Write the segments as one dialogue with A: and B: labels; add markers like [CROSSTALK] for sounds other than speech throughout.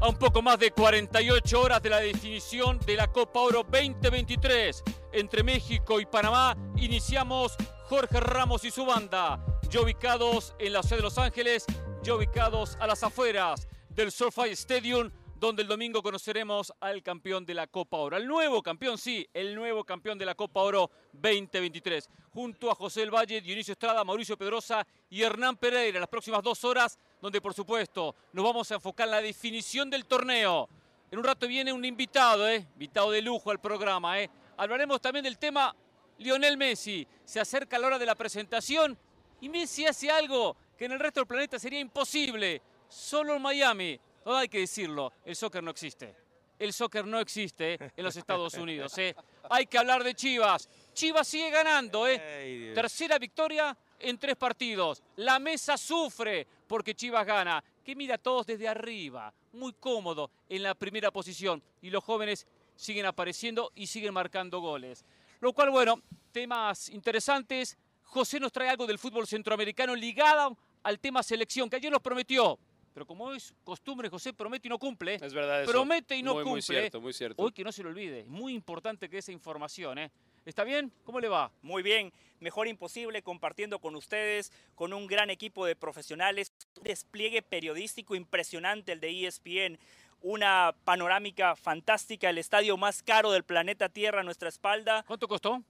A: a un poco más de 48 horas de la definición de la Copa Oro 2023 entre México y Panamá, iniciamos Jorge Ramos y su banda, ya ubicados en la ciudad de Los Ángeles, ya ubicados a las afueras del SoFi Stadium, donde el domingo conoceremos al campeón de la Copa Oro, al nuevo campeón, sí, el nuevo campeón de la Copa Oro 2023, junto a José El Valle, Dionisio Estrada, Mauricio Pedrosa y Hernán Pereira, las próximas dos horas, donde por supuesto nos vamos a enfocar en la definición del torneo. En un rato viene un invitado, ¿eh? invitado de lujo al programa. ¿eh? Hablaremos también del tema Lionel Messi. Se acerca la hora de la presentación y Messi hace algo que en el resto del planeta sería imposible. Solo en Miami, todo hay que decirlo, el soccer no existe. El soccer no existe ¿eh? en los Estados Unidos. ¿eh? Hay que hablar de Chivas. Chivas sigue ganando. ¿eh? Tercera victoria en tres partidos. La mesa sufre porque Chivas gana. Que mira a todos desde arriba. Muy cómodo en la primera posición. Y los jóvenes siguen apareciendo y siguen marcando goles. Lo cual, bueno, temas interesantes. José nos trae algo del fútbol centroamericano ligado al tema selección, que ayer nos prometió. Pero como es costumbre, José promete y no cumple.
B: Es verdad eso.
A: Promete y no
B: Muy,
A: cumple.
B: muy cierto, muy cierto.
A: Hoy que no se lo olvide. Muy importante que esa información, ¿eh? ¿Está bien? ¿Cómo le va?
C: Muy bien, mejor imposible compartiendo con ustedes, con un gran equipo de profesionales, un despliegue periodístico impresionante el de E ESPN, una panorámica fantástica, el estadio más caro del planeta Tierra a nuestra espalda.
A: ¿Cuánto costó?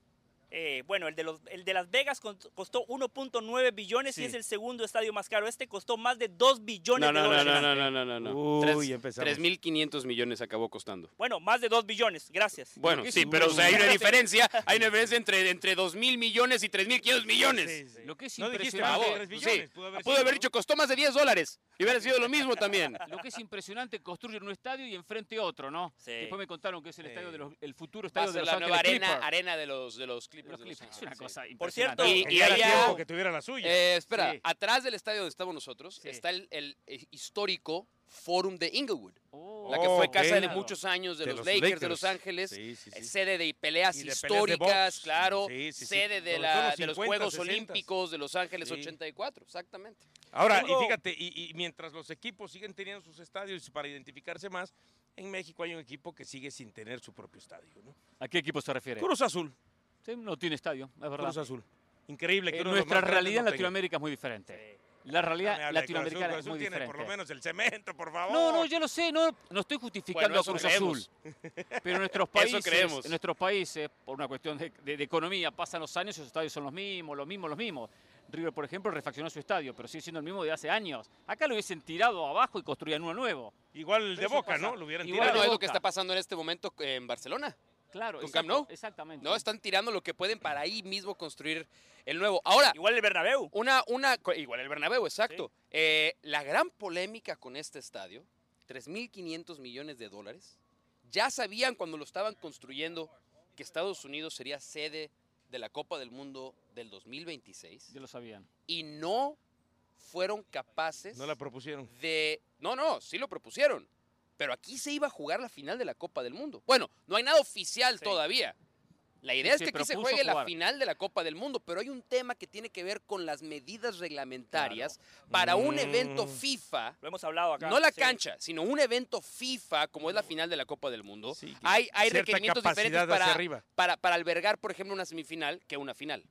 C: Eh, bueno, el de, los- el de Las Vegas con- costó 1.9 billones
A: Sí.
C: y es el segundo estadio más caro. Este costó más de 2 billones
B: No, no, no,
C: de dólares.
B: no, no, no, no, no, no.
D: Uy,
B: Tres-
D: empezamos.
B: 3.500 millones acabó costando.
C: Bueno, más de 2 billones, gracias.
B: Bueno,
A: que es
B: sí,
A: un
B: pero o sea, hay una
A: número. [LAUGHS]
B: diferencia, hay una diferencia entre, entre 2.000 millones y 3.500 millones.
D: Sí, sí.
A: Lo que es
D: no dijiste más
A: impresionante.
D: de
B: Por favor,
D: 3
B: sí.
D: billones. Pudo
A: pues
D: haber,
B: Pudo
D: sido,
B: haber
D: ¿no?
B: dicho, costó más de 10 dólares. Y hubiera sido lo
A: [LAUGHS]
B: mismo también.
A: Lo que es impresionante, construyen un estadio y enfrente otro, ¿no?
C: Sí.
A: Después me contaron que es el,
D: Sí.
A: estadio de los- el futuro
B: Va a
A: estadio de
B: ser
A: los
B: la nueva
A: Ángeles
B: arena,
A: Clippers.
B: arena de los, de los Clippers.
A: Los
B: de Los
A: Clippers, es una
B: Ángeles, sí.
A: cosa
C: Por
A: impresionante. Eh,
B: Y-
C: cierto,
D: Que
B: y
D: ya era
B: allá-
D: tiempo que tuviera la suya.
B: Eh, espera,
A: Sí.
B: atrás del estadio donde estamos nosotros
A: Sí.
B: está el, el, eh, histórico Forum de Inglewood,
A: Oh,
B: la que fue
D: Oh,
B: casa de
D: claro.
B: muchos años de,
D: De
B: los,
D: los
B: Lakers, de
D: Lakers.
B: Los Ángeles,
D: Sí, sí, sí.
B: eh, sede de peleas
D: Y de peleas de
B: históricas,
D: box.
B: claro,
D: Sí, sí, sí.
B: sede de,
D: Sobre
B: la-
D: todo los
B: de los
D: 50,
B: Juegos
D: 60.
B: Olímpicos de Los Ángeles
D: Sí.
B: 84, exactamente.
D: Ahora, y
C: Tengo-
D: fíjate, y, y mientras los equipos siguen teniendo sus estadios para identificarse más, en México hay un equipo que sigue sin tener su propio estadio. ¿no?
A: ¿A qué equipo se refiere?
D: Cruz Azul.
A: Sí, no tiene estadio, es verdad.
D: Cruz Azul. Increíble.
A: Eh,
D: que uno de los
A: nuestra
D: más grandes
A: realidad en
D: no tenga.
A: Latinoamérica es muy diferente. La
D: No me
A: realidad
D: hable de Cruz Azul,
A: latinoamericana
D: Cruz
A: es
D: Azul
A: muy
D: tiene
A: diferente.
D: por lo menos el cemento, por favor.
A: No, no, yo lo sé, no, no estoy justificando a
B: Oh. Bueno, eso
A: Cruz
B: creemos.
A: Azul. Pero en nuestros
B: [LAUGHS] Eso
A: países,
B: creemos.
A: en nuestros países, por una cuestión de, de- de economía, pasan los años y sus estadios son los mismos, los mismos, los mismos. River, por ejemplo, refaccionó su estadio, pero sigue siendo el mismo de hace años. Acá lo hubiesen tirado abajo y construían uno nuevo.
D: Igual el de
A: Eso
D: Boca,
A: pasa.
D: ¿no? Lo hubieran
A: Igual
D: tirado.
B: Bueno, es lo
A: Boca.
B: que está pasando en este momento en Barcelona.
A: Claro,
B: ¿Con
A: exacto,
B: Camp Nou?
A: Exactamente.
B: No, están tirando lo que pueden para ahí mismo construir el nuevo. Ahora,
C: Igual el Bernabéu.
B: Una, una, co- igual el Bernabéu, exacto. Eh, la gran polémica con este estadio, 3.500 millones de dólares, ya sabían cuando lo estaban construyendo que Estados Unidos sería sede de la Copa del Mundo del 2026
A: Ya lo sabían.
B: y no fueron capaces
D: No la propusieron.
B: de... No, no, sí lo propusieron, pero aquí se iba a jugar la final de la Copa del Mundo. Bueno, no hay nada oficial
C: Sí.
B: todavía. La idea
A: Y
B: es
A: se
B: que aquí se
A: propuso
B: juegue la
A: jugar.
B: final de la Copa del Mundo, pero hay un tema que tiene que ver con las medidas reglamentarias para un evento
D: Mm.
B: FIFA,
C: Lo hemos hablado acá.
B: no la
C: sí.
B: cancha, sino un evento FIFA como es la final de la Copa del Mundo.
D: Sí, que
B: Hay, hay
D: cierta
B: requerimientos
D: capacidad
B: diferentes
D: hacia
B: para,
D: arriba.
B: para, para albergar, por ejemplo, una semifinal que una final.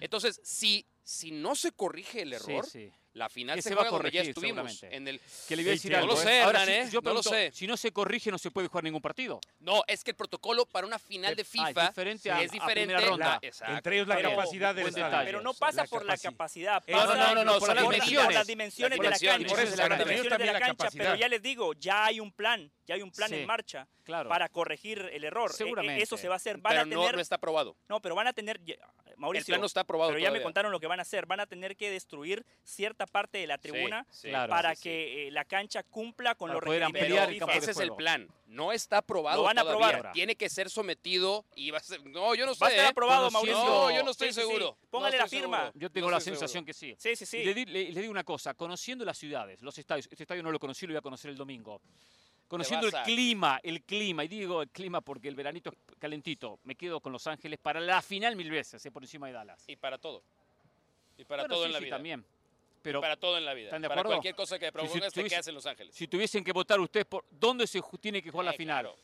B: Entonces, si, si no se corrige el error,
A: Sí, sí.
B: la final
A: Que
B: se,
A: se va a
B: juega donde ya
A: corregir,
B: estuvimos.
A: seguramente.
B: En el,
A: Que le voy a
D: Sí,
A: decir
D: sí,
A: algo.
D: no lo
A: ¿eh?
B: sé,
A: Ahora,
B: Hernán,
A: si-
B: ¿eh?
A: yo
B: No lo
A: pregunto,
B: sé.
A: Si no se corrige, no se puede jugar ningún partido.
B: no, es que el protocolo para una final de
A: Ah,
B: FIFA
A: es diferente
B: sí,
A: a, a
B: es
A: primera
B: diferente.
A: ronda.
B: La- Exacto.
D: Entre ellos la
A: Pero-
D: capacidad del
A: buen
D: estadio.
A: detalle.
C: Pero no pasa
D: La
C: por la
D: capacidad.
C: capacidad,
D: No,
C: pasa
B: no, no, no, no,
C: por,
B: son las
C: por
B: dimensiones.
C: las dimensiones
B: Las
C: de la
B: dimensiones.
C: cancha.
B: Por eso,
C: por las
B: exactamente.
C: dimensiones de
D: También
C: la
D: la
C: cancha, pero
D: capacidad.
C: ya les digo, ya hay un plan, ya hay un plan
A: Sí.
C: en marcha
A: Claro.
C: para corregir el error. E- e-
A: Seguramente.
C: Eso se va a hacer. Van
B: Pero
C: a
B: no-
C: tener,
B: no,
C: no,
B: está aprobado.
C: pero van a tener, ya-
B: El
C: Mauricio,
B: plan no está aprobado
C: pero ya me
B: todavía.
C: contaron lo que van a hacer. Van a tener que destruir cierta parte de la
B: Sí,
C: tribuna
B: sí,
A: claro.
C: para
B: sí, sí.
C: que eh, la cancha cumpla con
A: Para
C: los
A: poder
C: requerimientos
A: ampliar el
C: de FIFA.
A: campo de
B: Ese es el
A: juego.
B: plan. No está aprobado.
C: Lo van a
B: todavía.
C: aprobar.
B: Tiene que ser sometido y va a ser. No, yo no sé.
C: Va a estar
B: ¿eh?
C: aprobado,
A: Conociendo-
C: Mauricio.
B: No, yo no estoy
C: Sí, sí, sí.
B: seguro.
C: Póngale
B: No
C: la
B: estoy
C: firma.
B: seguro.
A: Yo tengo
B: No
A: la
B: estoy
A: sensación que sí.
C: Sí, sí, sí.
A: Y le, di- le- les digo una cosa, conociendo las ciudades, los estadios, este estadio no lo conocí, lo voy a conocer el domingo. Conociendo el
B: vas a-
A: clima, el clima, y digo el clima porque el veranito es calentito, me quedo con Los Ángeles para la final mil veces, eh, por encima de Dallas.
B: Y para todo. Y para
A: Bueno,
B: todo
A: sí,
B: en la
A: sí,
B: vida.
A: también. Pero
B: para todo en la vida.
A: ¿Están de
B: Para
A: acuerdo?
B: cualquier cosa que provoques te
A: tuviese-
B: quedas en Los Ángeles.
A: si tuviesen que votar ustedes por dónde se ju- tiene que jugar la
B: Eh,
A: final.
B: claro.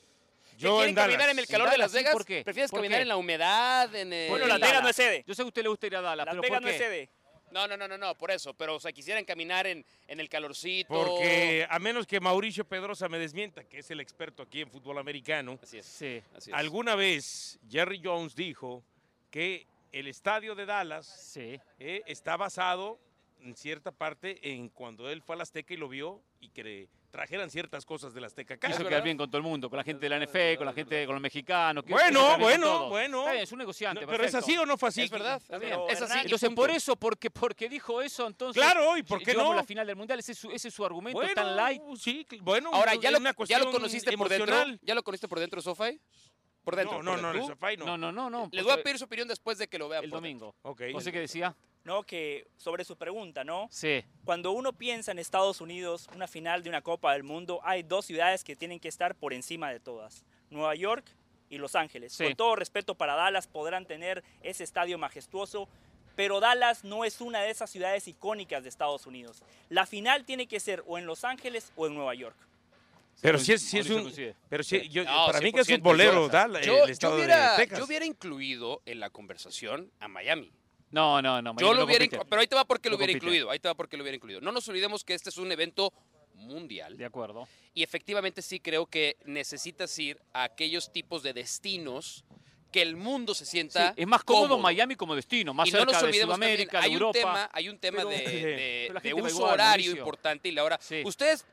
D: Yo
B: ¿Quieren
D: en Dallas.
B: caminar en el
A: ¿En
B: calor de
A: Dallas?
B: Las
A: Sí,
B: Vegas?
A: ¿por qué?
B: ¿Prefieres
A: ¿Por
B: caminar
A: qué?
B: en la humedad? En el...
C: Bueno,
A: Eh,
C: Las
A: Dallas.
C: Vegas no es sede.
A: Yo sé que a usted le gusta ir a Dallas,
C: Las
A: pero
C: Vegas
A: ¿por
C: no es
A: qué?
C: sede.
B: No, no, no, no, no, por eso. Pero, o sea, quisieran caminar en, en el calorcito.
D: Porque a menos que Mauricio Pedrosa me desmienta, que es el experto aquí en fútbol americano,
B: Así es,
A: Sí.
B: así es.
D: alguna vez Jerry Jones dijo que el estadio de Dallas
A: Sí.
D: eh, está basado en cierta parte en cuando él fue al Azteca y lo vio y que le trajeran ciertas cosas del Azteca acá.
A: Quiso
B: verdad.
A: quedar bien con todo el mundo, con la gente de la NFL, con la gente, con los mexicanos. quiso
D: Bueno,
A: quedar bien con
D: bueno,
A: todos.
D: bueno.
A: Está bien, es un
D: No,
A: negociante.
D: pero es así
A: perfecto.
D: o no fue así.
B: es verdad, es,
A: bien.
B: verdad. es así.
C: Hernán,
A: Entonces,
B: punto.
A: por eso, porque, porque dijo eso, entonces.
D: Claro, ¿y por qué
A: llevamos
D: no?
A: la final del mundial, ese es su, ese es su argumento tan light.
D: Sí, cl- bueno,
B: Ahora,
D: es
B: ¿ya lo,
D: una
B: ¿ya
D: cuestión
B: lo conociste por
D: emocional.
B: dentro? ¿Ya lo conociste por dentro, Sofay? Por dentro.
D: no,
B: por
D: no, no,
B: dentro.
D: el Sofai no.
A: No, no, no, no.
B: Les
A: porque
B: voy a pedir su opinión después de que lo vean.
A: El
B: por dentro.
A: domingo.
D: Ok.
A: No sé qué decía.
C: No, que sobre su pregunta, ¿no?
A: Sí.
C: Cuando uno piensa en Estados Unidos, una final de una Copa del Mundo, hay dos ciudades que tienen que estar por encima de todas, Nueva York y Los Ángeles.
A: Sí.
C: Con todo respeto para Dallas, podrán tener ese estadio majestuoso, pero Dallas no es una de esas ciudades icónicas de Estados Unidos. La final tiene que ser o en Los Ángeles o en Nueva York.
D: Pero
A: Sí,
D: si es, si es
A: Mauricio
D: un...
A: coincide.
D: Pero si, yo,
B: No,
D: para mí que es
B: 100%,
D: futbolero,
B: yo-
D: da, la-
B: Yo,
D: el estado
B: yo hubiera,
D: de Texas.
B: yo hubiera incluido en la conversación a Miami.
A: No, no, no.
B: Yo
A: Mañana
B: lo
A: no
B: hubiera
A: compite.
B: inclu- Pero ahí te va porque lo
A: No
B: hubiera
A: compite.
B: incluido. Ahí te va porque lo hubiera incluido. No nos olvidemos que este es un evento mundial.
A: De acuerdo.
B: Y efectivamente sí creo que necesitas ir a aquellos tipos de destinos que el mundo se
A: Sí,
B: sienta.
A: es más cómodo, Miami como destino, más
B: y no
A: cerca
B: nos
A: de
B: olvidemos
A: Sudamérica,
B: también,
A: de
B: hay
A: Europa.
B: Un tema, hay un
A: [LAUGHS]
B: tema
A: Pero-
B: de,
D: Sí.
B: de-
A: Pero la
B: de
A: gente va
B: uso
A: igual,
B: horario
A: Mauricio.
B: importante y la hora.
A: Sí.
B: Ustedes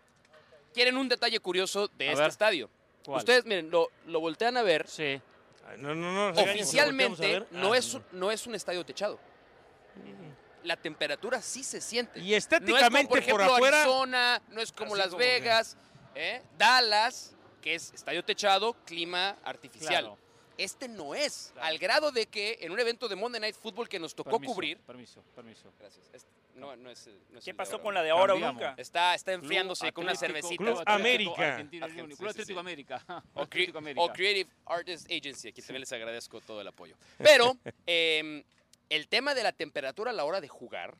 B: quieren un detalle curioso de
A: A
B: este
A: ver.
B: estadio.
A: ¿Cuál?
B: Ustedes, miren, lo, lo voltean a ver.
A: Sí.
D: Ay, No, no, no. regañes,
B: Oficialmente
D: volteamos a ver.
B: no,
D: Ah,
B: es, un- no es un estadio techado. La temperatura sí se siente.
D: Y
B: No es como,
D: estéticamente
B: por ejemplo,
D: por afuera...
B: Arizona, no es como
D: así
B: Las
D: como que-
B: Vegas, ¿eh? Dallas, que es estadio techado, clima artificial.
A: Claro.
B: Este no es,
A: Claro.
B: al grado de que en un evento de Monday Night Football que nos tocó
A: Permiso,
B: cubrir.
A: Permiso, permiso.
B: Gracias. Este- no, no es, no es
C: ¿Qué
B: el
C: pasó
B: ahora,
C: con
B: ¿no?
C: la de ahora o
A: Cambiamos.
C: nunca?
B: Está, está enfriándose
A: Club
B: con una
A: Atlético,
B: cervecita.
D: Club
A: Atlético,
D: América.
A: Argentino
B: Argen-
A: Junior,
B: sí, sí,
A: Club Atlético
B: sí.
A: América. [LAUGHS]
B: O, Cre-
A: Atlético
B: o
A: América.
B: Creative Artist Agency, aquí también les agradezco todo el apoyo.
A: [LAUGHS]
B: Pero eh, el tema de la temperatura a la hora de jugar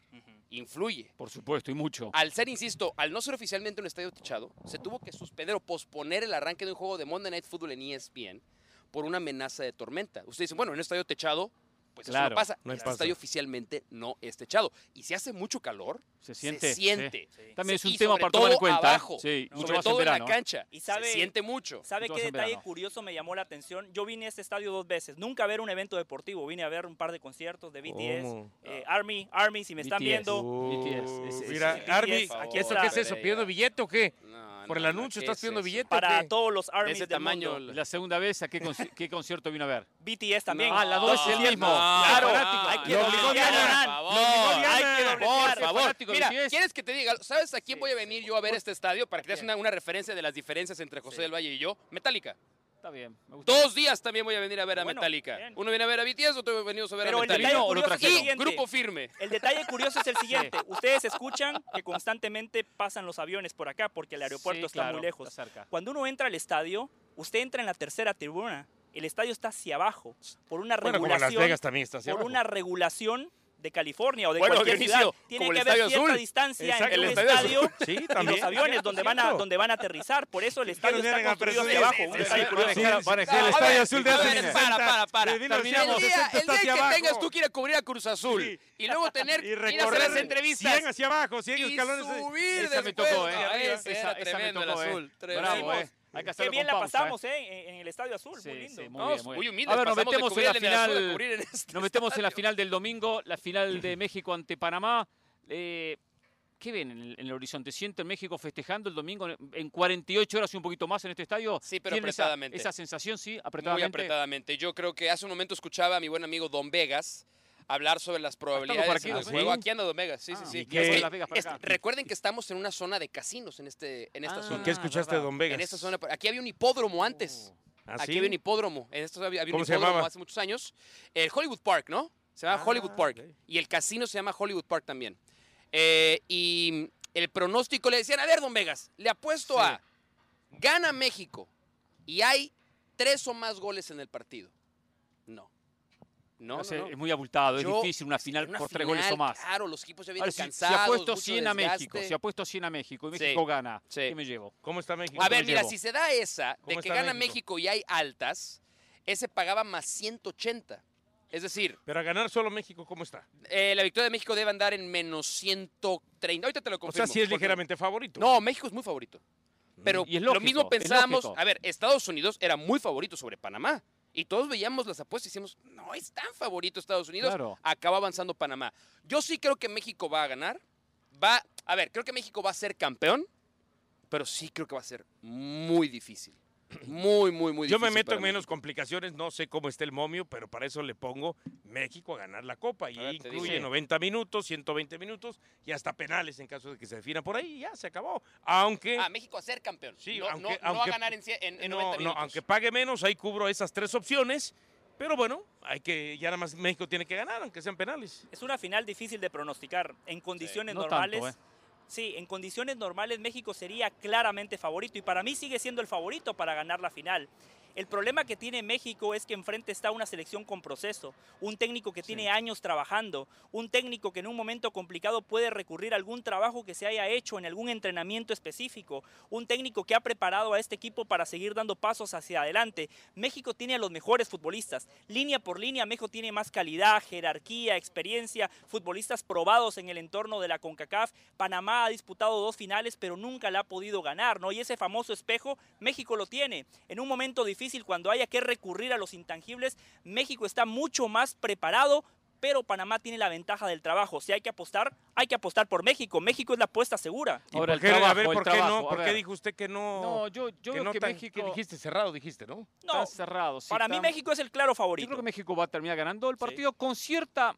B: influye.
A: Por supuesto, y mucho.
B: Al ser, insisto, al no ser oficialmente un estadio techado, se tuvo que suspender o posponer el arranque de un juego de Monday Night Football en E ESPN por una amenaza de tormenta. Ustedes dicen, bueno, en un estadio techado, pues eso
A: Claro,
B: no pasa.
D: no
B: este
D: pasa.
B: estadio oficialmente no es techado. Y si hace mucho calor,
A: Se siente.
B: se siente.
C: Sí.
A: También
B: Se-
A: es un
B: y
A: tema
B: sobre
A: para tomar en
B: todo
A: cuenta. ¿eh?
B: abajo,
A: Sí,
C: ¿no?
A: mucho
B: sobre
A: más en
B: todo en,
A: verano.
B: la cancha.
C: Y sabe-
B: se siente mucho.
C: ¿Sabe
A: Mucho
C: qué
A: más en
C: detalle
A: verano.
C: curioso me llamó la atención? Yo vine a este estadio dos veces. Nunca a ver un evento deportivo. Vine a ver un par de conciertos de BTS.
D: ¿Cómo?
C: eh, Army, Army, si me están
A: BTS.
C: viendo.
A: BTS, ese-
D: Mira,
C: ese-
D: Arby,
C: BTS,
D: aquí
C: aquí
D: está.
C: está.
D: ¿Qué es eso? ¿Pidiendo billete o qué?
B: No,
D: Por
B: no,
D: el
B: no,
D: anuncio,
B: ¿qué
D: estás
B: es
D: pidiendo
B: eso?
D: billete.
C: Para
D: ¿qué?
C: todos los
B: De
C: Army
B: ese
C: del
B: tamaño.
C: mundo.
A: La segunda vez, ¿a qué, conci- qué concierto vino a ver?
C: BTS también.
A: Ah, la dos es el mismo.
C: Claro,
D: fanático.
C: hay que
D: Lo obligó
C: dobletear,
D: Diana.
C: Hernán.
B: Por
C: Lo obligó
D: favor.
C: Diana.
D: Hay que
B: Por
C: dobletear.
B: favor,
A: fanático de
B: mira,
A: BTS.
B: ¿quieres que te diga? algo? ¿Sabes a quién
C: Sí,
B: voy a venir yo a ver este estadio? Para que te hagas
C: quién?
B: una, una referencia de las diferencias entre José
C: Sí.
B: del Valle y yo. Metallica.
A: Está bien, me gusta.
B: Dos días también voy a venir a ver a
C: Bueno,
B: Metallica.
C: bien.
B: Uno viene a ver a BTS, otro venimos a ver a
C: Pero el
B: Metallica.
C: detalle
A: ¿Vino o lo
C: curioso es el
A: trajeron?
B: y
C: siguiente.
B: Grupo Firme.
C: El detalle curioso es el siguiente. Ustedes escuchan que constantemente pasan los aviones por acá porque el aeropuerto
A: Sí,
C: está
A: claro,
C: muy lejos.
A: está cerca.
C: Cuando uno entra al estadio, usted entra en la tercera tribuna. El estadio está hacia abajo por una
D: Bueno, como Las
C: regulación,
D: Vegas también está hacia
C: por
D: abajo.
C: una regulación de California o de
B: Bueno,
C: cualquier
B: Dionisio,
C: ciudad. Tiene
B: como el
C: que haber
B: Estadio
C: cierta
B: Azul.
C: distancia
D: Exacto.
C: entre un
D: El
B: Estadio
C: estadio
B: Azul.
D: Sí,
C: y
D: también.
C: los aviones donde van a donde van a aterrizar. Por eso el estadio
D: Quiero
C: está
D: llegar a
C: construido hacia
D: presumir.
C: abajo.
D: Sí,
C: un
D: sí,
C: estadio
D: sí,
C: por
D: sí,
C: abajo.
D: sí,
A: van a
D: sí.
A: decir, el
D: A
A: estadio
D: ver,
B: azul de
D: a
B: hace
D: ver,
B: 60.
D: para, para, para.
B: El
D: Terminamos
B: el día,
D: 60
B: el día
D: hacia
B: que
D: abajo.
B: tengas tú que ir a cubrir a Cruz Azul
D: Sí.
B: y
A: [LAUGHS]
B: luego tener
D: y
B: ir a hacer
D: recorrer
B: las entrevistas
D: 100 hacia abajo, 100
B: y
D: escalones. eh.
B: subir
A: Esa me
B: después.
A: tocó, ¿eh?
B: Ah, ese
A: Esa-
B: era
A: esa me
B: tremendo el
A: tocó, ¿eh?
B: azul. Tremendo.
A: Bravo, ¿eh? Hay que
C: Qué
A: hacerlo
C: bien
A: con
C: la
A: pausa,
C: pasamos, ¿eh? En en el Estadio Azul,
A: Sí,
C: muy lindo.
A: sí, muy
B: No,
A: bien, muy
B: muy
A: bien.
B: humildes,
A: ¿eh? A ver, nos
B: pasamos de
A: metemos en
B: cubrir
A: la
B: el de la azul a
A: final.
B: cubrir en este
A: Nos metemos en la
B: estadio.
A: final del domingo, la final de México ante Panamá. Eh, ¿Qué ven en el, en el horizonte? ¿Sienten México festejando el domingo en- en 48 horas y un poquito más en este estadio?
B: Sí, pero
A: ¿Tienen esa-
B: apretadamente.
A: Esa, sensación, sí,
B: Muy
A: apretadamente.
B: apretadamente. Yo creo que hace un momento escuchaba a mi buen amigo Don Vegas hablar sobre las probabilidades
A: por
B: del
A: aquí,
D: Don
B: juego.
D: Vegas.
B: Aquí anda Don Vegas, sí,
A: Ah,
B: sí, sí.
A: y
D: ¿eh? que-
B: Es
A: Las Vegas para
B: es-
A: acá.
B: recuerden que estamos en una zona de casinos en, este, en esta
A: Ah,
D: ¿Y
B: zona.
D: qué escuchaste de Don Vegas?
B: En esta zona. Aquí había un hipódromo antes.
D: ¿Ah,
B: Aquí
D: sí?
B: había un hipódromo. En esto había, había un
D: ¿Cómo se
B: hipódromo
D: llamaba?
B: hace muchos años. El Hollywood Park, ¿no? Se llama
D: Ah,
B: Hollywood Park.
D: ok.
B: Y el casino se llama Hollywood Park también. Eh, y el pronóstico le decían, a ver, Don Vegas, le apuesto
A: Sí.
B: a gana México y hay tres o más goles en el partido. No. No,
A: O sea,
B: no, no.
A: Es muy abultado,
B: Yo-
A: es difícil una final
B: Una
A: Ah, por tres goles o
B: final,
A: más.
B: Claro, los equipos ya vienen
A: Ahora, si, si
B: cansados.
A: apuesto
B: mucho
A: 100 a México,
B: desgaste.
A: si apuesto 100 a México y
B: Sí.
A: México gana,
B: Sí.
A: ¿qué me llevo?
D: ¿Cómo está México?
B: A
A: lo
B: ver, mira,
A: llevo.
B: si se da esa, de
D: ¿Cómo
B: que
D: está
B: gana
D: México?
B: México y hay altas, ese pagaba más 180. Es decir,
D: Pero a ganar solo México, ¿cómo está?
B: eh, la victoria de México debe andar en menos 130. Ahorita te lo
D: O
B: confirmo.
D: sea, sí es
B: porque-
D: ligeramente favorito.
B: No, México es muy favorito. Pero
A: Y es
B: lo
A: lógico,
B: mismo
A: es
B: pensábamos.
A: lógico.
B: A ver, Estados Unidos era muy favorito sobre Panamá. Y todos veíamos las apuestas y decíamos, no es tan favorito Estados Unidos.
A: Claro.
B: Acaba avanzando Panamá. Yo sí creo que México va a ganar. Va, a ver, creo que México va a ser campeón, pero sí creo que va a ser muy difícil. Muy, muy, muy
D: Yo
B: difícil.
D: me meto
B: para
D: en menos
B: México.
D: complicaciones, no sé cómo está el momio, pero para eso le pongo México a ganar la Copa. Y
B: A ver,
D: ahí
B: te digo.
D: incluye
A: Sí.
D: 90 minutos, 120 minutos y hasta penales en caso de que se defina por ahí y ya se acabó. Aunque,
B: Ah, México a ser campeón.
D: Sí,
B: no,
D: aunque-
B: no- no
D: aunque-
B: a ganar en, cien- en- en
D: no,
B: 90
D: no,
B: minutos.
D: aunque pague menos, ahí cubro esas tres opciones. Pero bueno, hay que ya nada más México tiene que ganar, aunque sean penales.
C: Es una final difícil de pronosticar. En condiciones
A: no tanto,
C: normales.
A: ¿eh?
C: Sí, en condiciones normales México sería claramente favorito y para mí sigue siendo el favorito para ganar la final. El problema que tiene México es que enfrente está una selección con proceso, un técnico que tiene años trabajando, un técnico que en un momento complicado puede recurrir a algún trabajo que se haya hecho en algún entrenamiento específico, un técnico que ha preparado a este equipo para seguir dando pasos hacia adelante. México tiene a los mejores futbolistas, línea por línea México tiene más calidad, jerarquía, experiencia, futbolistas probados en el entorno de la CONCACAF. Panamá ha disputado dos finales, pero nunca la ha podido ganar, ¿no? Y ese famoso espejo, México lo tiene. En un momento difícil, cuando haya que recurrir a los intangibles, México está mucho más preparado, pero Panamá tiene la ventaja del trabajo. Si hay que apostar, hay que apostar por México. México es la apuesta segura.
D: ¿Y
A: Ahora,
D: por
A: el
D: qué- a
A: trabajo,
D: ver,
A: el
D: ¿por qué
A: trabajo,
D: no?
A: a
D: ¿Por qué
A: ver.
D: dijo usted que no?
A: No, yo, yo
D: que
A: veo
D: no
A: que
D: tan-
A: México
D: que dijiste cerrado, dijiste, ¿no?
C: No,
A: está cerrado. sí,
C: para
A: está-
C: mí México es el claro
A: Yo
C: favorito.
A: creo que México va a terminar ganando el partido con cierta,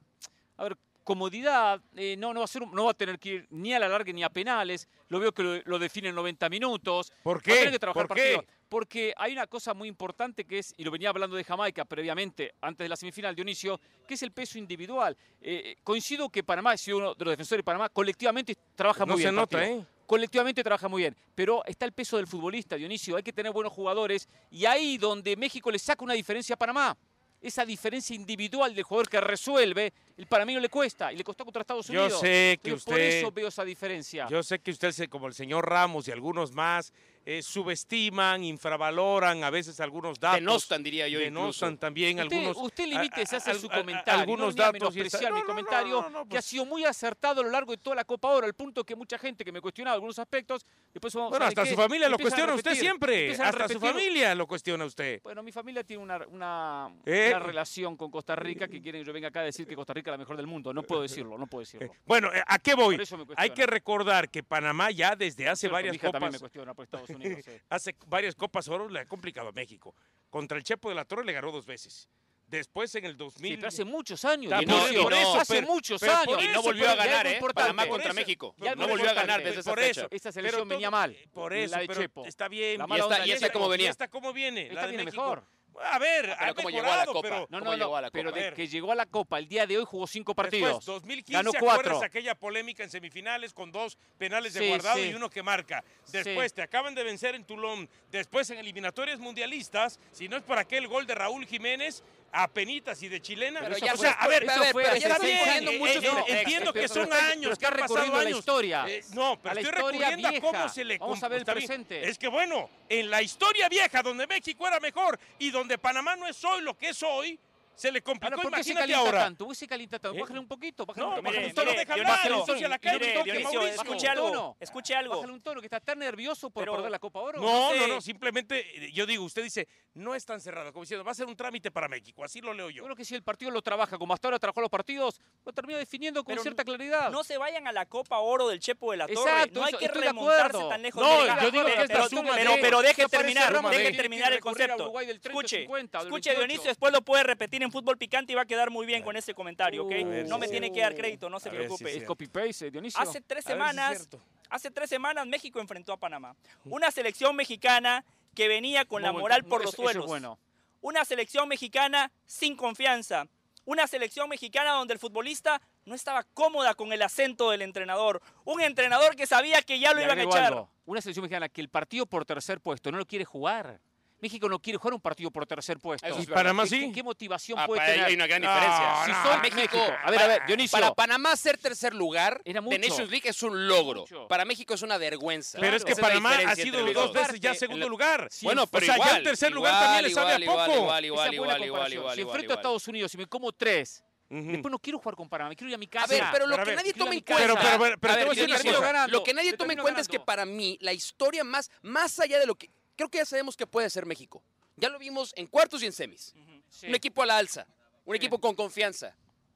A: a ver, comodidad. eh, no, no, va a ser, un- no va a tener que ir ni a la larga ni a penales. Lo veo que lo, lo define en 90 minutos.
D: ¿Por
A: Va a
D: qué?
A: tener que trabajar
D: ¿Por qué?
A: partido. Porque hay una cosa muy importante que es, y lo venía hablando de Jamaica previamente, antes de la semifinal, Dionisio, que es el peso individual. Eh, coincido que Panamá, ha sido uno de los defensores de Panamá, colectivamente trabaja
D: No
A: muy bien.
D: se
A: el
D: nota,
A: partido.
D: ¿eh?
A: Colectivamente trabaja muy bien, pero está el peso del futbolista, Dionisio. Hay que tener buenos jugadores y ahí donde México le saca una diferencia a Panamá. Esa diferencia individual del jugador que resuelve, el para mí no le cuesta y le costó contra Estados
D: Yo
A: Unidos.
D: sé que
A: Entonces,
D: usted...
A: Por eso veo esa diferencia.
D: Yo sé que usted, se- como el señor Ramos y algunos más, eh, subestiman, infravaloran a veces algunos datos.
B: Denostan, diría yo. incluso.
D: Denostan también
A: usted,
D: algunos.
A: usted
D: a-
A: limítese,
D: a-
A: hace su
D: a- a-
A: comentario.
D: algunos
A: no venía a
D: datos y esa-
A: menospreciar mi
D: no, no, no,
A: comentario,
D: no, no,
A: que ha
D: pues-
A: sido muy acertado a lo largo de toda la Copa ahora, al punto que mucha gente que me cuestionaba algunos aspectos, después vamos
D: Bueno,
A: ¿sabe
D: hasta
A: qué?
D: su familia lo
A: Empiezan a
D: cuestiona usted
A: repetir,
D: siempre.
A: empiezan a
D: Hasta su
A: repetir.
D: familia lo cuestiona usted.
A: Bueno, mi familia tiene una, una,
D: Eh.
A: una relación con Costa Rica que quieren que yo venga acá a decir que Costa Rica es la mejor del mundo. No puedo decirlo, no puedo
D: Eh,
A: decirlo.
D: Bueno, eh, ¿a qué voy?
A: Por eso me
D: Hay
A: cuestiona.
D: que recordar que Panamá ya desde hace
A: Cierto,
D: varias
A: mi hija también
D: copas,
A: me cuestiona por Estados
D: [LAUGHS]
A: Unidos. eh.
D: hace varias copas oro le ha complicado a México. Contra el Chepo de la Torre le ganó dos veces. Después en el 2000.
A: Sí, pero hace muchos años.
D: Está
A: y no,
B: por-
A: digo,
B: por eso,
A: hace
D: pero-
A: muchos
D: pero por
A: años.
B: Y no
D: eso,
B: volvió a
D: pero ya
B: ganar,
A: algo
B: ¿eh?
A: importante.
B: Panamá
D: Por
B: contra
D: eso,
B: México.
A: y algo
B: No volvió a
A: importante.
B: ganar desde esa
D: Por
B: fecha.
D: eso.
A: Esa
D: Pero
A: selección
D: todo-
A: venía mal.
D: Por
A: y
D: eso,
A: la de
D: pero
A: Chepo.
D: está bien.
A: La
B: mala
D: y
B: onda
D: esta,
B: de
D: y esta
B: Chepo.
D: cómo venía. esta cómo viene.
A: Esta
D: la de
A: viene
D: México.
A: mejor. Ah,
D: A ver,
B: pero
D: ha
B: cómo llegó a la
D: mejorado,
B: Copa.
D: pero
A: No,
B: ¿Cómo
A: no,
B: llegó a
A: no.
B: la
A: Pero
D: Copa?
A: de que llegó a la Copa, el día de hoy jugó cinco
D: después,
A: partidos.
D: 2015,
A: Ganó
D: acuerdas
A: cuatro.
D: aquella polémica en semifinales con dos penales de
A: Sí,
D: guardado
A: sí.
D: y uno que marca. Después te acaban de vencer en Tulón, después en eliminatorias mundialistas, si no es por aquel gol de Raúl Jiménez a penitas y de chilena.
B: Pero
D: o
B: ya
D: sea,
B: fue-
D: a ver,
B: pero-
A: eso
B: pero
A: fue
B: ya
A: hace
B: están
A: seis
B: poniendo
A: años.
B: muchos
A: Eh, eh,
B: pretextos.
D: entiendo que
A: pero
D: son
A: está-
D: años,
A: pero está
D: que han pasado
A: recurriendo a la
D: años.
A: historia.
D: Eh, no, pero
A: A la
D: estoy
A: historia
D: recurriendo a cómo
A: vieja.
D: se le
A: Vamos a ver el
D: está bien.
A: presente.
D: Es que bueno, en la historia vieja, donde México era mejor y donde Panamá no es hoy lo que es hoy, se le complicó.
A: Ahora, Ah, ¿por qué se
D: Imagínate
A: calienta
D: ahora.
A: tanto? ¿Por qué se calienta tanto?
D: ¿Eh?
A: Bájale un poquito, bájale
D: No,
A: un
D: pero
A: poquito.
D: mire,
A: Bájale un
D: usted
A: tono.
D: lo
C: mire,
D: deja
C: Dionisio,
D: hablar, ensucia la cancha,
C: mire,
D: un toque,
C: Dionisio,
D: Mauricio.
C: escuche
A: Bájale un
C: algo,
A: tono.
C: escuche algo.
A: Bájale un tono que está tan nervioso por
C: Pero-
A: perder la Copa Oro.
D: No, no,
C: sé.
D: no, simplemente eh, yo digo, usted dice, no es tan cerrado, como diciendo, va a ser un trámite para México, así lo leo
A: Yo
D: yo.
A: creo que si el partido lo trabaja como hasta ahora trabajó los partidos, lo termina definiendo con
C: Pero
A: cierta claridad.
C: No se vayan a la Copa Oro del Chepo de la Torre.
A: Exacto,
C: no hay
A: eso-
C: que
A: estoy de
C: remontarse
A: acuerdo.
C: tan lejos
D: No,
C: de la
D: yo digo que es la
C: pero,
D: suma
C: pero,
D: de-
C: pero deje
A: que parece
C: terminar,
A: Roma
C: deje
A: de-
C: terminar el
A: recurrir a
C: concepto.
A: Uruguay del 30,
C: escuche,
A: 50, del
C: escuche
A: 28.
C: Dionisio, después lo puede repetir en Fútbol Picante y va a quedar muy bien con ese comentario, ¿ok?
A: Uh,
D: a ver
C: no
D: si
C: me
D: es
C: tiene
A: cierto.
C: que dar crédito, no se
D: A ver si
C: preocupe.
D: es
A: Es copy-paste, eh, Dionisio.
C: Hace tres
D: A ver si Ah, es
C: semanas,
D: cierto.
C: hace tres semanas México enfrentó a Panamá. Una selección mexicana que venía con la
A: Muy buen-
C: moral por
A: eso-
C: los
A: eso es
C: suelos.
A: bueno.
C: Una selección mexicana sin confianza. Una selección mexicana donde el futbolista no estaba cómoda con el acento del entrenador. Un entrenador que sabía que ya lo
A: Le
C: iban a
A: agrego
C: echar.
A: algo. Una selección mexicana que el partido por tercer puesto no lo quiere jugar. México no quiere jugar un partido por tercer puesto.
B: Eso
D: ¿Y Panamá
A: ¿Qué-
D: sí?
A: ¿Qué, qué motivación
B: Ah,
A: puede
B: para-
A: tener?
B: hay una gran
D: No,
B: diferencia.
D: no,
A: Si son
B: México,
A: México. A ver, a ver, Dionisio.
B: Para Panamá ser tercer lugar
A: Era
B: de
A: mucho.
B: Nations League es un logro.
A: Mucho.
B: Para México es una vergüenza.
D: Pero es que
B: Esa la
D: Panamá ha
B: diferencia
D: sido
B: entre los
D: dos veces ya
B: Aparte,
D: segundo
B: en la-
D: lugar.
B: Bueno,
D: O
B: pero
D: sea, ya
B: igual,
D: el tercer lugar
B: igual,
D: también le sabe a
B: igual,
D: poco.
B: Igual,
A: Esa
B: igual,
A: buena
B: igual, igual,
A: comparación.
B: igual,
A: Si
B: igual,
A: enfrento a
B: igual.
A: Estados Unidos y me como tres,
D: Ujú.
A: después no quiero jugar con Panamá, me quiero ir a mi
B: A
A: casa.
B: ver, pero lo
D: Pero a
B: que
D: ver,
B: nadie
A: tranquila,
B: toma en
A: mi casa.
B: cuenta.
D: Pero- pero- pero- pero te
B: ver,
D: voy a decir
B: yo
D: una
B: termino
D: cosa.
A: ganando,
B: Lo que nadie
A: yo
B: toma en
A: termino
B: cuenta es que
A: ganando.
B: para mí, la historia más, más allá de lo que. Creo que ya sabemos que puede ser México. Ya lo vimos en cuartos y en semis.
A: Sí.
B: Un equipo a la alza. Un
A: Sí.
B: equipo con confianza.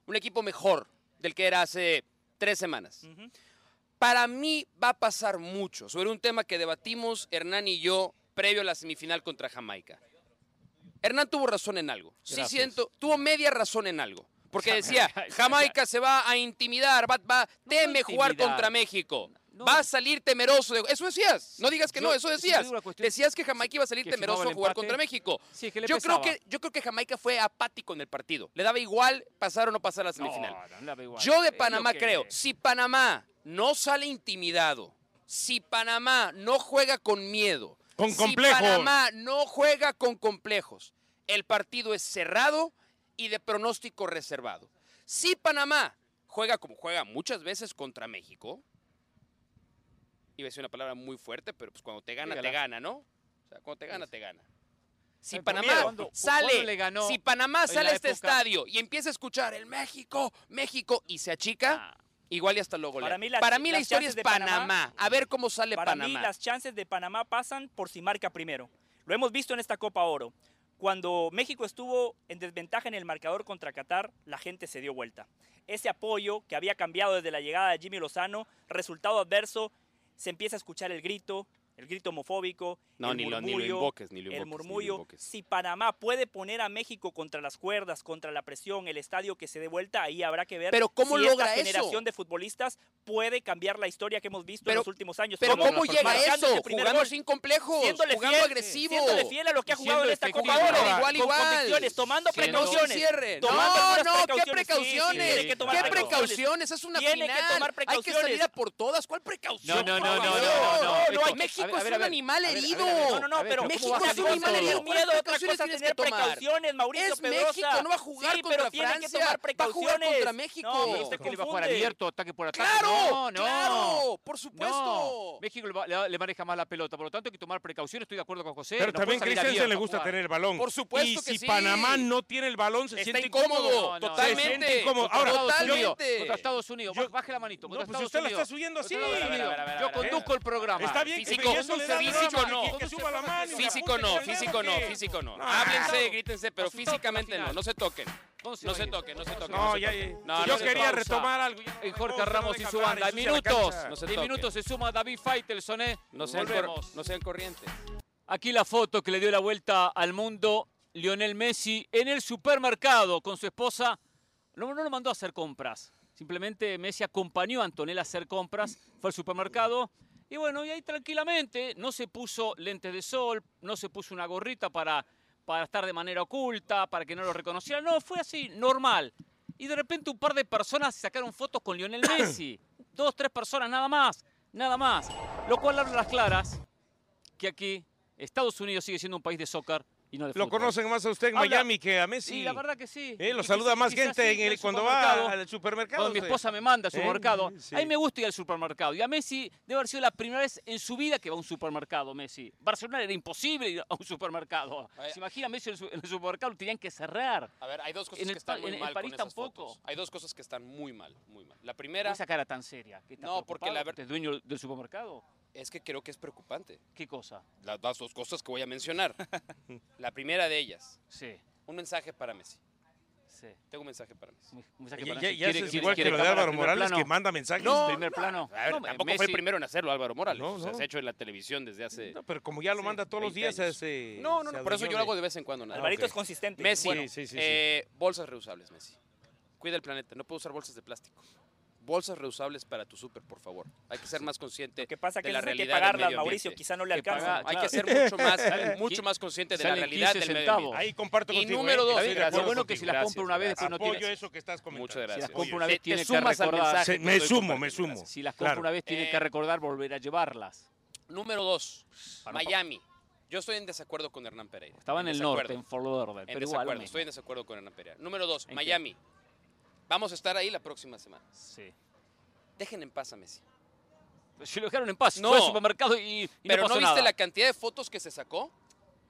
B: Un equipo mejor del que era hace tres semanas.
C: Ujú.
B: Para mí va a pasar mucho sobre un tema que debatimos Hernán y yo previo a la semifinal contra Jamaica. Hernán tuvo razón en algo. Sí siento, tuvo media razón en algo. Porque decía,
A: [LAUGHS]
B: Jamaica se va a intimidar, va, va- teme jugar
A: intimidar.
B: contra México.
A: No.
B: Va a salir temeroso. de- Eso decías. No digas que no,
A: Yo-
B: eso
A: yo te
B: decías.
A: digo una cuestión.
B: Decías que Jamaica iba a salir
A: Que
B: temeroso
A: firmaba
B: a
A: el
B: jugar
A: empate.
B: contra México.
A: Sí, que le
B: yo, creo
A: pesaba.
B: que, yo creo que Jamaica fue apático en el partido. Le daba igual pasar o no pasar a la
A: No,
B: semifinal.
A: no la veo igual.
B: Yo de
A: Es lo
B: Panamá
A: que-
B: creo, si Panamá no sale intimidado, si Panamá no juega con miedo,
D: Con
B: si
D: complejos.
B: Panamá no juega con complejos, el partido es cerrado y de pronóstico reservado. Si Panamá juega como juega muchas veces contra México, iba a decir una palabra muy fuerte, pero pues cuando te gana,
A: Dígala.
B: te gana, ¿no? O sea, cuando te gana, te gana. Si
A: Ay, por
B: Panamá
A: miedo. ¿Cuándo-
B: sale,
A: cuándo le ganó
B: si Panamá
A: en
B: sale
A: la
B: a este
A: época?
B: estadio y empieza a escuchar el México, México y se achica,
A: Ah,
B: igual y hasta luego.
C: Para mí la-
B: Para mí la
C: las
B: historia es
C: chances de
B: Panamá.
C: Panamá-
B: A ver cómo sale
C: Para mí
B: Panamá.
C: las chances de Panamá pasan por si marca primero. Lo hemos visto en esta Copa Oro. Cuando México estuvo en desventaja en el marcador contra Qatar, la gente se dio vuelta. Ese apoyo que había cambiado desde la llegada de Jimmy Lozano, resultado adverso, se empieza a escuchar el grito, el grito homofóbico, el murmullo,
B: ni
C: el murmullo. Si Panamá puede poner a México contra las cuerdas, contra la presión, el estadio que se dé vuelta, ahí habrá que ver.
B: Pero ¿cómo
C: si
B: logra
C: esta
B: eso?
C: generación de futbolistas puede cambiar la historia que hemos visto en
B: Pero-
C: los últimos años.
B: Pero
C: Como
B: ¿cómo
C: marcando
B: llega
C: ese
B: eso?
C: primer
B: Jugando
C: gol,
B: sin complejos,
C: Siéndole
B: jugando
C: fiel,
B: agresivo. este,
C: siéndole fiel a lo que ha
A: Y
C: jugado en
A: siendo
C: esta Copa
A: efectivo.
C: Oro.
A: Ahora,
B: igual,
C: con
B: igual.
C: convicciones, tomando
A: Siendo-
B: No se
C: precauciones.
B: cierren. No,
C: tomando algunas
B: no, qué
C: precauciones. Sí, sí,
B: precauciones.
C: tiene que tomar
B: ¿Qué
A: precauciones.
B: precauciones? Es una
C: Tiene que
B: final.
C: tomar
B: Hay que salir
C: precauciones.
B: a por todas. ¿Cuál precaución?
A: No, no,
B: por
A: no, no,
B: favor?
A: no, no,
B: no,
A: esto-
B: México
A: a ver, a
B: es
A: ver,
B: un
A: a ver.
B: animal
A: A ver, a ver,
B: herido.
A: a ver, a ver.
C: No, no, no,
A: A ver,
C: pero
A: ¿cómo
B: México
A: vas a
B: es un
A: hacer
B: animal
A: todo?
B: herido.
C: tener miedo,
B: ¿Cuáles
C: otra
B: precauciones
C: cosa es
B: tienes
C: tener
B: que tomar?
C: precauciones, Mauricio
B: es
C: Pedrosa.
B: México, no va a jugar
C: sí,
B: contra
C: pero tienen que
B: Francia,
C: tomar
B: va a jugar
C: precauciones.
B: contra México.
C: No,
A: Pero
C: pero
A: usted
C: usted
A: que le va a jugar
C: confunde.
A: abierto, ataque por ataque.
B: ¡Claro!
A: No, no.
B: ¡Claro! ¡Por supuesto!
A: No, México le, va- le va- le maneja más la pelota, por lo tanto hay que tomar precauciones, estoy de acuerdo con José.
D: Pero
A: no puede
D: también
A: salir
D: Christensen le
A: abierto a
D: gusta
A: jugar.
D: tener el balón.
B: Por supuesto
D: Y
B: que
D: si
B: sí.
D: Panamá no tiene el balón, se
B: Está
D: siente
B: incómodo,
A: No, no,
D: Se siente
B: totalmente.
D: incómodo. Ahora,
A: Contra Estados
D: yo-
A: Unidos,
B: Totalmente.
A: contra Estados Unidos,
D: Yo-
A: baje la manito.
D: yo-
A: contra
D: pues si
A: Estados
D: usted la
A: Unidos.
D: está subiendo así.
A: Contra Estados
B: A ver, a ver,
A: Unidos.
B: a ver, a ver, a
A: Yo
B: ver.
A: conduzco el programa.
D: Está bien,
B: Físico,
D: pero eso le da
B: físico
D: drama,
B: no.
D: que- Que suba la mano. y la
B: Físico
D: apunte
B: no,
D: y la
B: físico no,
D: saque.
B: físico no.
D: No,
A: Ah,
B: Háblense,
D: claro.
B: grítense, pero
A: Asustó hasta
B: físicamente
A: final.
B: no, no se toquen.
A: Entonces,
B: No se
A: oye,
B: toquen, no se toquen.
D: No,
B: se
D: ya,
B: toquen.
D: ya.
B: No,
D: Yo
B: no se
D: quería
B: pausa.
D: retomar algo. ya no
A: En
D: me
A: Jorge
D: gusta, no
A: Ramos y
D: deja
A: su
D: hablar,
A: banda. En
D: ensucia la
A: minutos.
D: cancha.
B: No se
A: En
B: toquen.
A: minutos se suma David Faitelson, ¿eh?
B: No sean, cor-
A: Volvemos.
B: no sean corrientes.
A: Aquí la foto que le dio la vuelta al mundo Lionel Messi en el supermercado con su esposa. No, no lo mandó a hacer compras. Simplemente Messi acompañó a Antonella a hacer compras, fue al supermercado y bueno, y ahí tranquilamente no se puso lentes de sol, no se puso una gorrita para, para estar de manera oculta, para que no lo reconocieran. No, fue así, normal. Y de repente un par de personas sacaron fotos con
D: [COUGHS]
A: Lionel Messi. Dos, tres personas, nada más, nada más. Lo cual habla a las claras que aquí Estados Unidos sigue siendo un país de soccer y no de
D: Lo
A: fútbol.
D: conocen más a usted en
A: Habla.
D: Miami que a Messi.
A: Sí, la verdad que sí.
D: Eh, lo
A: Y
D: saluda
A: quizás-
D: más
A: quizás
D: gente
A: sí,
D: en el- cuando
A: supermercado,
D: va al supermercado.
A: Cuando mi
D: usted.
A: esposa me manda al
D: Eh,
A: supermercado.
D: sí.
A: A mí me gusta ir al supermercado. Y a Messi debe haber sido la primera vez en su vida que va a un supermercado, Messi. Barcelona era imposible ir a un supermercado.
B: Ay.
A: ¿Se imagina Messi en el su- en el supermercado? Lo tenían que cerrar.
B: A ver, hay dos cosas
A: En el
B: que están
A: pa-
B: muy
A: en el
B: mal
A: París
B: con esas
A: tampoco.
B: fotos. Hay dos cosas que están muy mal, muy mal. La
A: Era...
B: primera
A: Esa cara tan seria. ¿Qué, estás
B: No, porque
A: preocupado?
B: la ver-
A: ¿Usted es dueño del supermercado?
B: es que creo que es preocupante.
A: ¿Qué cosa?
B: Las, las dos cosas que voy a [LAUGHS] mencionar. La primera de ellas,
A: Sí,
B: un mensaje para Messi.
A: sí.
B: Tengo un mensaje para Messi.
A: Un mensaje
D: Ya,
A: para
D: ya,
A: si
D: ya
A: quiere-
D: es
A: si
D: igual que
A: quiere
D: lo de
A: cámara,
D: Álvaro
A: primer
D: Morales
A: plano.
D: que manda mensajes.
A: primer plano.
B: A ver,
A: No,
B: tampoco fue
A: Messi-
B: el primero en hacerlo Álvaro Morales.
D: No,
B: O sea,
D: no.
B: se ha hecho en la televisión desde hace...
D: No, pero como ya lo
B: Sí,
D: manda todos los
B: 20
D: días,
B: años.
D: ese-
B: No, no,
D: se
B: no, por eso yo
D: adueñó
B: lo
D: de-
B: hago de vez en cuando. nada más.
C: Alvarito
D: ok.
C: es consistente.
B: Messi,
C: Bueno,
D: Sí, sí, sí,
B: eh, bolsas reusables, Messi. Cuida el planeta, no puedo usar bolsas de plástico. Bolsas reusables para tu súper, por favor. Hay que ser más consciente
C: lo que pasa es
B: de
C: que
B: la
C: esas hay que
B: realidad del
C: pagarlas,
B: medio
C: Mauricio,
B: ambiente.
C: quizá no le
A: Que pagar-
C: alcanza.
B: Hay
A: Claro.
B: que ser mucho más,
A: Salen
B: mucho
A: qui-
B: más consciente de la
A: salen
B: realidad
A: 15
B: del medio
A: centavos.
B: ambiente.
D: Ahí comparto
B: Y
D: contigo.
B: número
D: eh.
B: dos,
D: Estoy de
A: Está bien,
D: acuerdo
A: lo bueno que
D: contigo.
A: si las
B: Gracias,
A: compra una vez
B: gracias.
A: después no
D: Apoyo
A: tiene.
D: eso que estás comentando.
B: Muchas gracias.
A: Si las compra
D: Apoyo
A: una
D: eso.
A: vez
B: Te-
A: tiene
B: te
A: que
B: sumas al
A: recordar.
B: mensaje.
D: Se- me
B: Estoy
D: sumo, me
B: compartiendo,
D: sumo.
B: gracias.
A: Si las compra
D: Claro.
A: una vez tiene
B: Eh,
A: que recordar volver a llevarlas.
B: Número dos,
A: Para-
B: Miami. Yo estoy en desacuerdo con Hernán Pereira.
A: Estaba en, el
B: desacuerdo.
A: norte, en Fort Lauderdale,
B: En
A: pero igual.
B: desacuerdo,
A: lo
B: estoy en desacuerdo con Hernán Pereira. Número dos,
A: ¿En qué?
B: Miami. Vamos a estar ahí la próxima semana.
A: mismo. Sí.
B: Dejen en paz a Messi.
A: Se lo dejaron en paz.
B: No.
A: Fue al supermercado y, y
B: Pero
A: no
B: no,
A: pasó
B: viste
A: nada.
B: la cantidad de fotos que se sacó.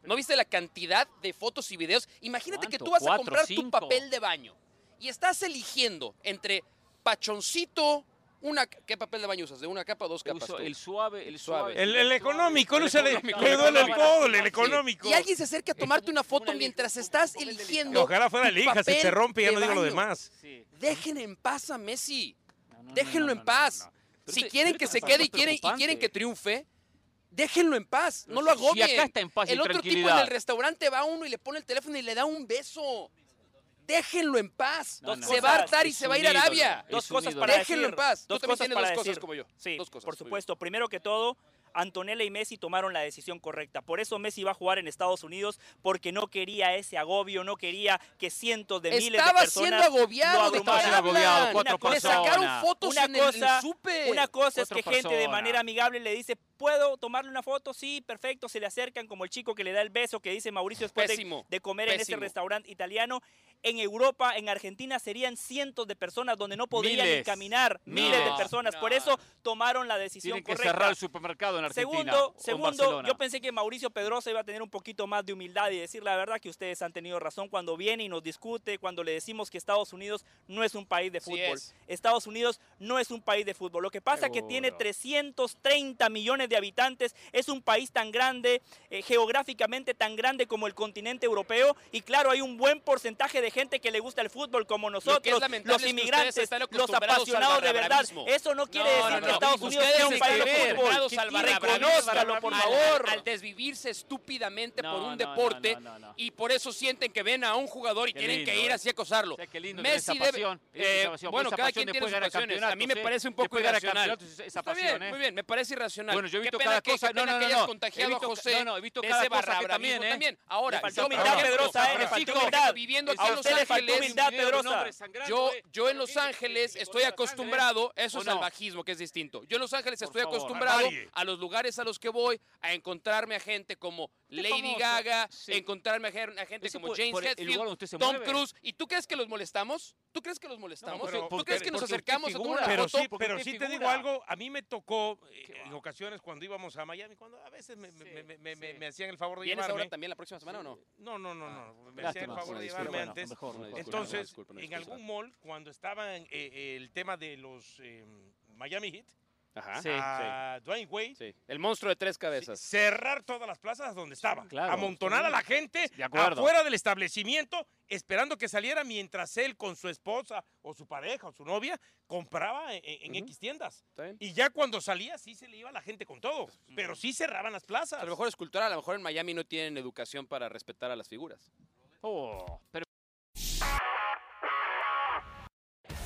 B: No viste la cantidad de fotos y videos. Imagínate que
A: ¿Cuánto?
B: tú vas a
A: ¿Cuatro,
B: comprar tu
A: cinco?
B: papel de baño y estás eligiendo entre pachoncito, una ¿qué papel de baño usas? De una capa o dos
A: Que
B: capas.
A: usó
B: tú? [LAUGHS]
A: el [LAUGHS] suave, el suave.
D: El, el económico, no se le,
A: económico,
D: le duele el
A: económico.
D: codo, el
A: Sí.
D: económico.
B: Y alguien se acerca a tomarte una foto
A: una lija,
B: mientras
A: un-
B: estás
A: un papel de lija.
B: eligiendo.
D: Ojalá fuera la hija, si
B: papel
D: te rompe ya
B: de
D: no digo lo
B: baño.
D: demás.
A: Sí.
B: Dejen en paz a Messi.
A: No, no, no,
B: Déjenlo
A: no,
B: en
A: no,
B: paz.
A: no, no. Pero
B: Si
A: esto-
B: quieren
A: pero
B: que
A: esto
B: se
A: es
B: quede y quieren, y quieren que
A: preocupante.
B: triunfe, déjenlo en paz. No lo
A: Si
B: agobien.
A: acá está en paz y
B: el otro tipo en
A: tranquilidad.
B: el restaurante va uno y le pone el teléfono y le da un beso. Déjenlo en paz.
A: No, no,
B: se
C: no.
B: va a hartar y
A: Es
B: se va a
A: un
B: ir a
A: ídolo.
B: Arabia.
A: Es
C: Dos
A: un
C: cosas
A: ídolo.
C: para
B: Déjenlo
C: decir.
B: en paz. Tú
C: Dos
B: también
C: cosas
B: tienes
C: para
B: dos cosas
C: decir.
B: como yo.
C: Sí,
B: Dos cosas, muy
C: por
B: bien.
C: supuesto. Primero que todo, Antonella y Messi tomaron la decisión correcta. Por eso Messi va a jugar en Estados Unidos, porque no quería ese agobio, no quería que cientos de miles de
B: Estaba
C: personas...
B: siendo agobiado.
C: lo
B: ¿de qué
A: Estaba siendo
B: hablan?
A: agobiado, cuatro
B: Le sacaron
A: personas.
B: fotos
C: Una
B: en el- en
C: cosa-
B: el súper.
C: Una cosa es
A: Otra
C: que gente de
A: persona.
C: manera amigable le dice, ¿puedo tomarle una foto? Sí, perfecto. Se le acercan como el chico que le da el beso que dice Mauricio después de,
B: Pésimo,
C: de comer en ese
B: pésimo.
C: restaurante italiano. En Europa, en Argentina, serían cientos de personas donde no podrían ni
A: Miles.
C: caminar. Miles de
A: No,
C: personas. Por
B: no.
C: eso tomaron la decisión
A: Tienen que
C: correcta.
A: cerrar el supermercado en Argentina. o
C: Segundo,
A: en
C: segundo
A: Barcelona.
C: yo pensé que Mauricio Pedrosa iba a tener un poquito más de humildad y decir la verdad que ustedes han tenido razón cuando viene y nos discute, cuando le decimos que Estados Unidos no es un país de
B: Sí
C: fútbol.
B: es.
C: Estados Unidos no es un país de fútbol. Lo que pasa es que tiene
A: Seguro.
C: 330 millones de habitantes, es un país tan grande, eh, geográficamente tan grande como el continente europeo y claro, hay un buen porcentaje de gente que le gusta el fútbol como nosotros,
B: lamentable es
C: los
B: que ustedes
C: inmigrantes,
B: están
C: los
B: acostumbrados al
C: apasionados de verdad.
B: barrabravismo.
C: Eso no quiere decir
A: no,
C: que
A: no.
C: Estados Unidos sea un
A: Ustedes
C: país de
A: están
C: fútbol.
A: acostumbrados
B: al
C: Y
B: barrabravismo,
C: reconózcalo, por
B: al-
C: favor.
B: Al desvivirse estúpidamente
A: No,
B: por un
A: no, no,
B: deporte
A: no, no, no.
B: y por eso sienten que ven a un jugador y
A: Qué
B: tienen que
A: lindo,
B: ir
A: eh.
B: así a acosarlo.
A: O sea, qué lindo tener esa
B: debe-
A: pasión, esa
B: eh,
A: pasión,
B: bueno,
A: porque esa
B: cada
A: pasión
B: quien tiene
A: después
B: sus
A: gana
B: pasiones. A mí me
A: campeonatos, ¿eh?
B: parece un poco
A: Después gana
B: irracional.
A: campeonatos, esa
B: Está
A: pasión,
B: bien,
A: ¿eh?
B: muy bien, me parece irracional.
A: Bueno, yo he
B: Qué
A: visto
B: pena
A: cada
B: que- qué
A: cosa-
B: pena
A: no, no,
B: que
A: no,
B: hayas
A: no.
B: contagiado
A: He
B: a
A: visto-
B: José
A: no, no, he visto
B: de
A: cada
B: ese
A: cosa que
B: barrabravismo
A: también, ¿eh?
B: también. Ahora,
C: Le faltó
B: yo, por
C: humildad,
B: ejemplo,
C: Pedrosa,
A: eh, le
B: Francisco,
A: faltó
C: humildad.
B: Viviendo aquí
C: A
B: en Los
C: usted le faltó
B: Ángeles,
C: humildad, Pedrosa.
B: yo, yo en Los Ángeles estoy acostumbrado, eso
A: ¿O
B: es
A: no?
B: salvajismo, que es distinto. Yo en Los Ángeles
A: Por
B: estoy
A: favor,
B: acostumbrado
D: barbarie.
B: a los lugares a los que voy, a encontrarme a gente como Lady
A: famoso,
B: Gaga,
A: sí.
B: encontrarme a gen- a gente
A: Eso
B: como
A: por-
B: James
A: por el- el lugar donde
B: Hetfield,
A: usted se
B: Tom
A: mueve.
B: Cruise. ¿Y tú crees que los molestamos? ¿Tú crees que los molestamos?
D: pero-
B: ¿Tú
D: porque-
B: crees que nos
A: porque usted
B: acercamos a tomar una
A: figura.
D: Pero
B: foto?
D: sí,
A: porque
D: pero
A: qué
D: sí te digo
A: figura.
D: algo, a mí me tocó eh,
A: Qué
D: en
A: va.
D: ocasiones cuando íbamos a Miami, cuando a veces me, me-
A: Sí,
D: me- me- me-
A: sí.
D: me hacían el favor de
B: ¿Vienes
D: llevarme.
B: ahora también la próxima semana o no?
D: No, no, no,
B: Ah,
D: no, me hacían
A: Lástima,
D: el favor
A: una
D: de
A: disculpa,
D: llevarme
A: bueno,
D: antes.
A: mejor, mejor.
B: Disculpa,
D: Entonces,
B: disculpa,
D: en
B: disculpa.
D: algún mall, cuando estaba en, eh, el tema de los eh, Miami Heat,
B: Ajá.
A: Sí,
B: ah,
D: a Dwayne Wade,
B: Sí. El monstruo de tres cabezas.
D: cerrar todas las plazas donde estaba,
A: claro.
D: amontonar a la gente
A: De acuerdo.
D: afuera del establecimiento, esperando que saliera mientras él con su esposa o su pareja o su novia compraba en, en
B: Ujú.
D: X tiendas.
B: ¿Está bien?
D: Y ya cuando salía, sí se le iba la gente con todo, pero sí cerraban las plazas.
B: A lo mejor es cultural, a lo mejor en Miami no tienen educación para respetar a las figuras.
A: Oh, pero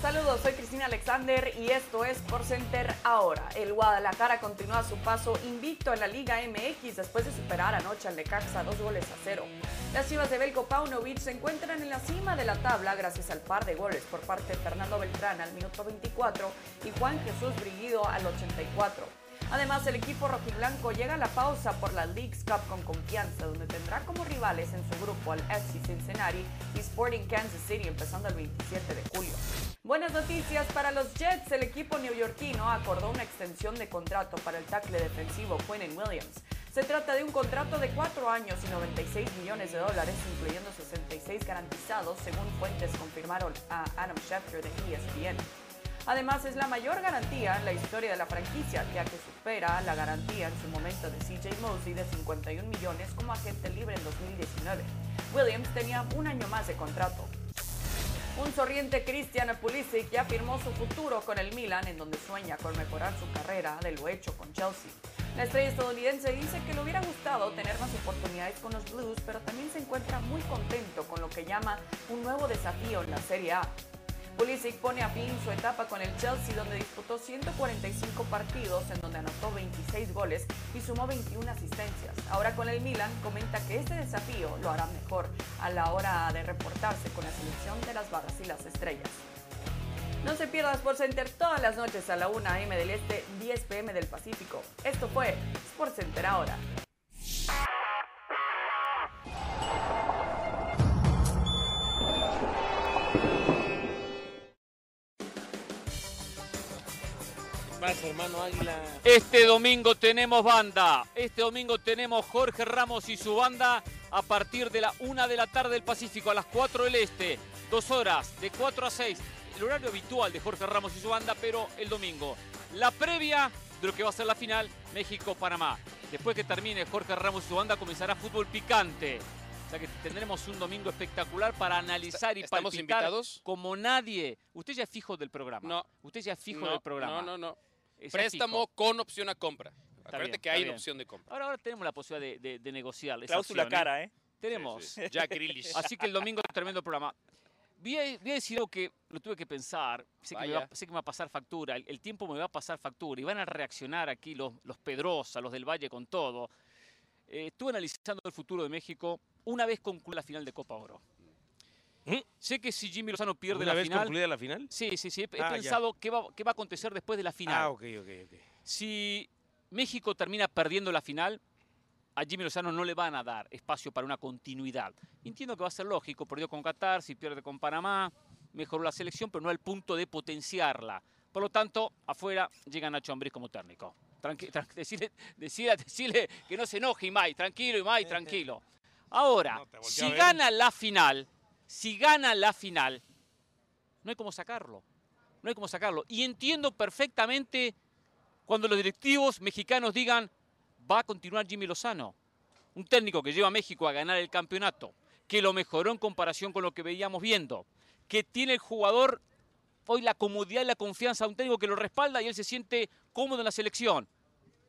E: Saludos, soy Cristina Alexander y esto es Por Center ahora. El Guadalajara continúa su paso invicto en la Liga MX después de superar anoche al Necaxa dos goles a cero. Las chivas de Belko Paunovic se encuentran en la cima de la tabla gracias al par de goles por parte de Fernando Beltrán al minuto 24 y Juan Jesús Briguido al 84. Además, el equipo rojiblanco llega a la pausa por la League's Cup con confianza, donde tendrá como rivales en su grupo al FC Cincinnati y Sporting Kansas City empezando el 27 de julio. Buenas noticias para los Jets. El equipo neoyorquino acordó una extensión de contrato para el tackle defensivo Quinnen Williams. Se trata de un contrato de 4 años y 96 millones de dólares, incluyendo 66 garantizados, según fuentes confirmaron a Adam Schefter de E ESPN. Además, es la mayor garantía en la historia de la franquicia, ya que supera la garantía en su momento de CJ Mosley de 51 millones como agente libre en 2019. Williams tenía un año más de contrato. Un sorriente Christian Pulisic ya firmó su futuro con el Milan, en donde sueña con mejorar su carrera de lo hecho con Chelsea. La estrella estadounidense dice que le hubiera gustado tener más oportunidades con los Blues, pero también se encuentra muy contento con lo que llama un nuevo desafío en la Serie A. Pulisic pone a fin su etapa con el Chelsea, donde disputó 145 partidos, en donde anotó 26 goles y sumó 21 asistencias. Ahora con el Milan comenta que este desafío lo hará mejor a la hora de reportarse con la selección de las barras y las estrellas. No se pierdas por Center todas las noches a la 1 a.m. del Este, 10 p.m. del Pacífico. Esto fue Sports Center ahora.
D: más, hermano Águila.
A: Este domingo tenemos banda. Este domingo tenemos Jorge Ramos y su banda a partir de la 1 de la tarde del Pacífico a las 4 del Este. Dos horas, de 4 a 6. El horario habitual de Jorge Ramos y su banda, pero el domingo. La previa de lo que va a ser la final México-Panamá. Después que termine Jorge Ramos y su banda comenzará fútbol picante. O sea que tendremos un domingo espectacular para analizar y
B: ¿Estamos
A: palpitar
B: invitados?
A: como nadie. Usted ya es fijo del programa.
B: No.
A: Usted ya es fijo
B: No,
A: del programa.
B: No, no, no.
A: Es ya
B: Préstamo
A: fijo.
B: con opción a compra. Acuérdate
A: bien,
B: que
A: está
B: hay
A: bien.
B: opción de compra.
A: Ahora, ahora tenemos la posibilidad de, de- de negociar. esa
C: Cláusula
A: opción, ¿eh?
C: cara, ¿eh?
A: Tenemos.
B: Sí, sí. Jack Grealish.
A: [LAUGHS] Así que el domingo tremendo programa. Voy a, voy a decir algo que lo tuve que pensar. Sé que, me va,
B: Vaya.
A: sé que me va a pasar factura. El, el tiempo me va a pasar factura. Y van a reaccionar aquí los, los Pedrosa, los del Valle con todo. Eh, estuve analizando el futuro de México una vez concluida la final de Copa Oro.
D: ¿Mm?
A: Sé que si Jimmy Lozano pierde
D: ¿Una
A: la
D: vez
A: final.
D: concluida la final?
A: Sí, sí, sí. He, he
D: Ah, ya.
A: pensado qué va, qué va a acontecer después de la final.
D: Ah, ok, ok, ok.
A: Si México termina perdiendo la final, a Jimmy Lozano no le van a dar espacio para una continuidad. Entiendo que va a ser lógico, perdió con Qatar, si pierde con Panamá, mejoró la selección, pero no al punto de potenciarla. Por lo tanto, afuera llega Nacho Ambriz como técnico. Tranqui- [LAUGHS] tran- decile, decile- decile que no se enoje, Imai, tranquilo, Imai, tranquilo. Ahora,
D: No, te volteé a
A: si
D: ver.
A: gana la final, si gana la final, no hay cómo sacarlo. No hay cómo sacarlo. Y entiendo perfectamente cuando los directivos mexicanos digan, va a continuar Jimmy Lozano. Un técnico que lleva a México a ganar el campeonato, que lo mejoró en comparación con lo que veíamos viendo, que tiene el jugador hoy la comodidad y la confianza de un técnico que lo respalda y él se siente cómodo en la selección.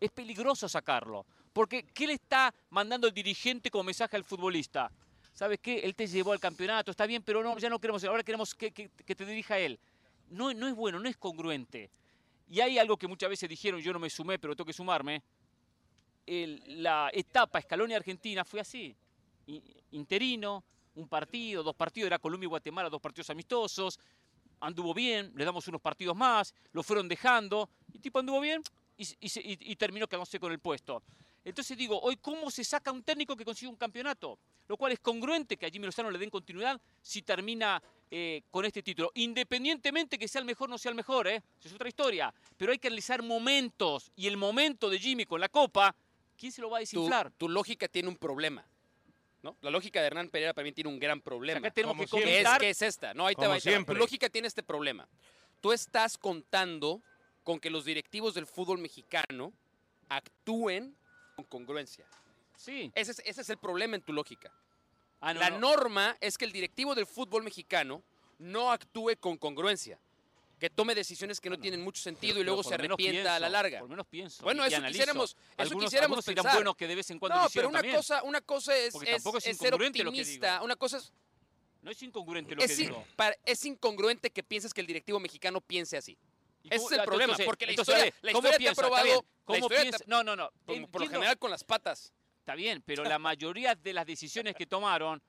A: Es peligroso sacarlo, porque ¿qué le está mandando el dirigente como mensaje al futbolista? ¿Sabes qué? Él te llevó al campeonato, está bien, pero no, ya no queremos, ahora queremos que, que- que te dirija él. No, no es bueno, no es congruente. Y hay algo que muchas veces dijeron, yo no me sumé, pero tengo que sumarme. El- la etapa Escalón y Argentina fue así. I- Interino, un partido, dos partidos, era Colombia y Guatemala, dos partidos amistosos. Anduvo bien, le damos unos partidos más, lo fueron dejando. Y tipo anduvo bien y, se- y se- y- y terminó quedándose con el puesto. Entonces digo, hoy cómo se saca un técnico que consigue un campeonato, lo cual es congruente que a Jimmy Lozano le den continuidad si termina eh, con este título. Independientemente que sea el mejor o no sea el mejor, ¿eh? Eso es otra historia. Pero hay que analizar momentos y el momento de Jimmy con la copa, ¿quién se lo va a
B: Tu,
A: desinflar?
B: tu lógica tiene un problema. ¿no? La lógica de Hernán Pereira para mí tiene un gran problema.
A: acá tenemos
D: Como
A: que
D: siempre.
B: que es,
A: comentar.
B: que es esta. No, ahí te
D: Como
B: va, ahí te va.
D: siempre.
B: Tu lógica tiene este problema. Tú estás contando con que los directivos del fútbol mexicano actúen con congruencia.
A: Sí.
B: Ese es, ese es el problema en tu lógica.
A: Ah, no,
B: la
A: no.
B: norma es que el directivo del fútbol mexicano no actúe con congruencia, que tome decisiones que no tienen mucho
A: Pero-
B: sentido y
A: pero
B: luego
A: por
B: se
A: lo menos
B: arrepienta a la
A: pienso,
B: larga.
A: Por lo menos pienso.
B: Bueno,
A: y- y
B: eso
A: analizo.
B: quisiéramos- eso
A: algunos,
B: quisiéramos
A: algunos
B: pensar.
A: serán buenos que de vez en cuando lo
B: No, pero
A: hicieron
B: una
A: también.
B: cosa, una cosa es,
A: Porque
B: es-
A: tampoco es
B: es ser
A: incongruente lo que
B: optimista,
A: digo.
B: una cosa es,
A: No es incongruente lo
B: es
A: que
B: in-
A: digo.
B: para- es incongruente que pienses que el directivo mexicano piense así.
A: Y
B: Ese
A: cómo-
B: es el
A: ah,
B: problema,
A: entonces-
B: porque la
A: entonces,
B: historia-
A: a ver,
B: la
A: ¿cómo
B: historia te ha
A: piensa? Está
B: probado-
A: bien,
B: la
A: ¿Cómo
B: historia te-
A: piensa? No, no, no.
B: como por lo
A: entiendo-
B: general con las patas.
A: Está bien, pero la mayoría de las decisiones que tomaron,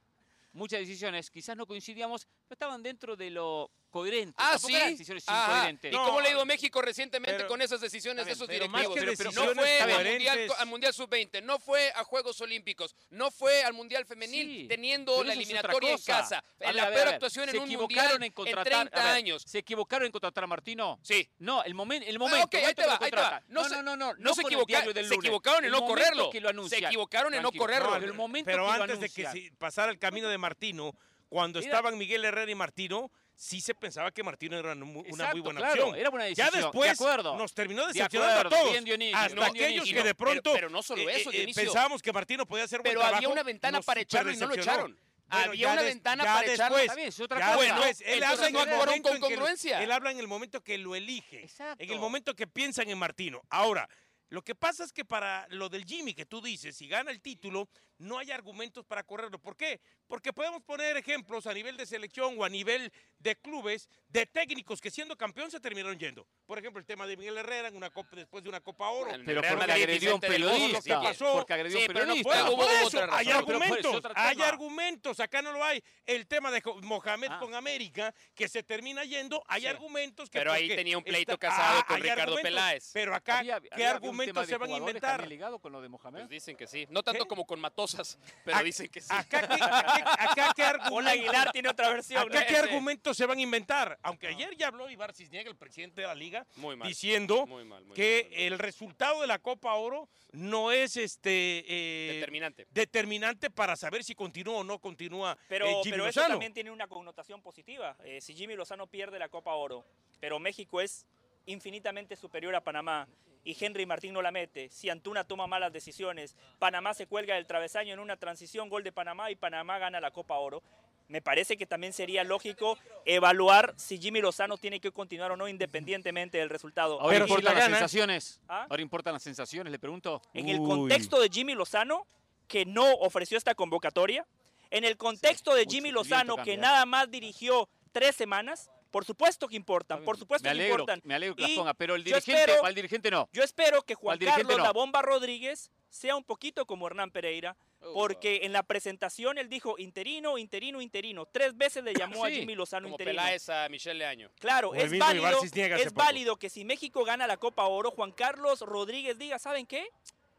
A: muchas decisiones, quizás no coincidíamos, pero estaban dentro de lo coherente.
B: Ah,
A: Tampoco
B: sí.
A: eran decisiones
B: Ah, ah.
A: incoherentes.
B: ¿Y
D: No,
B: cómo le ha ido México recientemente
D: pero-
B: con esas decisiones de
A: Está
B: esos
A: bien, pero
D: más
B: directivos?
D: que
B: no
D: decisiones
B: fue al
D: coherentes-
B: mundial, al Mundial Sub-20, no fue a Juegos Olímpicos, no fue al Mundial Femenil,
A: Sí,
B: teniendo
A: pero
B: la
A: eso es otra
B: eliminatoria en
A: cosa.
B: casa.
A: A ver,
B: la
A: a ver,
B: peor
A: a ver,
B: actuación
A: se
B: en un
A: equivocaron
B: mundial
A: en,
B: en,
A: contratar, a
B: 30
A: ver,
B: años.
A: Se equivocaron en contratar a Martino.
D: ¿Eh?
B: Sí.
A: No, el, momen- el
B: Ah,
A: momento.
B: ok, ahí
A: momento que
B: te va,
A: lo
B: ahí te va.
A: contratan. No, no,
B: se-
A: no, no,
B: no
A: no
B: se,
A: con el
B: equivoca-
A: diario del
B: se
A: lunes.
B: equivocaron en
A: El
B: no
A: momento
B: correrlo.
A: que lo
B: se
A: anuncian.
B: equivocaron en no
A: Tranquilo.
B: correrlo.
A: pero el momento
D: pero
A: que lo
D: antes de que
A: anuncian.
D: se pasara el camino de Martino, cuando
A: Era-
D: estaban Miguel Herrera y Martino, sí se pensaba que Martino era una mu- una
A: Exacto,
D: muy buena
A: claro,
D: opción.
A: era buena
D: ya
A: decisión.
D: después
A: de acuerdo.
D: nos terminó
A: De
D: decepcionando
A: acuerdo,
D: a todos.
A: bien, Dionisio,
D: hasta
A: no,
D: aquellos
A: Dionisio.
D: que de
B: Pero-
D: pronto eh,
B: pero no solo eso, Dionisio.
D: pensábamos que Martino podía hacer buen
B: Pero había
D: trabajo,
B: una ventana
D: nos
B: para echarlo y no lo
D: superdecepcionó.
B: echaron. Había
D: ya
B: una
D: des-
B: ventana
D: ya
B: para echarlo.
D: después,
A: Está bien, es otra
D: ya
A: cosa.
B: Bueno,
D: después, él
B: entonces
D: habla en
B: no
D: el
B: actuaron
D: momento
B: con
D: en que lo-
B: congruencia.
D: él habla en el momento que lo elige.
A: Exacto.
D: En el momento que piensan en Martino. Ahora, lo que pasa es que para lo del Jimmy que tú dices, si gana el título, no hay argumentos para correrlo. ¿Por qué? Porque podemos poner ejemplos a nivel de selección o a nivel de clubes de técnicos que siendo campeón se terminaron yendo. Por ejemplo, el tema de Miguel Herrera en una copa, después de una Copa Oro.
B: Bueno,
A: Pero
B: Real
A: porque
B: Madrid,
A: agredió a un
B: Vicente del Bosque,
A: periodista.
B: lo que
D: pasó.
A: Porque agredió a
B: Sí,
A: un
B: pero no
A: periodista.
B: puede,
D: Bueno,
B: hubo-
D: por
B: hubo
D: eso,
B: otra razón.
D: hay
A: Pero- pero por eso es
D: argumentos,
A: otro
D: hay
A: tema.
D: argumentos, acá no lo hay. El tema de Jo- Mohamed
A: Ah.
D: con América, que se termina yendo, hay
A: Sí.
D: argumentos que...
B: Pero ahí
D: porque Ah,
B: tenía un pleito casado con
D: hay
B: Ricardo
D: argumentos,
B: Peláez.
D: Pero acá,
A: Había-
D: ¿qué
A: había algún tema
D: argumentos
A: de
D: se van a
A: jugadores
D: inventar?
A: también ligado con lo de Mohamed?
B: Pues dicen que sí. No tanto
D: ¿Qué?
B: como con
D: [LAUGHS]
B: Matosas. cosas, pero
D: Ac-
B: dicen que sí.
D: Acá, ¿qué, acá- acá
B: [LAUGHS]
D: qué
C: Hola
D: argumento-
C: Aguilar tiene otra versión. ¿eh?
D: acá
C: ¿no?
D: qué
B: ese.
D: argumentos se van a inventar? Aunque ayer ya habló Ibar Cisniega, el presidente de la liga,
B: Muy mal.
D: diciendo
B: Muy mal, muy
D: que eh,
B: mal, muy mal.
D: el resultado de la Copa Oro no es este eh,
B: Determinante.
D: determinante para saber si continúa o no continúa
C: Pero,
D: eh, Jimmy
C: pero eso
D: Lozano.
C: también tiene una connotación positiva. Eh, si Jimmy Lozano pierde la Copa Oro, pero México es infinitamente superior a Panamá y Henry Martín no la mete, si Antuna toma malas decisiones, Panamá se cuelga del travesaño en una transición, gol de Panamá y Panamá gana la Copa Oro. Me parece que también sería lógico evaluar si Jimmy Lozano tiene que continuar o no independientemente del resultado.
A: Ahora
D: Pero si
C: Aquí,
A: importan
D: la
A: las
D: gana-
A: sensaciones.
C: ¿Ah?
A: Ahora importan las sensaciones, le pregunto.
C: en el
A: Uy.
C: contexto de Jimmy Lozano, que no ofreció esta convocatoria, en el contexto de
A: mucho
C: Jimmy
A: sentimiento
C: Lozano, que
A: cambiar.
C: nada más dirigió tres semanas, por supuesto que importan, por supuesto
A: me
C: que
A: alegro,
C: importan.
A: me alegro que las
C: Y
A: ponga, pero el
C: yo
A: dirigente,
C: espero-
A: al dirigente no.
C: Yo espero que Juan
A: Al dirigente
C: Carlos
A: no.
C: La Bomba Rodríguez sea un poquito como Hernán Pereira,
B: Oh,
C: porque en la presentación él dijo interino, interino, interino. Tres
A: [LAUGHS]
C: veces le llamó a
A: Sí,
C: Jimmy Lozano
B: Como
C: interino.
B: Peláez a Michelle Leaño.
C: Claro,
D: O el
C: es
D: mismo Ibar
C: válido,
D: Cisniega hace
C: es
D: poco.
C: válido que si México gana la Copa Oro, Juan Carlos Rodríguez diga, ¿saben qué?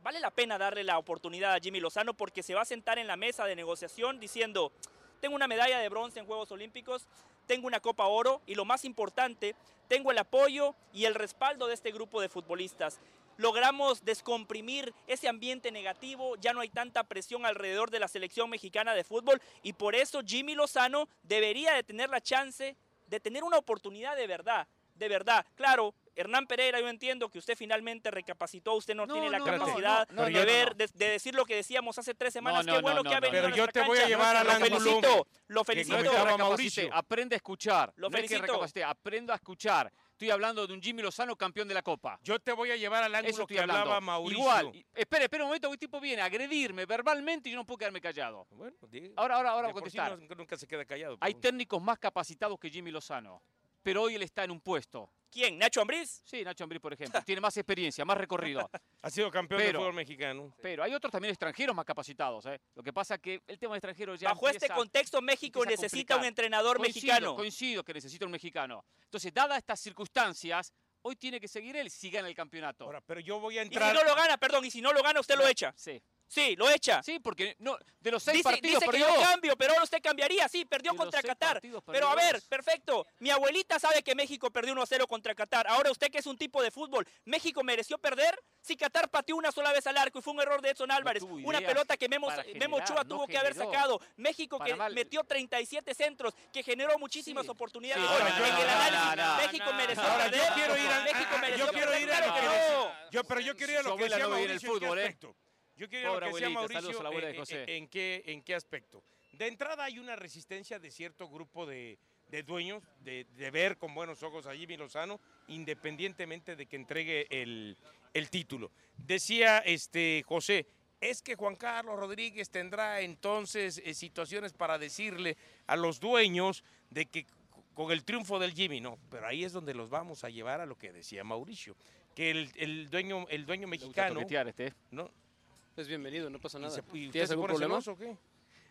C: Vale la pena darle la oportunidad a Jimmy Lozano porque se va a sentar en la mesa de negociación diciendo, tengo una medalla de bronce en Juegos Olímpicos, tengo una Copa Oro y lo más importante, tengo el apoyo y el respaldo de este grupo de futbolistas. Logramos descomprimir ese ambiente negativo, ya no hay tanta presión alrededor de la selección mexicana de fútbol y por eso Jimmy Lozano debería de tener la chance de tener una oportunidad de verdad, de verdad. Claro, Hernán Pereira, yo entiendo que usted finalmente recapacitó, usted no,
A: No,
C: tiene la
A: no,
D: no,
C: capacidad
A: no, no,
C: de,
D: no, no,
C: ver,
A: no.
C: De, de decir lo que decíamos hace tres semanas.
A: no,
C: Qué
A: no,
C: bueno
A: no,
C: que ha
A: no,
C: venido
A: no.
C: a
D: Pero yo
C: nuestra
D: te voy a
C: cancha.
D: llevar al
A: no,
C: Lo
A: no, no,
D: ángulo.
C: felicito, lo
D: que
A: No es que
C: felicito.
D: comentaba
A: recapacite,
D: Mauricio.
A: Aprende a escuchar.
C: Lo
A: no es que
C: felicito.
A: recapacite, aprenda a escuchar. Estoy hablando de un Jimmy Lozano campeón de la Copa.
D: Yo te voy a llevar al
A: Eso
D: ángulo
A: estoy
D: que hablaba
A: hablando.
D: Mauricio.
A: Igual, y- espere, espere un momento, que el tipo viene a agredirme verbalmente y yo no puedo quedarme callado.
D: Bueno, di-
A: Ahora, ahora, ahora
D: de
A: voy a
D: por sí
A: contestar.
D: no- nunca se queda callado.
A: Hay
D: pero-
A: técnicos más capacitados que Jimmy Lozano, pero hoy él está en un puesto.
C: ¿Quién? ¿Nacho Ambriz?
A: Sí, Nacho Ambrí, por ejemplo, tiene más experiencia, más
D: [LAUGHS]
A: recorrido.
D: Ha sido campeón del
A: Pero-
D: fútbol mexicano.
A: Pero hay otros también extranjeros más capacitados. ¿eh? Lo que pasa que el tema de extranjeros ya.
C: Bajo este
A: empieza-
C: contexto, México
A: empieza a
C: necesita un
A: complicar.
C: entrenador
A: Coincido,
C: mexicano.
A: Coincido que necesita un mexicano. Entonces, dadas estas circunstancias, hoy tiene que seguir él si gana el campeonato.
D: Ahora, pero yo voy a
C: Y si
D: entrar.
C: no lo gana, perdón, y si no lo gana, usted lo echa.
A: Sí.
C: Sí, lo echa.
A: Sí, porque no, de los seis
C: Dice,
A: partidos
C: dice que
A: perdió
C: yo
A: dos.
C: cambio, pero ahora usted cambiaría. Sí, perdió
A: De los
C: contra
A: seis
C: Qatar.
A: partidos
C: Pero a
A: perdió
C: ver,
A: dos.
C: perfecto. Mi abuelita sabe que México perdió 1 a 0 contra Qatar. Ahora usted que es un tipo de fútbol, ¿México mereció perder? Si Qatar pateó una sola vez al arco y fue un error de Edson Álvarez.
A: tuvo
C: una
A: ideas
C: pelota que Memo,
A: para
C: Memo
A: generar,
C: Ochoa
A: no
C: tuvo que haber
A: generó.
C: sacado. México que
A: Panamá-
C: metió 37 centros, que generó muchísimas
A: Sí.
C: oportunidades.
A: Sí,
C: de gol.
D: ahora yo-
C: en el
D: no,
C: análisis,
A: no, no,
C: México
B: no.
C: mereció
D: Ahora yo
C: perder.
D: quiero ir a-
C: México
D: ah,
C: mereció
D: yo quiero
C: perder,
D: ir a lo
C: claro que
D: que-
C: no.
A: Ah,
D: Yo, pero yo quiero ir a
A: Su
D: lo que
A: abuela
D: decía
A: no vive en el
D: Mauricio.
A: fútbol,
D: ¿en
A: ¿eh?
D: qué aspecto? Yo quiero ir a lo
A: Pobre
D: que decía
A: abuelita, saludos
D: Mauricio.
A: a la abuela
D: eh,
A: de
D: eh,
A: José.
D: eh, en, qué, ¿En qué aspecto? De entrada hay una resistencia de cierto grupo de, de dueños de, de ver con buenos ojos a Jimmy Lozano, independientemente de que entregue el, el título. Decía este José. Es que Juan Carlos Rodríguez tendrá entonces eh, situaciones para decirle a los dueños de que c- con el triunfo del Jimmy, no, pero ahí es donde los vamos a llevar a lo que decía Mauricio, que el, el dueño, el dueño
A: Le gusta
D: mexicano,
A: toquetear este, ¿eh?
D: ¿no?
B: Es bienvenido, no pasa
D: Y
B: nada.
D: se- y usted
B: ¿Tienes
D: se
B: algún
D: pone
B: problema?
D: celoso o qué?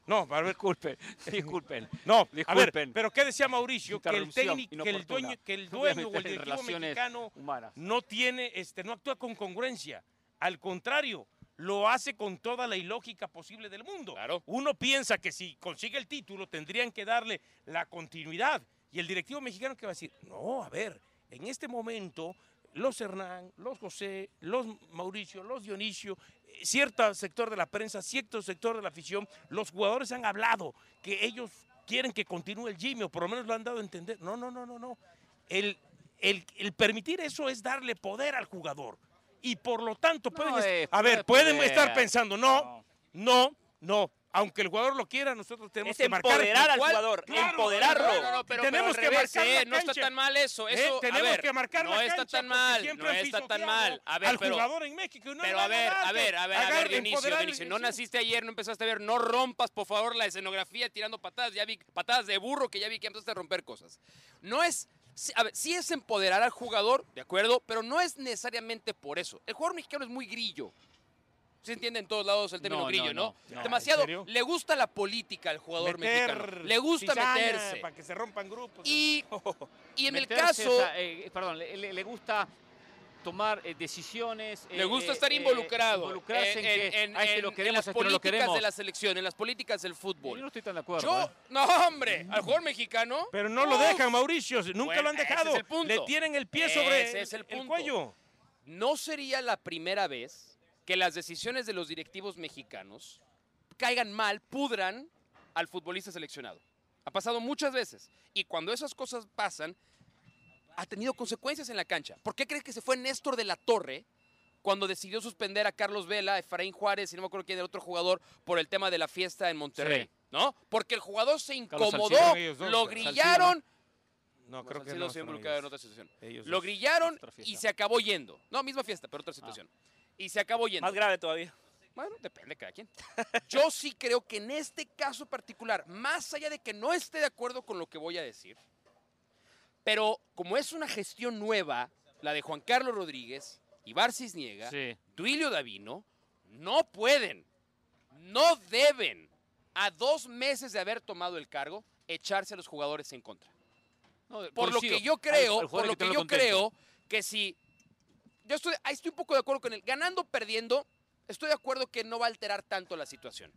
D: No, para ver.
A: Disculpen, disculpen.
D: No, a ver,
A: Disculpen.
D: pero ¿qué decía Mauricio? Que el
A: Interrupción
D: técnico, que el
A: inoportuna.
D: dueño, que el
A: No voy a
D: dueño o el
A: meter en
D: directivo
A: relaciones
D: mexicano
A: humanas.
D: no tiene, este, no actúa con congruencia. Al contrario, lo hace con toda la ilógica posible del mundo.
B: Claro.
D: Uno piensa que si consigue el título tendrían que darle la continuidad. Y el directivo mexicano que va a decir, no, a ver, en este momento los Hernán, los José, los Mauricio, los Dionisio, eh, cierto sector de la prensa, cierto sector de la afición, los jugadores han hablado que ellos quieren que continúe el Jimmy, o por lo menos lo han dado a entender. No, no, no, no, no. El, el- el permitir eso es darle poder al jugador. Y por lo tanto pueden...
A: No
D: es-
A: es-
D: a
A: no
D: ver,
A: es
D: pueden
A: poder.
D: estar pensando, no, no, no. Aunque el jugador lo quiera, nosotros tenemos
C: Es
D: que marcar.
C: empoderar al
D: ¿Cuál?
C: jugador,
D: Claro,
C: empoderarlo.
D: claro.
B: No, no, no, pero,
D: Tenemos
B: tenemos
D: que
B: que
D: marcar la
B: No está
D: cancha.
B: tan mal eso.
D: Eh,
B: eso a
D: tenemos
B: ver,
D: que marcar
B: No
D: la
B: está
D: cancha
B: tan
D: porque
B: mal.
D: siempre
B: No
D: han
B: está tan
D: pisoteado
B: mal. A ver,
D: al
B: pero,
D: jugador en México. y no
B: pero
D: le
B: a
D: van
B: ver,
D: dar,
B: a ver, a ver, a
D: agarra,
B: ver, Dionisio,
D: empoderar al
B: Dionisio, no
D: Dionisio.
B: naciste ayer, no empezaste a ver, no rompas, por favor, la escenografía tirando patadas, ya vi patadas de burro que ya vi que empezaste a romper cosas. No es, sí, a ver, sí es empoderar al jugador, de acuerdo, pero no es necesariamente por eso. El jugador mexicano es muy grillo. Se entiende en todos lados el término
A: No, no,
B: grillo, ¿no?
A: no, no.
B: Demasiado.
D: ¿En serio?
B: Le gusta la política al jugador
D: Meter
B: mexicano. Le gusta
D: cizaña
B: meterse.
D: Para que Oh, se rompan grupos.
B: Y, y en el
A: Meterse
B: caso.
A: eh, esa- eh, perdón, le, le- le gusta tomar eh, decisiones.
B: Le gusta estar involucrado.
A: Eh,
B: eh,
A: involucrarse en, que a este lo
B: en
A: queremos,
B: las
A: a este no lo
B: políticas
A: queremos.
B: de la selección, en las políticas del
A: Yo no
B: fútbol.
A: estoy tan de acuerdo.
B: Yo,
A: ¿eh?
B: no, hombre, al jugador mexicano.
D: [LAUGHS] Pero no lo
B: Uf.
D: dejan, Mauricio. Nunca
B: Bueno,
D: lo han
B: ese es
D: dejado.
B: el punto.
D: Le tienen el pie sobre
B: Ese
D: el-
B: es el
D: el
B: punto.
D: cuello.
B: No sería la primera vez que las decisiones de los directivos mexicanos caigan mal, pudran al futbolista seleccionado. Ha pasado muchas veces. Y cuando esas cosas pasan, ha tenido consecuencias en la cancha. ¿Por qué crees que se fue Néstor de la Torre cuando decidió suspender a Carlos Vela, a Efraín Juárez y no me acuerdo quién era el otro jugador por el tema de la fiesta en Monterrey?
A: Sí.
B: ¿No? Porque el jugador se
A: Carlos Salcido,
B: incomodó,
D: ¿no? Ellos dos,
B: lo
D: Salcido,
B: grillaron.
D: No,
B: Bueno,
D: creo que
B: Salcido
D: no.
B: se
D: son
B: involucraba en
D: ellos.
B: otra situación.
D: Ellos
B: Lo
D: dos.
B: grillaron
A: Otra fiesta. Ah.
B: y se acabó yendo. No, misma fiesta, pero otra situación. Y se acabó yendo.
C: Más grave todavía.
B: Bueno, depende de cada quien. [LAUGHS] Yo sí creo que en este caso particular, más allá de que no esté de acuerdo con lo que voy a decir, pero como es una gestión nueva, la de Juan Carlos Rodríguez, Ibar Cisniega,
A: Sí.
B: Duilio Davino, no pueden, no deben, a dos meses de haber tomado el cargo, echarse a los jugadores en contra.
A: No,
B: Por lo
A: coincido.
B: que yo
A: Al-
B: creo,
A: al jugador
B: por
A: hay
B: lo que
A: tenerlo
B: yo
A: contento.
B: creo que si yo estoy ahí estoy un poco de acuerdo con él, ganando o perdiendo, estoy de acuerdo que no va a alterar tanto la situación.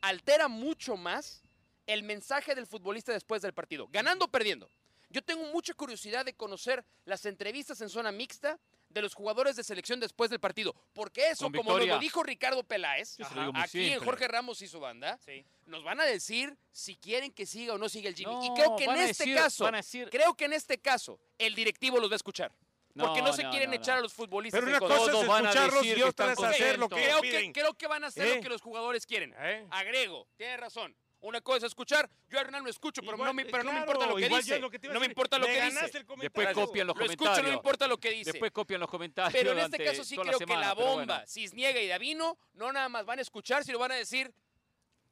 B: Altera mucho más el mensaje del futbolista después del partido, ganando o perdiendo. Yo tengo mucha curiosidad de conocer las entrevistas en zona mixta de los jugadores de selección después del partido, porque eso,
A: Con
B: como nos lo
A: victoria.
B: dijo Ricardo Peláez,
A: Yo se lo
B: ajá,
A: digo muy
B: aquí en
A: simple.
B: Jorge Ramos y su banda,
C: Sí.
B: nos van a decir si quieren que siga o no siga el Jimmy. y
A: No,
B: creo que en
A: van a
B: este
A: decir-
B: caso,
A: van a decir-
B: creo que en este caso el directivo los va a escuchar. Porque no,
A: No,
B: se
A: no,
B: quieren
A: no, no.
B: echar a los futbolistas.
D: Pero
B: en
D: una
B: contra.
D: cosa es
A: Todos van a
D: escucharlos
A: decir
D: y
A: que
D: otra es
A: están
D: hacer lo que
A: contentos.
B: creo,
D: ellos
B: que,
D: piden.
B: creo que van a hacer
D: ¿Eh?
B: lo que los jugadores quieren.
D: ¿Eh?
B: Agrego, tienes razón. Una cosa es escuchar, yo a Hernán lo escucho, pero,
D: Igual,
B: no, me, pero no me
D: claro,
B: importa lo que
D: igual yo
B: dice.
D: es lo que te iba a
B: no me
D: decir.
B: importa lo
D: Le
B: que
D: ganaste
B: dice.
D: el
A: Después
D: comentario.
A: copian los
B: lo escucho,
A: comentarios.
B: no me importa lo que dice.
A: Después copian los comentarios.
B: pero en este
A: durante
B: caso sí
A: toda la
B: creo que
A: semana,
B: la
A: pero bueno.
B: bomba, Cisniega y Davino, no nada más van a escuchar, sino van a decir,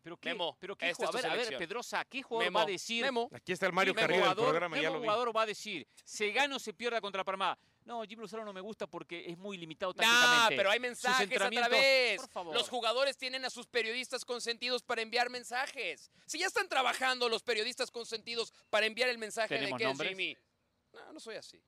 A: Pero qué,
B: Memo,
A: pero qué
B: esta es tu
A: jugador, a ver,
B: selección.
A: Pedrosa, ¿qué jugador
B: Memo,
A: va a decir?
B: Memo,
D: Aquí está el Mario
A: ¿Qué
D: Carrillo del
A: jugador-
D: programa,
A: qué
D: ya lo vi.
A: jugador va a decir? ¿Se gana o se pierde contra Panamá? No, Jim Lozano no me gusta porque es muy limitado
B: No,
A: tácticamente.
B: pero hay
A: Sus
B: mensajes a
A: entrenamientos-
B: través.
A: Por favor.
B: Los jugadores tienen a sus periodistas consentidos para enviar mensajes. Si ya están trabajando los periodistas consentidos para enviar el mensaje de
A: ¿Tenemos
B: que es
A: nombres?
B: Jimmy. No, no soy así.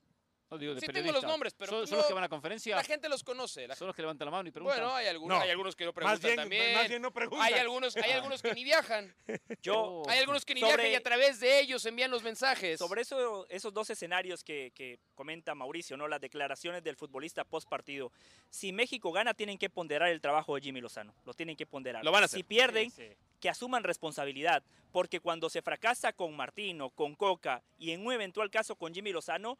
A: No, digo, de
B: sí tengo los
A: periodistas.
B: nombres, pero
A: ¿Son, son
B: no-
A: los que van a conferencia?
B: La gente los conoce. la
A: ¿Son los que levantan la mano y ah.
B: gente-
A: preguntan?
B: Bueno, hay algunos,
D: No.
B: hay algunos que no
D: Más
B: preguntan
D: bien,
B: también.
D: más bien no preguntan. Ah.
B: Hay algunos, hay algunos que ni viajan.
D: [LAUGHS]
C: Yo,
A: Oh.
B: Hay algunos que ni
C: Sobre-
B: viajan y a través de ellos envían los mensajes.
C: sobre eso, esos dos escenarios que, que comenta Mauricio, ¿no? las declaraciones del futbolista post partido. Si México gana, tienen que ponderar el trabajo de Jimmy Lozano. Lo tienen que ponderar.
B: Lo van a hacer.
C: Si pierden,
A: Sí, sí.
C: que asuman responsabilidad, porque cuando se fracasa con Martino, con Coca y en un eventual caso con Jimmy Lozano,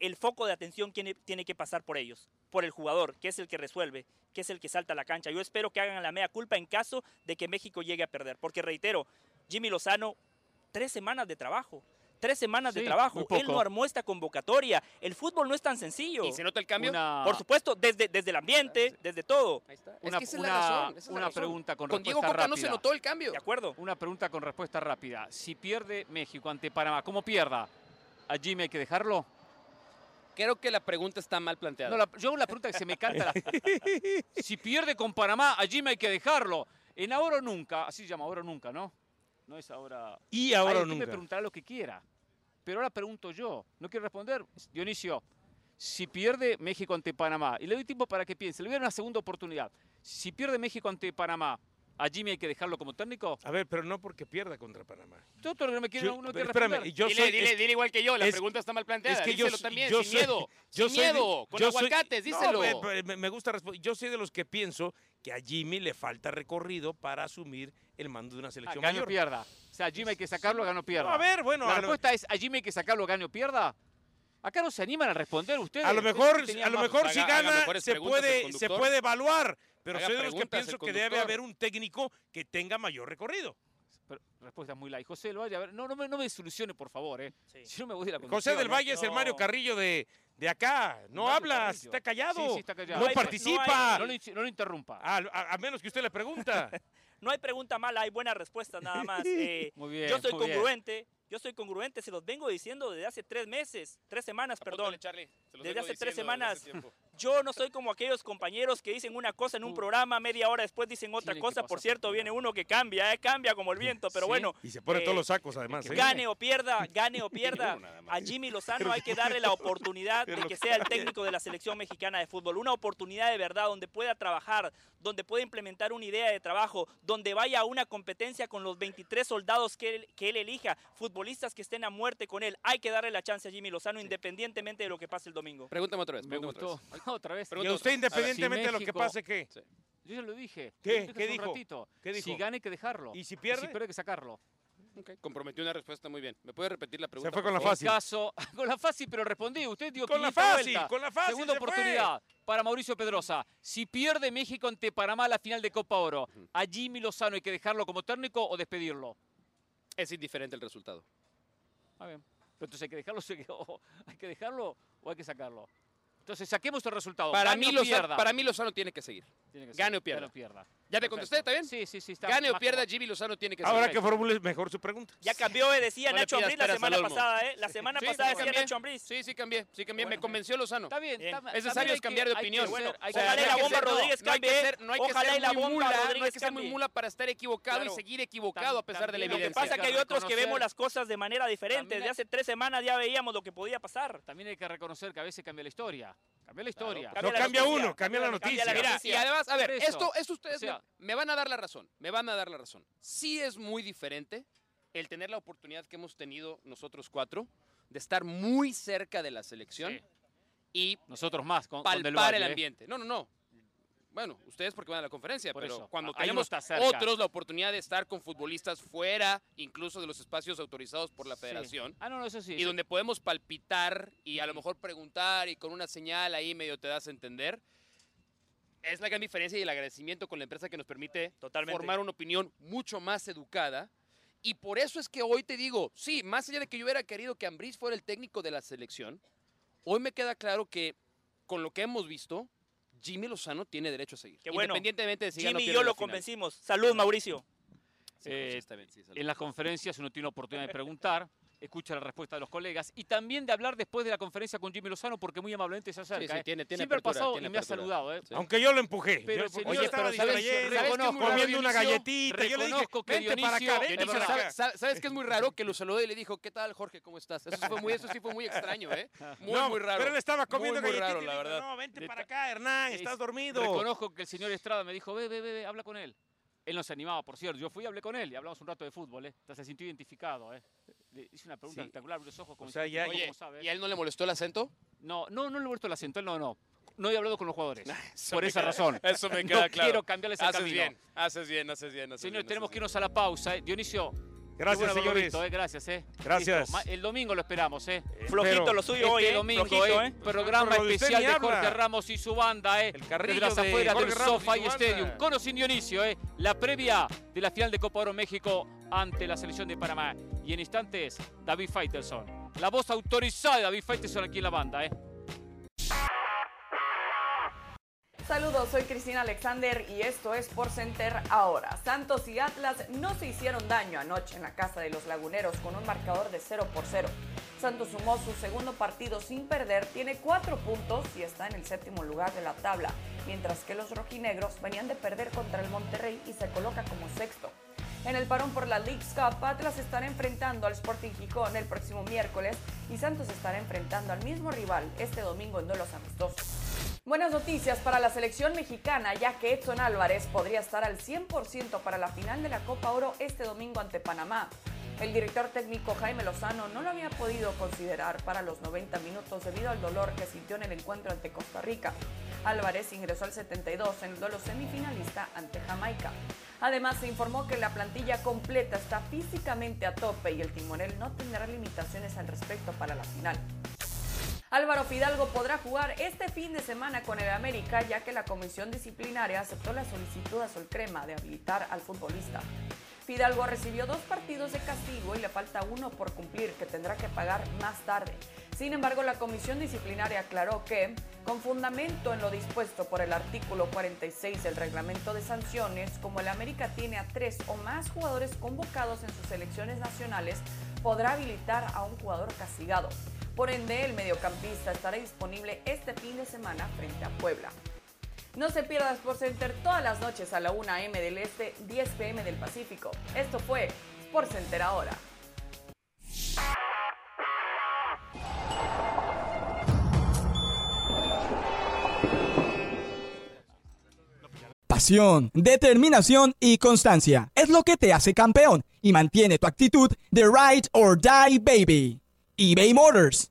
C: el foco de atención tiene, tiene que pasar por ellos, por el jugador, que es el que resuelve, que es el que salta a la cancha. Yo espero que hagan la mea culpa en caso de que México llegue a perder, porque reitero, Jimmy Lozano, tres semanas de trabajo. Tres semanas de
A: Sí,
C: trabajo.
A: muy
C: Él
A: poco.
C: no armó esta convocatoria. El fútbol no es tan sencillo.
B: ¿Y se nota el cambio?
A: Una-
C: Por supuesto, desde, desde el ambiente, desde todo.
B: Ahí está.
A: Una,
B: es que esa
A: una,
B: es la razón. esa es la
A: una
B: razón.
A: pregunta con,
B: Con Diego
A: respuesta
B: Coca no se
A: rápida.
B: notó el cambio.
C: ¿De acuerdo?
A: Una pregunta con respuesta rápida. Si pierde México ante Panamá, ¿cómo pierda? ¿A Jimmy hay que dejarlo?
B: Creo que la pregunta está mal planteada.
A: No, la- yo hago la pregunta que se me canta.
D: [LAUGHS]
A: la- si pierde con Panamá, a Jimmy hay que dejarlo. En ahora o nunca, así se llama, ahora o nunca, ¿no? No es ahora.
D: Y ahora
A: Ay,
D: o
A: usted me
D: nunca.
A: preguntará lo que quiera. Pero ahora pregunto yo. No quiero responder. Dionisio, si pierde México ante Panamá, y le doy tiempo para que piense, le voy a dar una segunda oportunidad. Si pierde México ante Panamá, ¿a Jimmy hay que dejarlo como técnico?
D: A ver, pero no porque pierda contra Panamá.
A: Yo otro que me quiere,
D: Yo-
A: no, no
D: pero
A: quiere
D: espérame,
A: responder.
D: yo
B: dile,
D: soy,
B: dile,
D: es-
B: dile igual que yo, la
D: es-
B: pregunta está mal planteada.
D: es que yo
B: díselo
D: soy-
B: también,
D: yo
B: sin
D: soy-
B: miedo.
D: [LAUGHS] yo
B: sin
D: soy de-
B: miedo, con
D: yo soy-
B: aguacates,
D: No,
B: díselo.
D: pe- pe- me, me gusta responder. Yo soy de los que pienso que a Jimmy le falta recorrido para asumir el mando de una
A: Ah,
D: selección
A: gano o
D: mayor.
A: pierda. O sea, a Jimmy hay que sacarlo, gano o
D: No,
A: pierda.
D: a ver, bueno,
A: la
D: a lo,
A: respuesta es, ¿a Jimmy hay que sacarlo, gane o pierda? Acá no se animan a responder ustedes.
D: a lo
A: Ustedes
D: mejor,
A: tenían
D: a lo
A: más-
D: mejor si
B: haga- haga
D: gana
B: mejores
D: se
B: preguntas el
D: puede, se
B: conductor.
D: puede evaluar, pero
B: Haga
D: soy de los que
B: preguntas el
D: pienso que debe
B: conductor.
D: haber un técnico que tenga mayor recorrido.
A: Pero Respuesta muy light. José del Valle, a ver, no, no, me, no me solucione, por favor, eh.
C: Sí.
A: Si no me voy de la
D: José
A: conducción,
D: del
A: ¿no?
D: Valle es el Mario
C: No.
D: Carrillo de, de acá. No
A: Mario
D: habla,
A: Carrillo.
D: está callado.
A: Sí, sí, está callado.
D: No, Ah,
A: No hay-
D: participa.
A: No lo, in- no lo interrumpa.
D: a, a- a menos que usted le
A: [LAUGHS]
D: pregunta.
C: No hay pregunta mala, hay buenas respuestas nada más. Eh,
A: Muy bien,
C: yo soy
A: muy bien.
C: congruente, yo soy congruente, se los vengo diciendo desde hace tres meses, tres semanas, perdón.
B: Charlie. se los
C: desde
B: vengo
C: hace
B: diciendo
C: tres
B: desde
C: semanas.
B: hace tiempo.
C: Yo no soy como aquellos compañeros que dicen una cosa en un programa, media hora después dicen otra
A: Chile, ¿qué
C: cosa. Por
A: pasa?
C: cierto, viene uno que cambia, eh, cambia como el viento, pero
A: Sí.
C: bueno.
F: Y se pone
C: eh,
F: todos los sacos, además. ¿eh?
C: Gane o pierda, gane o pierda.
B: nada más.
C: A Jimmy Lozano hay que darle la oportunidad de que sea el técnico de la selección mexicana de fútbol. Una oportunidad de verdad donde pueda trabajar, donde pueda implementar una idea de trabajo, donde vaya a una competencia con los 23 soldados que él, que él elija, futbolistas que estén a muerte con él. Hay que darle la chance a Jimmy Lozano independientemente de lo que pase el domingo.
B: Pregúntame otra vez.
A: Me
B: pregúntame otra
A: gustó.
B: vez.
A: [LAUGHS] Otra vez.
D: Y
B: Pregunta
D: a usted,
B: otra.
D: independientemente
A: A
D: de
A: ver,
D: lo
A: si
D: que
A: México-
D: pase, ¿qué?
A: Yo ya lo dije.
D: ¿Qué?
A: Lo dije
D: ¿Qué
A: hace un
D: dijo?
A: ratito.
D: ¿Qué dijo?
A: Si gana hay que dejarlo.
D: ¿Y si pierde?
A: Si pierde hay que sacarlo.
B: Ok, Comprometió una respuesta muy bien. ¿Me puede repetir la pregunta?
F: fue
B: por
F: con la
B: favor?
F: Fácil.
A: Caso, [LAUGHS] con la fácil, pero respondí. Usted dio
D: Con la
A: pinienta
D: fácil,
A: vuelta.
D: con la fácil
A: Segunda
D: se fue.
A: oportunidad para Mauricio Pedrosa. Si pierde México ante Panamá la final de Copa Oro, ¿a Jimmy Lozano hay que dejarlo como técnico o despedirlo?
B: Es indiferente el resultado.
A: Ah, bien. Pero entonces hay que dejarlo, [LAUGHS] sí, o- hay que dejarlo o hay que sacarlo. Entonces saquemos el
D: Oh,
A: resultado.
B: Para
A: Gane
B: mí,
A: o
B: Lozano,
A: pierda.
B: para mí Lozano tiene que seguir.
A: Tiene que ser.
B: gane o pierda.
A: Gane pierda.
B: ¿Ya te
A: Perfecto.
B: contesté? ¿Está bien?
A: Sí, sí, sí. Está
B: Gane o
A: más
B: pierda,
A: como-
B: Jimmy Lozano tiene que seguir.
F: Ahora que formule mejor su pregunta.
C: Ya cambió, eh, decía
B: No le
C: Nacho
B: pidas
C: Ambriz la
B: peras al
C: semana
B: olmo.
C: pasada, ¿eh? La semana
B: Sí,
C: pasada
B: sí,
C: decía
B: cambié.
C: Nacho Ambriz.
B: Sí, sí, cambié. Sí, cambié.
C: Bueno.
B: Me convenció Lozano.
A: Está bien.
C: Bien.
A: está-
B: Es
A: también
B: necesario
A: hay que-
B: cambiar de
A: hay que
B: opinión.
A: ser- hay que
B: O sea,
C: ojalá
A: ser-
C: y la
B: no hay que
C: bomba
B: ser- no,
C: Rodríguez
B: no hay que
C: cambie,
B: ser- No hay que
C: ojalá
B: ser
C: y la
B: muy
C: bomba
B: mula, No hay
C: Rodríguez
B: que ser muy
C: cambie.
B: mula para estar equivocado
C: Claro.
B: y seguir equivocado a pesar de la
A: también
C: Lo
A: lo
C: que
B: evidencia.
C: pasa es que hay otros que
A: reconocer-
C: vemos las cosas de manera diferente.
A: También
C: Desde
A: hay-
C: hace tres semanas ya veíamos lo que podía pasar.
A: También hay que reconocer que a veces cambia la historia. Cambia la historia.
C: Cambia
F: no
C: la
F: cambia
C: noticia,
F: uno, cambia la
C: cambia
F: noticia.
C: la
B: Mira,
C: noticia.
B: y además, a ver,
A: Por eso.
B: esto, esto ustedes
A: O sea-
B: me, me van a dar la razón, me van a dar la razón. Sí es muy diferente el tener la oportunidad que hemos tenido nosotros cuatro de estar muy cerca de la selección
A: Sí.
B: y
A: Nosotros más, con, con Del
B: palpar el
A: Valle, ¿eh?
B: ambiente. No, no, no. Bueno, ustedes porque van a la conferencia,
A: Por
B: pero
A: eso,
B: cuando
A: a- ahí uno
B: tenemos
A: está cerca.
B: otros la oportunidad de estar con futbolistas fuera, incluso de los espacios autorizados por la
A: Sí.
B: federación,
A: Ah, no, no, eso sí.
B: y donde podemos palpitar y a lo mejor preguntar y con una señal ahí medio te das a entender. Es la gran diferencia y el agradecimiento con la empresa que nos permite
C: Totalmente.
B: formar una opinión mucho más educada. Y por eso es que hoy te digo, sí, más allá de que yo hubiera querido que Ambriz fuera el técnico de la selección, hoy me queda claro que con lo que hemos visto, Jimmy Lozano tiene derecho a seguir.
C: Qué bueno.
B: Independientemente de si gana o
C: Jimmy y
B: pierde
C: yo
B: la
C: lo
B: final.
C: convencimos. Salud, Mauricio.
B: Sí, José,
A: Eh,
B: está bien, sí, salud.
A: En las conferencias uno tiene oportunidad de preguntar, escucha la respuesta de los colegas y también de hablar después de la conferencia con Jimmy Lozano porque muy amablemente se acerca.
B: Sí, sí,
A: ¿eh?
B: tiene- tiene
A: Siempre
B: apertura,
A: ha pasado
B: tiene
A: y me ha
B: apertura.
A: saludado. ¿eh?
B: Sí.
F: Aunque yo lo empujé.
A: Pero,
F: Yo-
A: señor,
F: oye, estaba
A: pero ¿sabes- ¿sabes
F: distrayendo,
A: qué es muy raro,
F: comiendo una
A: Dionisio?
F: galletita. Yo le dije,
A: Reconozco que
F: vente para acá,
A: Dionisio-
F: ven,
A: es
F: vente
A: verdad.
F: para
B: ¿Sabe-
F: acá.
B: sabe- ¿Sabes que es muy raro? Que lo saludó y le dijo, ¿qué tal, Jorge? ¿Cómo estás? Eso, fue muy, eso sí fue muy extraño, ¿eh? Muy,
F: No,
B: muy raro.
F: Pero él estaba
B: Muy,
F: comiendo
B: muy
F: galletita
B: raro,
F: y
B: la
F: le dijo,
B: verdad.
F: no, vente
A: Neta.
F: para acá, Hernán,
A: Es-
F: estás dormido.
A: Reconozco que el señor Estrada me dijo, ve, ve, ve, ve, habla con él. Él nos animaba, por cierto. Yo fui y hablé con él y hablamos un rato de fútbol. ¿eh? Hasta se sintió identificado. ¿eh? Le hice una pregunta
F: Sí.
A: espectacular, abrió los ojos como
F: O sea,
A: diciendo,
F: ya-
A: "Tipo,
B: Oye,
A: ¿cómo sabe, eh?".
B: ¿y a él no le molestó el acento?
A: No, no, no le he vuelto el acento, él no, no. No he hablado con los jugadores. por esa razón.
B: [LAUGHS] Eso me
A: no quiero cambiarles el
B: Haces
A: camino.
B: bien, haces bien, haces bien. haces
A: Señores,
B: bien,
A: tenemos
B: haces
A: que
B: bien.
A: irnos a la pausa. ¿eh? Dionisio,
F: Gracias,
A: Qué bueno haberlo
F: señores.
A: visto, eh, gracias, eh.
F: Gracias.
A: Listo, ma- El domingo lo esperamos, eh.
C: Flojito
F: pero-
C: lo suyo
A: este
C: hoy, ¿eh?
A: domingo,
C: Flojito,
A: eh,
C: ¿eh?
A: Programa
F: Pero de usted
A: especial
F: ni
A: de
F: habla.
A: Jorge Ramos y su banda, eh.
F: El carrillo
A: Desde las
F: de
A: afueras
F: Jorge
A: del
F: Ramos y
A: SoFi
F: su banda.
A: Stadium. Con o sin Dionisio, eh. La previa de la final de Copa Oro México ante la selección de Panamá. Y en instantes, David Faitelson. La voz autorizada de David Faitelson aquí en la banda, eh.
E: Saludos, soy Cristina Alexander y esto es Por Center ahora. Santos y Atlas no se hicieron daño anoche en la casa de los Laguneros con un marcador de 0 por 0. Santos sumó su segundo partido sin perder, tiene cuatro puntos y está en el séptimo lugar de la tabla, mientras que los rojinegros venían de perder contra el Monterrey y se coloca como sexto. En el parón por la League's Cup, Atlas estará enfrentando al Sporting Gijón el próximo miércoles y Santos estará enfrentando al mismo rival este domingo en duelos amistosos. Buenas noticias para la selección mexicana, ya que Edson Álvarez podría estar al 100% para la final de la Copa Oro este domingo ante Panamá. El director técnico Jaime Lozano no lo había podido considerar para los 90 minutos debido al dolor que sintió en el encuentro ante Costa Rica. Álvarez ingresó al 72 en el duelo semifinalista ante Jamaica. Además, se informó que la plantilla completa está físicamente a tope y el timonel no tendrá limitaciones al respecto para la final. Álvaro Fidalgo podrá jugar este fin de semana con el América, ya que la comisión disciplinaria aceptó la solicitud a Sol Crema de habilitar al futbolista. Fidalgo recibió dos partidos de castigo y le falta uno por cumplir, que tendrá que pagar más tarde. Sin embargo, la comisión disciplinaria aclaró que, con fundamento en lo dispuesto por el artículo 46 del reglamento de sanciones, como el América tiene a tres o más jugadores convocados en sus selecciones nacionales, podrá habilitar a un jugador castigado. Por ende, el mediocampista estará disponible este fin de semana frente a Puebla. No se pierda Sport Center todas las noches a la 1 a.m. del Este, 10 p.m. del Pacífico. Esto fue Sport Center ahora.
G: Pasión, determinación y constancia es lo que te hace campeón y mantiene tu actitud de ride or die baby. eBay Motors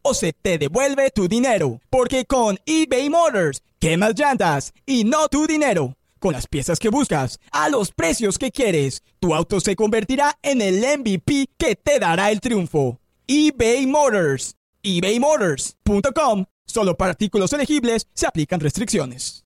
G: o se te devuelve tu dinero. Porque con eBay Motors, quemas llantas y no tu dinero. Con las piezas que buscas, a los precios que quieres, tu auto se convertirá en el MVP que te dará el triunfo. eBay Motors. ebaymotors.com. Solo para artículos elegibles se aplican restricciones.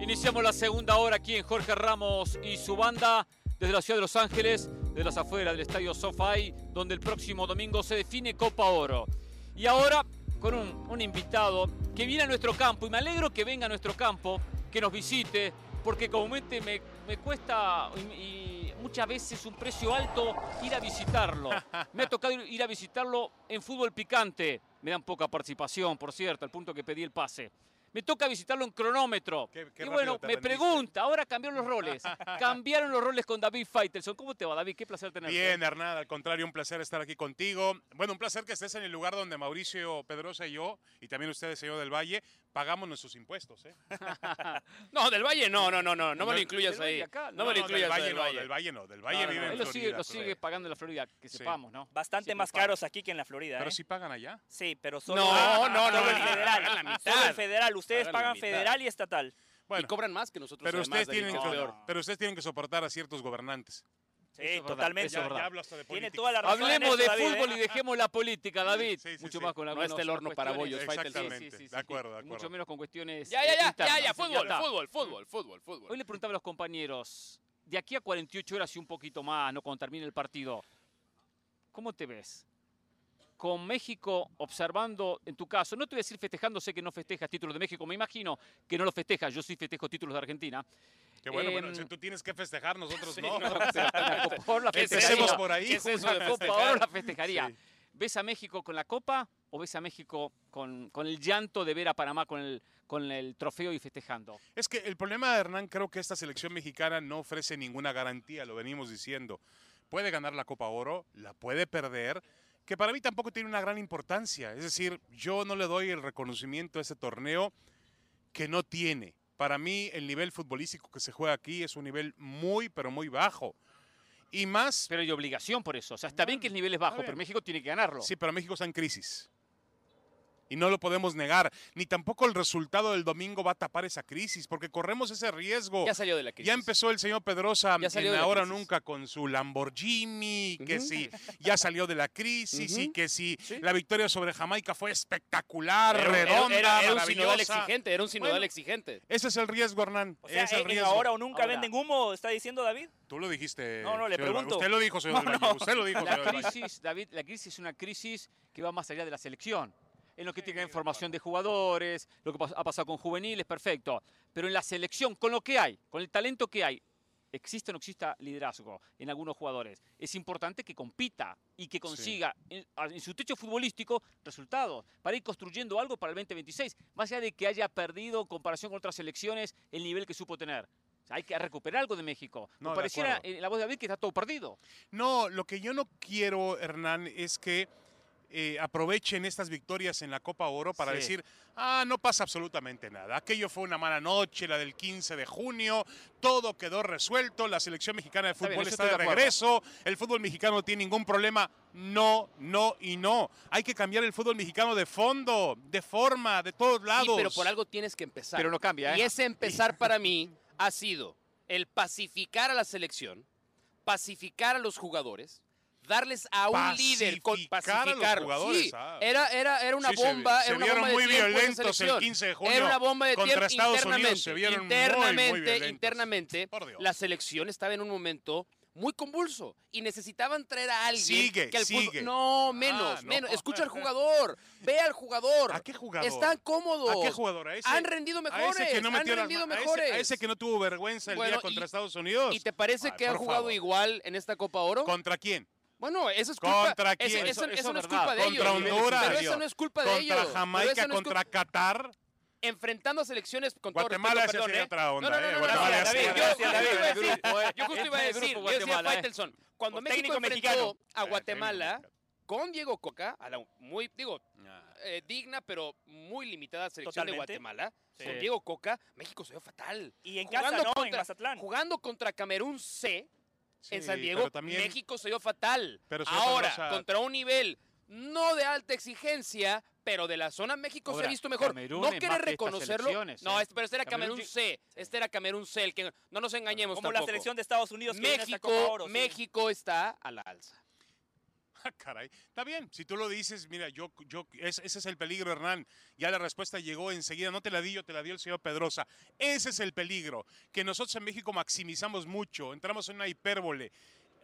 A: Iniciamos la segunda hora aquí en Jorge Ramos y su banda desde la ciudad de Los Ángeles, de las afueras del estadio SoFi, donde el próximo domingo se define Copa Oro. Y ahora con un, un invitado que viene a nuestro campo, y me alegro que venga a nuestro campo, que nos visite, porque comúnmente me, me cuesta y, y muchas veces un precio alto ir a
F: [LAUGHS]
A: visitarlo. Me ha tocado ir a visitarlo en fútbol picante. Me dan poca participación, por cierto, al punto que pedí el pase. Me toca visitarlo en cronómetro.
F: Qué- qué
A: y
F: rápido
A: bueno,
F: te
A: me
F: rendiste.
A: pregunta, ahora cambiaron los
F: [LAUGHS]
A: roles. cambiaron los roles con David Faitelson. ¿Cómo te va, David? Qué placer tenerte.
F: Bien, Hernán, al contrario, un placer estar aquí contigo. Bueno, un placer que estés en el lugar donde Mauricio Pedrosa y yo, y también ustedes, señor del Valle, pagamos nuestros impuestos. ¿eh?
B: No, del Valle no, no, no, no, no me lo
F: Del
B: incluyas
A: Valle
B: ahí.
A: acá, no,
B: No me lo
A: no,
B: incluyas ahí,
F: Valle
B: del
F: no,
B: Valle.
F: del Valle no, del Valle
A: No, no,
F: vive
A: él
F: en
A: lo sigue,
F: Florida.
A: lo sigue pagando en la Florida, que
F: Sí.
A: sepamos, ¿no?
C: Bastante
A: Sí,
C: más
A: lo paga.
C: caros aquí que en la Florida.
F: Pero
C: ¿eh?
F: si pagan allá.
C: Sí, pero solo,
B: No, no, no,
C: solo
B: no,
C: el federal.
B: pagan la
C: Solo el
B: mitad.
C: federal. Ustedes
B: Pagan la
C: pagan
B: mitad.
C: federal y estatal.
B: Y cobran más que nosotros.
F: Pero
B: además,
F: ustedes,
B: David,
F: tienen
B: que
F: que,
B: es peor.
F: pero ustedes tienen que soportar a ciertos gobernantes.
C: Sí,
A: Eso es verdad,
C: totalmente.
A: eso es verdad.
F: hablo hasta de
C: Tiene
F: política.
C: toda la razón. en
A: Hablemos
C: eso,
A: de
C: David, ¿eh?
A: fútbol y dejemos la política, David.
F: Sí, sí,
A: Mucho
F: sí.
A: más con
B: No
A: algunos
B: está el horno para
A: cuestiones.
B: bollos, Faitelson.
F: Exactamente, de acuerdo, de
A: Y Mucho
F: acuerdo.
A: menos con cuestiones.
B: Ya, ya,
A: eh,
B: ya,
A: internas.
B: ya, ya,
A: Sí,
B: fútbol,
A: está.
B: fútbol, fútbol, fútbol, fútbol.
A: Hoy le preguntaba a los compañeros, de aquí a 48 horas y un poquito más, no cuando termine el partido, ¿cómo te ves? Con México observando, en tu caso, no te voy a decir festejando, sé que no festejas títulos de México, me imagino que no lo festejas, yo sí festejo títulos de Argentina.
F: Que bueno,
A: Em,
F: bueno, si tú tienes que festejar, nosotros
A: [LAUGHS]
F: no.
A: Pero la Copa Oro la
F: ¿Qué
A: festejaría.
F: hacemos por ahí?
B: ¿Qué es eso de
A: La Copa
B: festejar?
A: Oro la festejaría.
F: Sí.
A: ¿Ves a México con la Copa o ves a México con, con el llanto de ver a Panamá con el, con el trofeo y festejando?
F: Es que el problema de Hernán, creo que esta selección mexicana no ofrece ninguna garantía, lo venimos diciendo. Puede ganar la Copa Oro, la puede perder, que para mí tampoco tiene una gran importancia. Es decir, yo no le doy el reconocimiento a ese torneo que no tiene. Para mí, el nivel futbolístico que se juega aquí es un nivel muy, pero muy bajo. Y más,
A: Pero hay obligación por eso. O sea, está bien que el nivel es bajo,
F: bien.
A: pero México tiene que ganarlo.
F: Sí, pero México está en crisis. Y no lo podemos negar. Ni tampoco el resultado del domingo va a tapar esa crisis, porque corremos ese riesgo.
B: Ya salió de la crisis.
F: Ya empezó el señor Pedrosa
B: Ya salió
F: en
B: de la
F: Ahora
B: crisis.
F: Nunca con su Lamborghini, que
B: Ujú.
F: sí, ya salió de la crisis y
B: Ujú.
F: que sí,
B: Sí.
F: la victoria sobre Jamaica fue espectacular,
B: Era, era-
F: redonda,
B: era un sinodal
F: maravillosa.
B: exigente, era un sinodal
F: Bueno.
B: exigente.
F: Ese es el riesgo, Hernán.
C: O sea,
F: Ese es el
C: en- en
F: riesgo.
C: ahora o nunca
A: Ahora.
C: venden humo, está diciendo David.
F: Tú lo dijiste.
C: No, no, le
F: señor del Valle.
C: pregunto.
F: Usted lo dijo,
B: [LAUGHS]
F: señor del Valle, Usted lo dijo, señor
A: La
F: del Valle.
A: crisis, David, la crisis es una crisis que va más allá de la selección. En lo que tiene que ver formación de jugadores, lo que pas- ha pasado con juveniles, perfecto. Pero en la selección, con lo que hay, con el talento que hay, existe o no exista liderazgo en algunos jugadores. Es importante que compita y que consiga en, a- en su techo futbolístico resultados para ir construyendo algo para el 2026, más allá de que haya perdido en comparación con otras selecciones el nivel que supo tener. O sea, Hay que recuperar algo de México.
F: No,
A: Me
F: de
A: pareciera
F: acuerdo.
A: en la voz de David que está todo perdido.
F: No, lo que yo no quiero, Hernán, es que eh, aprovechen estas victorias en la Copa Oro para
A: Sí.
F: decir, ah, no pasa absolutamente nada. Aquello fue una mala noche, la del 15 de junio, todo quedó resuelto, la selección mexicana de
A: Está bien,
F: fútbol
A: eso
F: está,
A: estoy
F: de
A: de acuerdo.
F: regreso, el fútbol mexicano no tiene ningún problema. No, no y no. Hay que cambiar el fútbol mexicano de fondo, de forma, de todos lados.
B: Sí, pero por algo tienes que empezar.
A: Pero no cambia, ¿eh?
B: Y ese empezar para mí ha sido el pacificar a la selección, pacificar a los jugadores, darles a un líder, con-
F: Pacificar a los
B: pacificarlo.
F: jugadores,
B: Sí,
F: ah.
B: era, era, era una
F: Sí, se vi-
B: bomba.
F: se
B: era una
F: vieron
B: bomba de
F: muy
B: tiempo esa
F: violentos el
B: selección.
F: 15 de junio
B: Era una bomba de
F: contra
B: tiempo
F: Estados Unidos,
B: internamente.
F: se vieron muy, muy
B: internamente,
F: violentos.
B: internamente,
F: Por Dios.
B: la selección estaba en un momento muy convulso y necesitaban traer a alguien
F: Sigue,
B: que al fútbol-
F: sigue.
B: no menos
F: Ah, no.
B: menos escucha al jugador ve al jugador
F: ¿A qué jugador?
B: están cómodos
F: ¿A qué jugador? ¿A ese-
B: han rendido
F: a
B: mejores
F: ese que no
B: han
F: metió las
B: rendido
F: ma- a ese-
B: mejores
F: A ese, que no tuvo vergüenza el
B: Bueno,
F: día contra
B: y-
F: Estados Unidos.
B: ¿Y te parece
F: Ay,
B: que han
F: por
B: jugado
F: favor.
B: igual en esta Copa Oro?
F: ¿Contra quién?
B: Bueno, eso es culpa.
F: ¿Contra
B: eso-
F: quién?
B: Eso,
F: Eso-
B: eso
A: eso
B: no es
A: es verdad.
B: culpa de
F: Contra
B: ellos.
F: Honduras.
B: Pero eso no es culpa de ellos.
F: ¿Contra
B: Pero
F: Jamaica?
B: eso no es
F: ¿Contra Qatar?
B: culpa- Enfrentando a selecciones con
F: Guatemala
B: todo
F: ese
B: respeto, perdón,
F: sería
B: ¿eh?
F: otra onda,
B: No, no,
F: ¿eh?
B: no, no,
F: Guatemala
B: no,
F: sí.
B: David,
F: Gracias,
B: yo-
F: David.
B: yo iba a decir- Yo justo iba a
A: Este
B: decir,
A: grupo
B: yo decía
A: Guatemala, ¿eh?
B: Faitelson, cuando
C: Con
B: México
C: técnico
B: enfrentó
C: mexicano.
B: a
F: técnico
B: Guatemala
F: mexicano.
B: con Diego Coca, a la muy, digo, eh, digna pero muy limitada selección de
C: Totalmente.
B: Guatemala,
C: Sí.
B: con Diego Coca, México se vio fatal.
C: Y en
B: Jugando
C: casa, ¿no? En
B: contra-
C: Mazatlán.
B: Jugando contra Camerún C, en
F: Sí,
B: San Diego,
F: pero también-
B: México se dio fatal.
F: Pero señor
B: Ahora,
F: Pedrosa-
B: contra un nivel no de alta exigencia, pero de la zona México se
A: Ahora,
B: ha visto mejor.
A: Camerún
B: no
A: es
B: quiere
A: más de estas
B: reconocerlo.
A: selecciones,
B: No,
A: ¿eh?
B: este- pero este era Camerún,
A: Camerún-
B: C. Este era Camerún C. el que, no nos engañemos
C: Como la
B: tampoco.
C: selección de Estados Unidos que viene a esta
B: México,
C: Copa Oro, sí.
B: México está a la alza.
F: Ah, caray. Está bien, si tú lo dices, mira, yo, yo, es- ese es el peligro, Hernán. Ya la respuesta llegó enseguida, no te la di yo, te la dio el señor Pedrosa. Ese es el peligro, que nosotros en México maximizamos mucho, entramos en una hipérbole.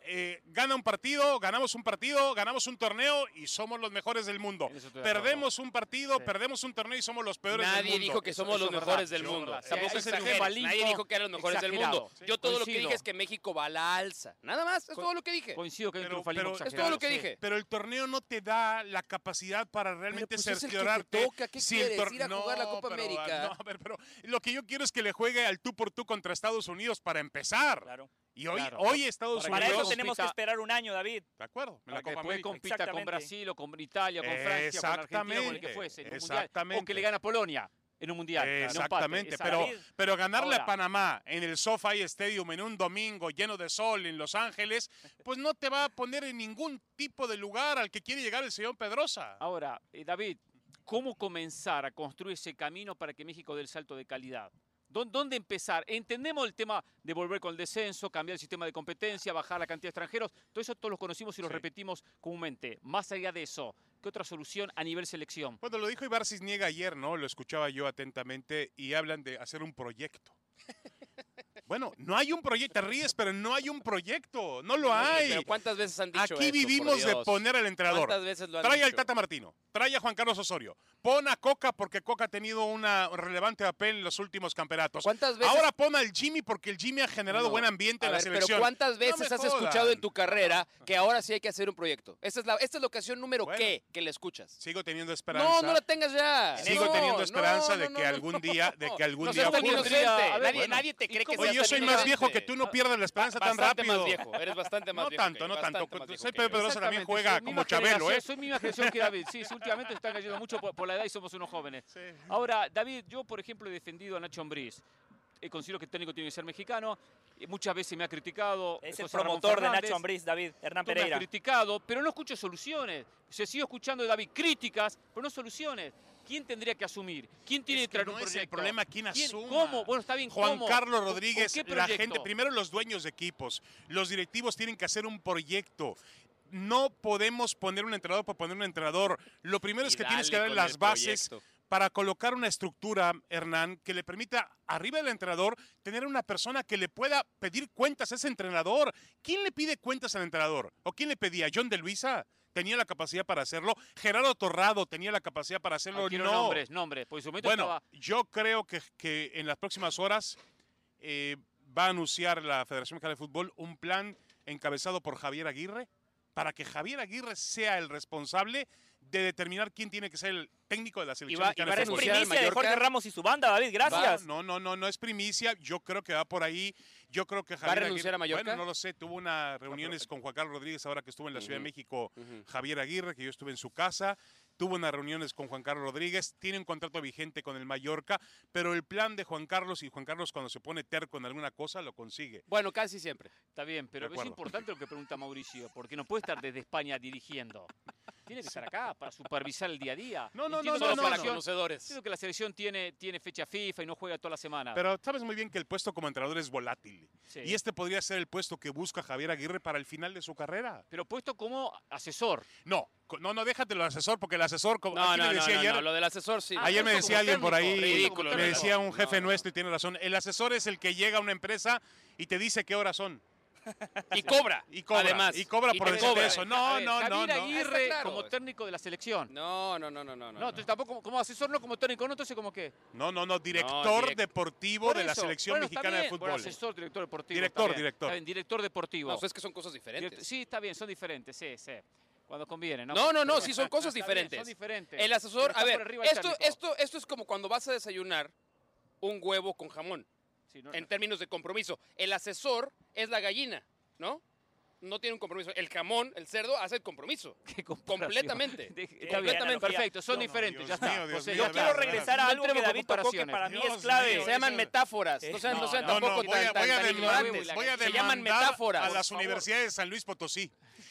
F: Eh, gana un partido, ganamos un partido, ganamos un torneo y somos los mejores del mundo.
A: En eso estoy de acuerdo.
F: Perdemos un partido,
A: Sí.
F: perdemos un torneo y somos los peores del mundo.
B: Nadie dijo que somos
A: Eso
B: los
A: es verdad,
B: mejores del
A: eso es
B: mundo.
A: verdad. eh,
B: Tampoco
A: Ese es el
B: exageres,
A: revalimpo
B: Nadie dijo que eran los mejores del mundo.
A: exagerado.
B: Yo todo lo que
A: Coincido.
B: dije es que México va a la alza. Nada más, es todo lo que dije.
A: Coincido que hay un
F: Pero-
A: triunfalismo
F: pero-
A: exagerado.
B: Es todo lo que
A: sí.
B: dije.
F: Pero el torneo no te da la capacidad para realmente
B: pues es el que te
F: cerciorarte.
B: toca, ¿qué
F: el
B: quieres?
F: tor-
B: Ir a jugar la Copa
F: pero, ah,
B: América.
F: no, a ver, pero lo que yo quiero es que le juegue al tú por tú contra Estados Unidos para empezar.
C: Claro.
F: Y hoy,
A: Claro.
F: hoy Estados
A: Para
C: Para
A: que
F: Unidos.
C: eso
A: luego
C: tenemos que
A: compita-
C: esperar un año, David.
F: De acuerdo. en
A: Para
F: la
A: que
F: Copa
A: después
F: América.
A: compita con
C: Exactamente.
A: Brasil o con Italia, con Francia, con Argentina, con el que
F: Exactamente,
A: fuese. En un mundial. O que
F: exactamente.
A: le gana a Polonia en un mundial. en un empate.
F: Exactamente,
A: Esa-
F: pero,
A: David,
F: pero ganarle a
A: Ahora.
F: Panamá en el SoFi Stadium en un domingo lleno de sol en Los Ángeles, pues no te va a poner en ningún tipo de lugar al que quiere llegar el señor Pedrosa.
A: Ahora, eh, David, ¿cómo comenzar a construir ese camino para que México dé el salto de calidad? ¿Dó- ¿Dónde empezar? Entendemos el tema de volver con el descenso, cambiar el sistema de competencia, bajar la cantidad de extranjeros. Todo eso todos lo conocimos y lo
F: Sí.
A: repetimos comúnmente. Más allá de eso, ¿qué otra solución a nivel selección?
F: Cuando lo dijo Ibar Cisniega ayer, ¿no? Lo escuchaba yo atentamente y hablan de hacer un proyecto. Bueno, no hay un proyecto, te ríes, pero no hay un proyecto, no lo hay.
B: Pero ¿cuántas veces han dicho
F: Aquí
B: eso,
F: vivimos
B: por
F: de
B: Dios?
F: poner al entrenador.
B: ¿Cuántas veces lo han
F: Trae al
B: dicho?
F: Tata Martino, trae a Juan Carlos Osorio, pon a Coca porque Coca ha tenido una- un relevante papel en los últimos campeonatos.
B: ¿Cuántas veces-
F: Ahora pon al Jimmy porque el Jimmy ha generado
B: No.
F: buen ambiente
B: A
F: en la
B: ver,
F: selección.
B: Pero ¿cuántas
F: No me
B: veces has escuchado
F: jodan.
B: en tu carrera que ahora sí hay que hacer un proyecto? Esta es la, esta es la ocasión número
F: Bueno.
B: qué que le escuchas.
F: Sigo teniendo esperanza.
B: No, no la tengas ya.
F: Sigo
B: No,
F: teniendo
B: no,
F: esperanza de
B: no,
F: que
B: no,
F: algún
B: no.
F: día- de que algún
B: no
F: día
B: seas tan
F: ocurra.
B: inocente.
A: A ver,
B: nadie,
A: bueno.
B: nadie te cree que
A: cómo-
B: seas
F: Oye, yo
B: tan
F: soy más
B: inocente.
F: viejo que tú, no pierdas la esperanza tan
B: Bastante
F: rápido.
B: más viejo. Eres bastante más
F: No
B: viejo.
F: tanto,
B: que-
F: no tanto.
B: bastante más viejo
F: Soy
B: que yo.
F: Pedro Pedrosa también
A: Exactamente,
F: juega
A: soy misma
F: como Chabelo,
A: generación,
F: ¿eh?
A: Soy misma generación que David. Sí, sí, últimamente están cayendo mucho por, por la edad y somos unos jóvenes. Ahora, David, yo por ejemplo he defendido a Nacho Ambriz. Eh, considero que el técnico tiene que ser mexicano. Eh, muchas veces me ha criticado.
C: Es
A: José
C: el
A: Ramón
C: promotor de
A: Fernández.
C: Nacho Ambriz, David. Hernán
A: Tú me has
C: Pereira.
A: criticado, pero no escucho soluciones. Se sigue escuchando de David críticas, pero no soluciones. ¿Quién tendría que asumir? ¿Quién tiene
F: Es
A: que
F: que
A: traer un
F: no es el
A: proyecto?
F: problema, ¿quién asuma?
A: ¿Cómo? Bueno, está bien,
F: Juan
A: ¿cómo?
F: Carlos
A: ¿Con- con
F: Rodríguez,
A: qué
F: la
A: proyecto?
F: gente, primero los dueños de equipos, los directivos tienen que hacer un proyecto. No podemos poner un entrenador para poner un entrenador. Lo primero es
B: Y
F: que tienes que
B: dale con
F: dar las
B: el
F: bases
B: proyecto.
F: para colocar una estructura, Hernán, que le permita arriba del entrenador tener una persona que le pueda pedir cuentas a ese entrenador. ¿Quién le pide cuentas al entrenador? ¿O quién le pedía? ¿John de Luisa? Tenía la capacidad para hacerlo. Gerardo Torrado tenía la capacidad
A: Ah,
F: para hacerlo.
A: quiero
F: no.
A: nombres, nombres. Por su momento
F: Bueno,
A: estaba-
F: yo creo que, que en las próximas horas eh, va a anunciar la Federación Mexicana de Fútbol un plan encabezado por Javier Aguirre para que Javier Aguirre sea el responsable de determinar quién tiene que ser el técnico de la
B: Y
F: selección
B: va, y va
F: mexicana
B: a
F: de
C: Es
F: fútbol.
B: renunciar al
C: primicia de
B: Mallorca.
C: Jorge Ramos y su banda, David. Gracias.
F: No, no, no, no es primicia. Yo creo que va por ahí. Yo creo que Javier
B: renunciar
F: Aguirre-
B: a Mallorca?
F: Bueno, no lo sé. Tuvo unas reuniones con Juan Carlos Rodríguez ahora que estuvo en la Ciudad de
B: Ujú,
F: México.
B: ujú.
F: Javier Aguirre, que yo estuve en su casa. Tuvo unas reuniones con Juan Carlos Rodríguez, tiene un contrato vigente con el Mallorca, pero el plan de Juan Carlos, y Juan Carlos cuando se pone terco en alguna cosa, lo consigue.
B: Bueno, casi siempre.
A: Está bien, pero es
F: acuerdo.
A: importante lo que pregunta Mauricio, porque no puede estar desde España dirigiendo. tiene que estar acá para supervisar el día a día.
F: No, no,
A: Entiendo
F: no,
A: que
B: Solo
A: la
F: no,
B: para
A: selección-
B: conocedores.
A: entiendo que la selección tiene, tiene fecha FIFA y no juega toda la
B: Ah.
A: semana.
F: Pero sabes muy bien que el puesto como entrenador es volátil.
A: Sí.
F: Y este podría ser el puesto que busca Javier Aguirre para el final de su carrera.
A: Pero puesto como asesor.
F: No, co- no, no, déjatelo al asesor, porque el asesor, como
B: No,
F: aquí
B: no, no,
F: me decía
B: no,
F: ayer,
B: no, lo del asesor sí.
A: Ah,
F: Ayer me
A: puesto
F: decía
A: como
F: alguien por ahí,
A: técnico,
B: ridículo,
F: me
B: no,
F: decía
B: no,
F: un jefe
B: no, no.
F: nuestro y tiene razón, el asesor es el que llega a una empresa y te dice qué horas son.
B: Y cobra.
F: Y cobra,
B: Además.
F: y cobra por
B: te
F: decirte
B: cobra.
F: eso. No,
A: A ver,
F: no, no,
A: Javier
F: no.
A: Aguirre
B: Está claro.
A: como técnico de la selección.
B: No, no, no, no, no.
A: No, entonces tampoco como, como asesor, no como técnico, no, entonces como qué.
F: No, no, no, director
B: direct-
F: deportivo
A: Por
F: de la
A: eso.
F: selección
A: Bueno, está
F: mexicana de
A: bien. Bueno,
F: fútbol.
A: asesor, director deportivo. está
F: Director,
A: bien,
F: director.
A: está bien, director deportivo.
B: No, es que son cosas
A: Direct-
B: diferentes.
A: Sí, está bien, son diferentes, sí, sí. Cuando conviene, ¿no?
B: No, no, no,
A: Pero- [LAUGHS]
B: sí, son cosas
A: Está bien,
B: diferentes.
A: son diferentes.
B: El
A: Pero
B: asesor,
A: está
B: a
A: por
B: ver,
A: arriba el
B: esto,
A: técnico.
B: esto, esto es como cuando vas a desayunar un huevo con jamón,
A: Sí, no,
B: en
A: [LAUGHS] no.
B: términos de compromiso. El asesor es la gallina, ¿no? No tiene un compromiso. El jamón, el cerdo, hace el compromiso.
A: Qué comparación. [LAUGHS]
B: completamente.
A: De- está bien,
B: Completamente.
A: Perfecto, son
F: No, no,
A: diferentes, ya
F: Dios
A: está.
F: mío, Dios
A: José,
F: mío,
A: yo
F: de
A: quiero
F: verdad,
A: regresar a algo que David tocó que
C: para
A: para mí.
C: mí
F: Dios
C: es clave.
F: mío,
B: Se llaman
F: eso-
B: metáforas.
C: Eh,
B: No sean, no
C: no,
B: sean
F: No, no,
B: tampoco
F: voy
B: tan,
F: a,
B: tan-
F: voy a
B: tan
F: demandar,
B: ignorantes.
F: voy a
B: Se llaman
F: demandar
B: metáforas.
F: a las universidades de San
B: [LAUGHS]
F: Luis Potosí.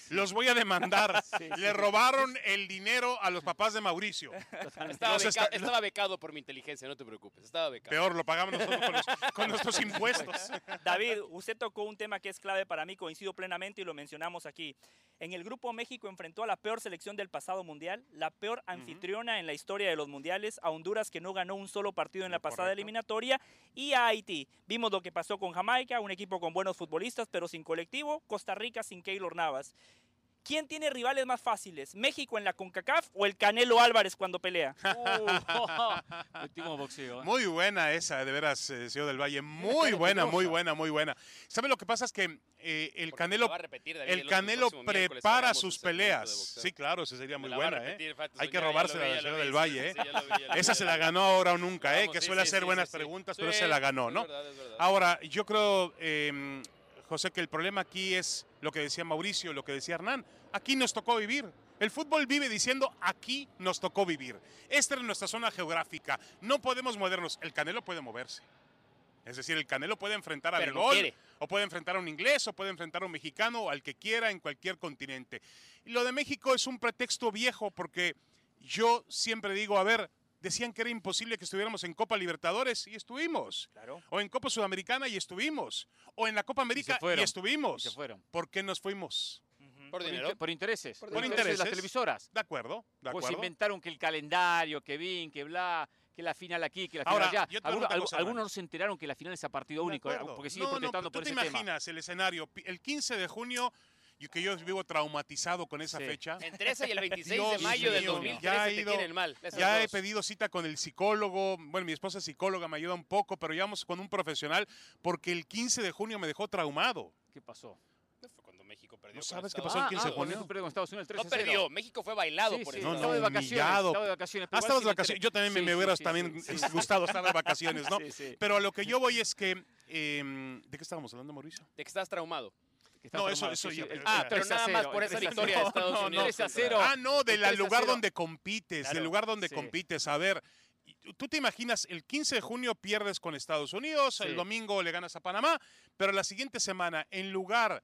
F: Los voy a demandar. Le robaron el dinero a los papás
B: [LAUGHS]
F: de Mauricio.
B: Estaba,
F: Los
B: beca-
F: esta-
B: estaba becado por mi inteligencia, no te preocupes. Estaba becado.
F: Peor, lo pagamos nosotros con, los- con nuestros impuestos.
C: David, usted tocó un tema que es clave para mí, coincido plenamente y lo mencionamos aquí. En el grupo México enfrentó a la peor selección del pasado mundial, la peor anfitriona en la historia de los mundiales, a Honduras que no ganó un solo partido en la pasada
F: Correcto.
C: eliminatoria y a Haití. Vimos lo que pasó con Jamaica, un equipo con buenos futbolistas pero sin colectivo, Costa Rica sin Keylor Navas. ¿Quién tiene rivales más fáciles? ¿México en la CONCACAF o el Canelo Álvarez
B: [LAUGHS]
C: cuando pelea?
A: Uh, [LAUGHS] Último boxeo. ¿eh?
F: Muy buena esa, de veras, eh, señor del Valle. Muy buena, muy buena, muy buena. ¿Sabe lo que pasa? Es que eh, el
B: Porque me
F: Canelo,
B: la va a repetir, David,
F: el
B: otro
F: Canelo
B: próximo miércoles
F: prepara
B: haremos
F: sus
B: un segmento de
F: peleas.
B: boxeo.
F: Sí, claro, esa sería
B: Me
F: muy
B: la va a
F: buena,
B: repetir,
F: ¿eh?
B: Fatos,
F: Hay
B: ya-
F: que
B: ya lo
F: robársela
B: vi,
F: a la
B: ya lo
F: señora
B: vi,
F: del
B: sí,
F: Valle,
B: sí,
F: ¿eh?
B: ya lo vi, ya lo vi,
F: Esa
B: ya
F: se
B: lo
F: la
B: vi.
F: ganó ahora o nunca, ¿eh?
B: Vamos,
F: Que
B: sí,
F: suele
B: sí,
F: hacer
B: sí,
F: buenas
B: sí.
F: preguntas,
B: Sí,
F: pero se la ganó,
B: es
F: ¿no?
B: verdad, es verdad.
F: Ahora, yo creo, eh, José, que el problema aquí es lo que decía Mauricio, lo que decía Hernán. Aquí nos tocó vivir. El fútbol vive diciendo aquí nos tocó vivir. Esta es nuestra zona geográfica. No podemos movernos. El Canelo puede moverse. Es decir, el Canelo puede enfrentar a
B: Pero no
F: Bigol,
B: quiere.
F: o puede enfrentar a un inglés, o puede enfrentar a un mexicano, o al que quiera en cualquier continente. Y lo de México es un pretexto viejo porque yo siempre digo, a ver, decían que era imposible que estuviéramos en Copa Libertadores y estuvimos.
C: Claro.
F: O en Copa Sudamericana y estuvimos. O en la Copa América y,
A: fueron,
F: estuvimos.
A: Se fueron.
F: ¿Por qué nos fuimos?
B: Por
A: Por,
B: dinero.
A: inter- por intereses.
B: Por
A: Por intereses de las
F: intereses.
A: televisoras.
F: De acuerdo, de
A: Pues
F: acuerdo.
A: inventaron que el calendario, que Vin, que bla, que la final aquí, que la final
F: Ahora,
A: allá.
F: yo te voy a
A: Algunos,
F: contar
A: algu-
F: cosa,
A: algunos
F: Hernán.
A: no se enteraron que la final es a partido
F: De
A: único, eh,
F: acuerdo.
A: porque siguen
F: No, no,
A: protestando
F: pero
A: por
F: ¿Tú
A: ese
F: te
A: tema.
F: imaginas el escenario? Pi- El 15 de junio, y que yo vivo traumatizado con esa
A: Sí.
F: fecha.
B: Entre esa y el 26 de
F: Dios
B: mayo del
F: mío,
B: 2013
F: ya he
B: te
F: ido-
B: tienen mal. esas
F: Ya he
B: dos.
F: pedido cita con el psicólogo. Bueno, mi esposa es psicóloga, me ayuda un poco, pero ya vamos con un profesional porque el 15 de junio me dejó traumado.
A: ¿Qué pasó?
B: No fue cuando México perdió
F: ¿No
B: con
F: sabes qué
B: Estados
F: pasó el
A: Ah,
F: 15
A: ah,
F: de
A: cuando
F: junio?
A: se perdió con Estados Unidos el
B: No
A: 13
B: perdió, México fue bailado
A: Sí,
B: por
A: sí,
B: Estados
F: No,
A: estaba
F: no,
A: de
B: Unidos.
A: vacaciones.
F: humillado.
A: Estaba de vacaciones.
F: Ah,
A: pero igual
F: estabas de
A: sí
F: vacaciones. Yo también me,
A: sí,
F: me
A: sí,
F: hubiera
A: sí,
F: también
A: sí,
F: eh,
A: sí, sí.
F: gustado estar de
A: [LAUGHS]
F: vacaciones, ¿no?
A: Sí, sí.
F: Pero a lo que yo voy es que. eh, ¿De qué estábamos hablando, Mauricio?
B: De que estás traumado.
A: que estaba
F: No, eso-
A: formado,
F: eso
A: sí,
F: ya-
A: sí, el-
F: Ah,
A: el
B: pero
A: 3 a
B: nada
A: 0,
B: más por
A: el
B: esa
A: 3 a 0.
B: victoria de Estados
A: No, no,
B: Unidos.
A: 3 a 0.
F: Ah, no,
A: el
F: del
A: 3 a
F: lugar
A: cero.
F: donde compites, del
A: Claro,
F: lugar donde
A: sí.
F: compites. A ver, y- tú te imaginas, el 15 de junio pierdes con Estados Unidos,
A: Sí.
F: el domingo le ganas a Panamá, pero la siguiente semana, en lugar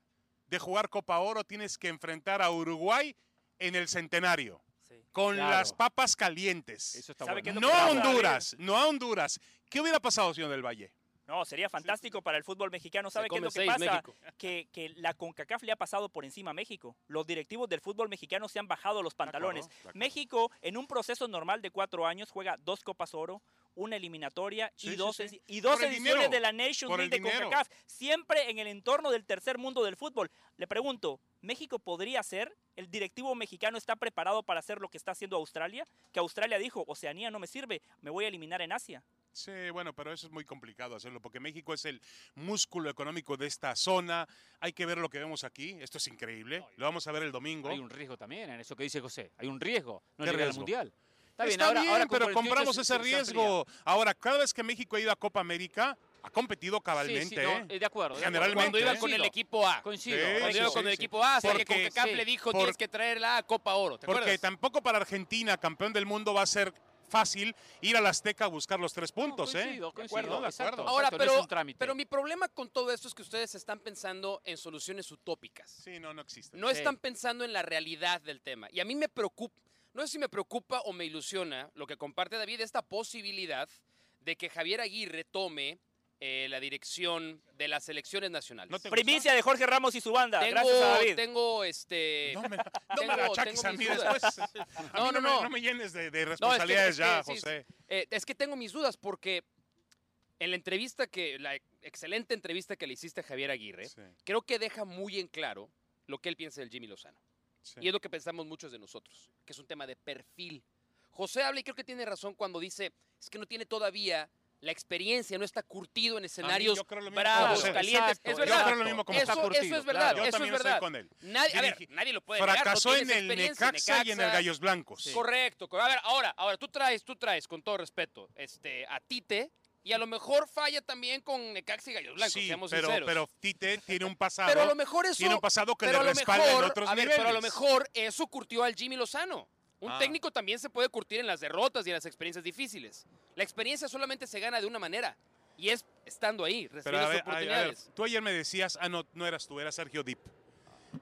F: de jugar Copa Oro, tienes que enfrentar a Uruguay en el centenario,
C: Sí.
F: con
A: Claro.
F: las papas calientes.
A: Eso está
C: ¿Sabe qué es
A: bueno.
C: lo
F: No
C: que
F: a
C: pasa, David?
F: Honduras, no a Honduras. ¿Qué hubiera pasado, señor del Valle?
C: No, sería fantástico para el fútbol mexicano.
B: Se
C: ¿Sabe qué es
B: come
C: lo que
B: seis
C: pasa?
B: México.
C: que, que la CONCACAF le ha pasado por encima a México. Los directivos del fútbol mexicano se han bajado los pantalones.
F: acuerdo, de acuerdo.
C: México, en un proceso normal de cuatro años, juega dos Copas Oro, una eliminatoria
F: Sí,
C: y
F: sí,
C: dos,
F: sí.
C: edi- Y dos
F: Por el
C: ediciones
F: dinero,
C: de la Nations
F: por
C: League
F: el
C: de
F: dinero.
C: CONCACAF, siempre en el entorno del tercer mundo del fútbol. Le pregunto, ¿México podría ser? ¿El directivo mexicano está preparado para hacer lo que está haciendo Australia? Que Australia dijo, Oceanía no me sirve, me voy a eliminar en Asia.
F: Sí, bueno, pero eso es muy complicado hacerlo porque México es el músculo económico de esta zona. Hay que ver lo que vemos aquí. Esto es increíble. Lo vamos a ver el domingo.
A: Hay un riesgo también en eso que dice José. Hay un riesgo. No
F: ¿Qué
A: llega al
F: riesgo?
A: mundial.
F: Está bien,
A: con
F: pero
A: 48
F: compramos
A: se-
F: ese
A: se amplía.
F: riesgo. Ahora, cada vez que México ha ido a Copa América, ha competido
A: Sí, sí,
F: cabalmente.
A: no,
F: ¿eh?
A: eh, de acuerdo. de acuerdo.
F: Generalmente,
B: Cuando iba
F: ¿eh?
B: con el equipo A.
A: Coincido.
F: Sí,
B: Cuando iba
F: sí,
B: con el
F: sí.
B: equipo A, hasta que
F: Porque-
B: CONCACAF
A: sí.
B: le dijo,
F: Por-
B: tienes que traer la Copa Oro. ¿Te
F: Porque
B: acuerdas?
F: tampoco para Argentina, campeón del mundo, va a ser fácil ir al Azteca a buscar los tres puntos,
A: No,
F: ¿eh?
A: coincido,
F: De
A: coincido,
F: acuerdo, de
A: exacto.
F: acuerdo.
B: Ahora,
A: Exacto, no es
B: pero,
A: un trámite.
B: pero mi problema con todo esto es que ustedes están pensando en soluciones utópicas.
F: Sí, no, no existe.
B: No
A: Sí.
B: están pensando en la realidad del tema. Y a mí me preocupa, no sé si me preocupa o me ilusiona lo que comparte David, esta posibilidad de que Javier Aguirre tome eh, la dirección de las selecciones nacionales.
F: No te gusta?
C: Primicia de Jorge Ramos y su banda.
B: tengo,
C: Gracias a David.
B: tengo este...
F: No
B: [LAUGHS]
F: me, la- no me
B: tengo-
F: la achaques
B: tengo
F: a mí
B: mis dudas.
F: después.
B: [LAUGHS]
F: A
B: No,
F: mí
B: no,
F: me-
B: no.
F: no me llenes de, de
B: No, es que-
F: responsabilidades
B: es que
F: ya,
B: sí, sí,
F: José.
B: Eh, es que tengo mis dudas porque en la entrevista que, la excelente entrevista que le hiciste a Javier Aguirre,
F: Sí,
B: creo que deja muy en claro lo que él piensa del Jimmy Lozano.
F: sí.
B: Y es lo que pensamos muchos de nosotros, que es un tema de perfil. José habla y creo que tiene razón cuando dice, es que no tiene todavía la experiencia, no está curtido en escenarios
F: yo creo lo mismo
B: bravos,
F: con José.
B: calientes.
A: Exacto,
B: es
F: Yo
B: verdad.
F: creo lo mismo con
B: eso,
F: José.
B: eso es verdad,
F: Yo
B: eso es
F: también estoy
B: verdad.
F: con él.
B: Nadie, a ver,
F: Dirigi-
B: nadie lo puede negar, no
F: Fracasó en
B: tienes
F: el
B: experiencia
F: Necaxa, y en el
B: Necaxa.
F: Gallos Blancos.
B: Correcto. co- A ver, ahora, ahora tú traes, tú traes, con todo respeto, este, a Tite y a lo mejor falla también con Necaxi y Gallos Blancos,
F: sí,
B: seamos
F: pero,
B: sinceros.
F: pero Tite tiene un pasado.
B: Pero a lo mejor eso.
F: tiene un pasado que
B: pero
F: le
B: a lo
F: respalda
B: mejor-
F: en otros
B: a ver,
F: niveles.
B: Pero a lo mejor eso curtió al Jimmy Lozano. Un
F: Ah.
B: técnico también se puede curtir en las derrotas y en las experiencias difíciles. La experiencia solamente se gana de una manera y es estando ahí,
F: Pero
B: recibiendo
F: a
B: las
F: ver, a ver, a ver,
B: oportunidades.
F: tú ayer me decías, ah, no, no eras tú, era Sergio Dip.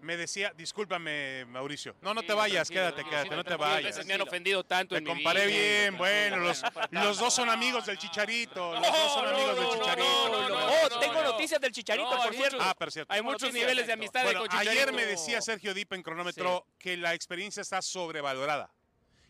F: Me decía, discúlpame, Mauricio. No, no te
B: Tranquilo,
F: vayas,
B: tranquilo,
F: quédate,
B: tranquilo,
F: quédate, no te
B: tranquilo.
F: vayas.
B: Veces me han ofendido tanto.
F: Te
B: en mi
F: comparé
B: vida.
F: bien,
B: Tranquilo,
F: bueno, los,
B: tranquilo.
F: los dos son amigos del Chicharito. Los dos son
B: no,
F: amigos del
B: no, no,
F: Chicharito.
B: no, no,
C: oh,
B: no,
C: tengo
B: no.
C: noticias del Chicharito,
B: No,
C: por
B: hay
C: cierto.
B: muchos-
F: Ah, pero cierto.
B: Hay muchos
C: Noticias,
B: niveles de
C: exacto.
B: amistad
F: Bueno,
B: con Chicharito.
F: ayer me decía Sergio Dip en cronómetro que la experiencia está sobrevalorada.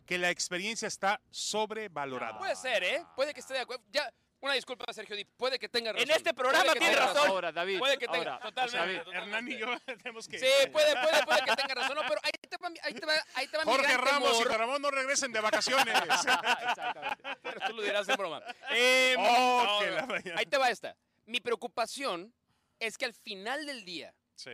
F: Que la experiencia está sobrevalorada.
B: Puede ser, ¿eh? Puede que esté de acuerdo. Ya, una disculpa, Sergio Dip. Puede que tenga razón.
C: este programa
B: Puede que
C: tiene
B: tenga
C: razón.
A: Ahora, David.
B: Puede que tenga.
A: ahora,
B: totalmente.
A: David,
B: totalmente.
F: Hernán y yo [LAUGHS] tenemos que...
B: Sí, puede, puede, puede que tenga razón. No, pero ahí te va, mi- ahí te va, ahí te va mi
F: Jorge
B: gran
F: Ramos y
B: temor.
F: Ramón no regresen de
B: [LAUGHS]
F: vacaciones.
B: Pero tú lo dirás en
F: [LAUGHS]
B: broma. Em,
F: Oh,
B: no,
F: que
B: no.
F: la mañana.
B: Ahí te va esta. Mi preocupación es que al final del día,
F: Sí.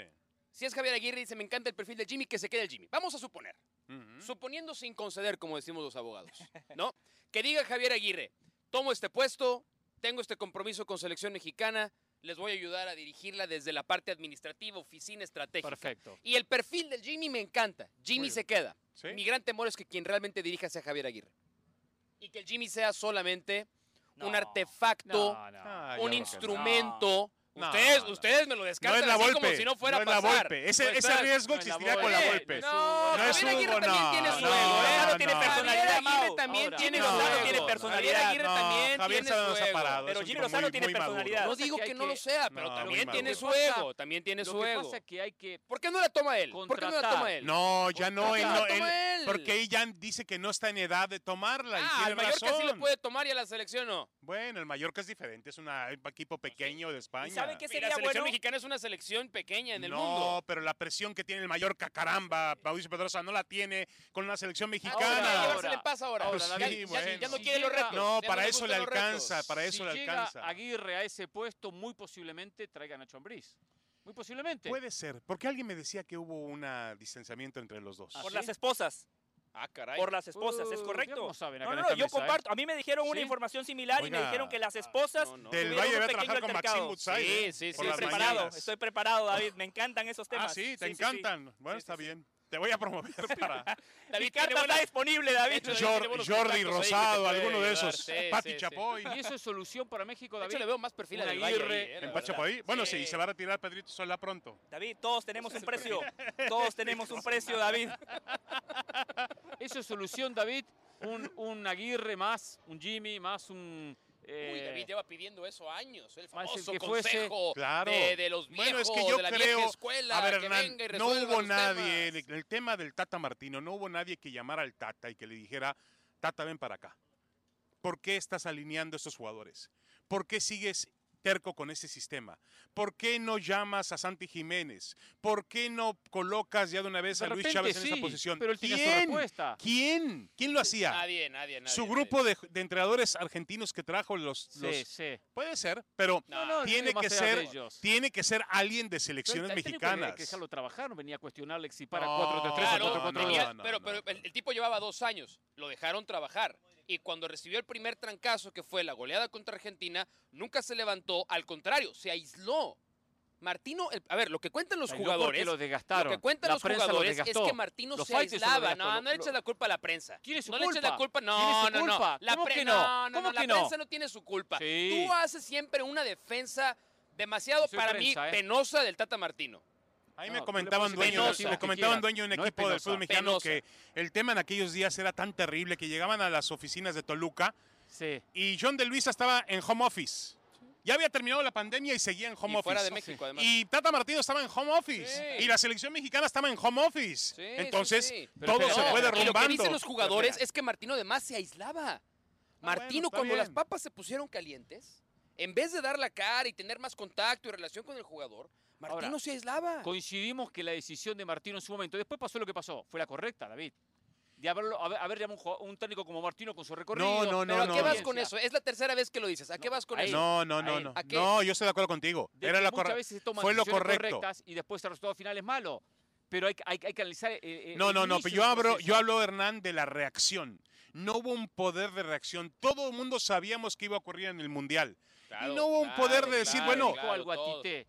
B: si es Javier Aguirre y dice, me encanta el perfil de Jimmy, que se quede el Jimmy. Vamos a suponer.
F: Ujú.
B: Suponiendo sin conceder, como decimos los abogados, ¿no? [LAUGHS] Que diga Javier Aguirre, tomo este puesto, tengo este compromiso con selección mexicana, les voy a ayudar a dirigirla desde la parte administrativa, oficina estratégica.
A: Perfecto.
B: Y el perfil del Jimmy me encanta. Jimmy
F: Muy
B: se queda.
F: Sí.
B: Mi gran temor es que quien realmente dirija sea Javier Aguirre. Y que el Jimmy sea solamente un
C: No.
B: artefacto,
A: No, no.
F: Ah, ya
B: un
F: lo
B: instrumento.
F: No,
B: Ustedes,
F: no, no.
B: ustedes me lo
F: No
B: descartan
F: es la
B: así
F: golpe.
B: como si no fuera
F: no
B: a
F: es la
B: pasar.
F: golpe. Ese,
B: No
F: ese
B: está-
F: riesgo
A: no es la
F: existiría con la
A: golpe.
F: golpe.
B: No,
F: No es
B: Javier Aguirre
F: Hugo,
B: también
F: no,
B: tiene su
F: no,
B: ego, ¿eh?
F: no,
B: tiene
F: no.
B: personalidad.
C: Javier
B: Aguirre
C: Aguirre
B: también
A: ahora.
B: tiene
A: No,
B: Lozano
A: no,
B: tiene
A: no,
B: personalidad. Javier Aguirre
F: no,
B: también
F: Javier
B: tiene
F: Lozano
B: su
F: nos ha
B: ego.
F: parado,
C: Pero
F: es un
C: Gino
F: tipo
C: Lozano
F: muy-
C: tiene
F: muy maduro.
C: personalidad.
B: No
A: pasa
B: digo
A: que
B: que,
A: hay
B: no
A: que-
B: lo sea, pero
F: No,
B: también
F: muy
B: tiene
F: maduro.
B: su ego, también tiene
A: Lo
B: su
A: que
B: ego.
A: pasa es que hay que
B: ¿Por qué no la toma él? ¿Por qué no la
A: Contratar.
B: toma él?
F: No, ya no.
B: ¿Por qué
F: él
B: no
F: no-
B: la toma
F: él-
B: él?
F: porque ella dice que no está en edad de tomarla. y
B: Ah,
F: tiene
B: al Mallorca
F: razón.
B: sí lo puede tomar y a la selección no.
F: Bueno, el Mallorca es diferente. Es una- un equipo pequeño de España.
C: ¿Y sabe qué
B: Ah, Y la
C: sería
B: selección
C: bueno?
B: mexicana es una selección pequeña en el
F: no,
B: mundo.
F: pero la presión que tiene el Mallorca, caramba, Mauricio Pedrosa no la tiene con la selección
B: Ahora, ahora,
F: mexicana.
B: llevársela en paz ahora.
F: Pues
B: ahora, David.
F: sí,
B: ya,
F: bueno.
B: ya no
F: Si
B: quiere los
A: llega-
B: retos.
F: no,
B: ya
F: para
B: le
F: eso
B: gustan
F: le
B: los retos.
F: alcanza, para eso
A: si
F: le
A: llega
F: alcanza.
A: Aguirre a ese puesto, muy posiblemente traiga a Nacho Ambriz. Muy posiblemente.
F: Puede ser, porque alguien me decía que hubo un distanciamiento entre los dos.
A: Ah,
C: Por
A: sí.
C: las esposas.
B: Ah, caray.
C: Por las esposas,
A: Uh,
C: ¿es
A: ya
C: correcto?
A: cómo saben acá
C: no,
A: en
C: no,
A: esta
C: yo
A: mesa, ¿eh?
C: comparto. A mí me dijeron una
A: Sí.
C: información similar y me
F: Oiga,
C: dijeron que las esposas.
B: Ah, no, no.
F: Del
C: tuvieron
F: Valle
C: un
F: debe
C: pequeño
F: trabajar con Maxim
C: altercado.
F: Woodside.
B: Sí,
F: ¿eh?
B: sí,
F: Por
B: sí,
F: las
C: Estoy preparado,
F: mañanas.
C: estoy preparado,
B: Ah.
C: David. Me encantan esos temas.
F: Ah, sí, te
C: sí, sí.
F: encantan. Bueno, está bien. Te voy a
B: [LAUGHS]
F: promover para
C: Mi
B: David tiene
C: carta
B: buena-
C: está disponible, David.
B: hecho,
F: Jor-
B: tiene buenos
F: Jordi
B: contactos ahí que te
F: Rosado,
B: puede
F: alguno de
B: ayudar.
F: esos.
B: Sí,
F: Pati
B: sí, sí. [LAUGHS]
F: Chapoy.
A: Y eso es solución para México,
B: De hecho,
A: David.
B: le veo más perfil
A: un
B: al Valle
A: Aguirre
B: ahí, eh, la
F: ¿En
B: verdad.
F: Pachapoy? Bueno,
B: Sí.
F: sí, se va a retirar Pedrito Sola pronto.
C: David, todos tenemos un precio.
B: [LAUGHS]
C: Todos tenemos un precio, David.
A: Eso es solución, David. Un, un Aguirre más, un Jimmy más, un. eh,
B: Uy, David lleva pidiendo eso años. El
A: más el
B: famoso
A: que fuese.
B: consejo
F: Claro.
B: de, de los viejos,
F: Bueno, es que yo
B: de la vieja
F: creo-
B: escuela,
F: a ver,
B: que
F: Hernán,
B: venga y
F: no
B: resuelva
F: hubo
B: los
F: nadie, en
B: temas.
F: el, el tema del Tata Martino, no hubo nadie que llamara al Tata y que le dijera, Tata, ven para acá. ¿Por qué estás alineando a estos jugadores? ¿Por qué sigues terco con ese sistema? ¿Por qué no llamas a Santi Jiménez? ¿Por qué no colocas ya de una vez
A: de
F: a Luis
A: repente
F: Chávez en
A: sí,
F: esa posición?
A: Pero él tiene su
F: ¿Quién?
A: respuesta.
F: ¿Quién? ¿Quién lo hacía?
B: Nadie, nadie, nadie.
F: Su
B: nadie.
F: grupo de, de entrenadores argentinos que trajo los,
A: Sí,
F: los-
A: sí.
F: Puede ser, pero
B: No,
A: no,
F: tiene
A: más
F: que
A: allá de
F: ser
A: ellos.
F: tiene que ser alguien de
A: Pero
F: selecciones
A: el técnico Hay
F: mexicanas.
A: que dejarlo trabajar, no venía a cuestionar Lexi para
F: No,
A: 4-3-3
B: Claro,
A: o
F: no,
A: 4-4-2.
B: venía-
F: no, no,
B: pero,
F: no,
B: pero
F: no.
B: El, el tipo llevaba dos años, lo dejaron trabajar. Y cuando recibió el primer trancazo, que fue la goleada contra Argentina, nunca se levantó, al contrario, se aisló. Martino, el- a ver, lo que cuentan los
A: Cayó
B: jugadores,
A: porque lo
B: lo
A: desgastaron.
B: que cuentan
A: La
B: los
A: prensa lo
B: jugadores es
A: desgastó.
B: que Martino
A: Los
B: se
A: fighters lo
B: aislaba.
A: desgastó.
B: No,
A: Lo-
B: no le eches
A: lo-
B: la culpa a la prensa.
A: ¿Tiene su
B: no le
A: culpa?
B: eches la culpa. No,
A: ¿Tiene su
B: no, no.
A: culpa?
B: La
A: ¿Cómo
B: pre-
A: que no?
B: no, no,
A: ¿Cómo
B: no, la
A: que no?
B: prensa no tiene su culpa.
A: Sí.
B: Tú haces siempre una defensa demasiado
A: Soy
B: para
A: prensa,
B: mí
A: ¿eh?
B: penosa del Tata Martino.
F: Ahí
A: No,
F: me
A: tú le
F: comentaban
A: puedes
B: decir
F: dueños,
B: penosa,
F: me
A: que
F: comentaban
A: quieras.
F: dueño de un
A: No es
F: equipo del
A: penosa.
F: fútbol mexicano
B: Penosa.
F: que el tema en aquellos días era tan terrible que llegaban a las oficinas de Toluca
A: Sí.
F: y John de Luisa estaba en home office. Ya había terminado la pandemia y seguía en home
B: y
F: office.
B: fuera de México, además.
F: Y Tata Martino estaba en home office.
B: Sí.
F: Y la selección mexicana estaba en home office.
B: Sí,
F: Entonces,
B: sí, sí.
A: Pero
F: todo
A: espera,
F: se
A: no,
F: fue
B: Y lo que
F: derrumbando. Ah,
B: dicen los jugadores es que Martino además se aislaba. Martino,
F: bueno, está
B: cuando las
F: bien.
B: papas se pusieron calientes, en vez de dar la cara y tener más contacto y relación con el jugador, Martino
A: Ahora,
B: se aislaba.
A: Coincidimos que la decisión de Martino en su momento, después pasó lo que pasó, fue la correcta, David. De haberlo, haber, haber llamado un jugado- un, técnico como Martino con su recorrido.
F: no,
B: Pero
F: no,
B: ¿a
F: no,
B: qué vas
F: no.
B: con eso? Es la tercera vez que lo dices. ¿A qué
A: No,
B: vas con
A: ahí.
B: eso?
F: No, no, no,
A: Ahí.
F: no.
B: ¿A qué?
F: No, yo estoy de acuerdo contigo.
A: De
F: Era
A: que
F: la
A: muchas
F: correcta.
A: veces se toman
F: Fue lo
A: decisiones
F: correcto.
A: correctas y después el resultado final es malo. Pero hay, que- hay, que- hay que analizar. eh, eh,
F: No,
A: el
F: no, no,
A: inicio
F: pero yo,
A: del
F: hablo,
A: proceso.
F: yo hablo, Hernán, de la reacción. No hubo un poder de reacción. Todo el mundo sabíamos que iba a ocurrir en el Mundial.
B: Claro,
F: y no hubo un poder de decir,
A: ¿Quién
F: bueno,
A: le dijo algo a
B: todo.
A: Tite?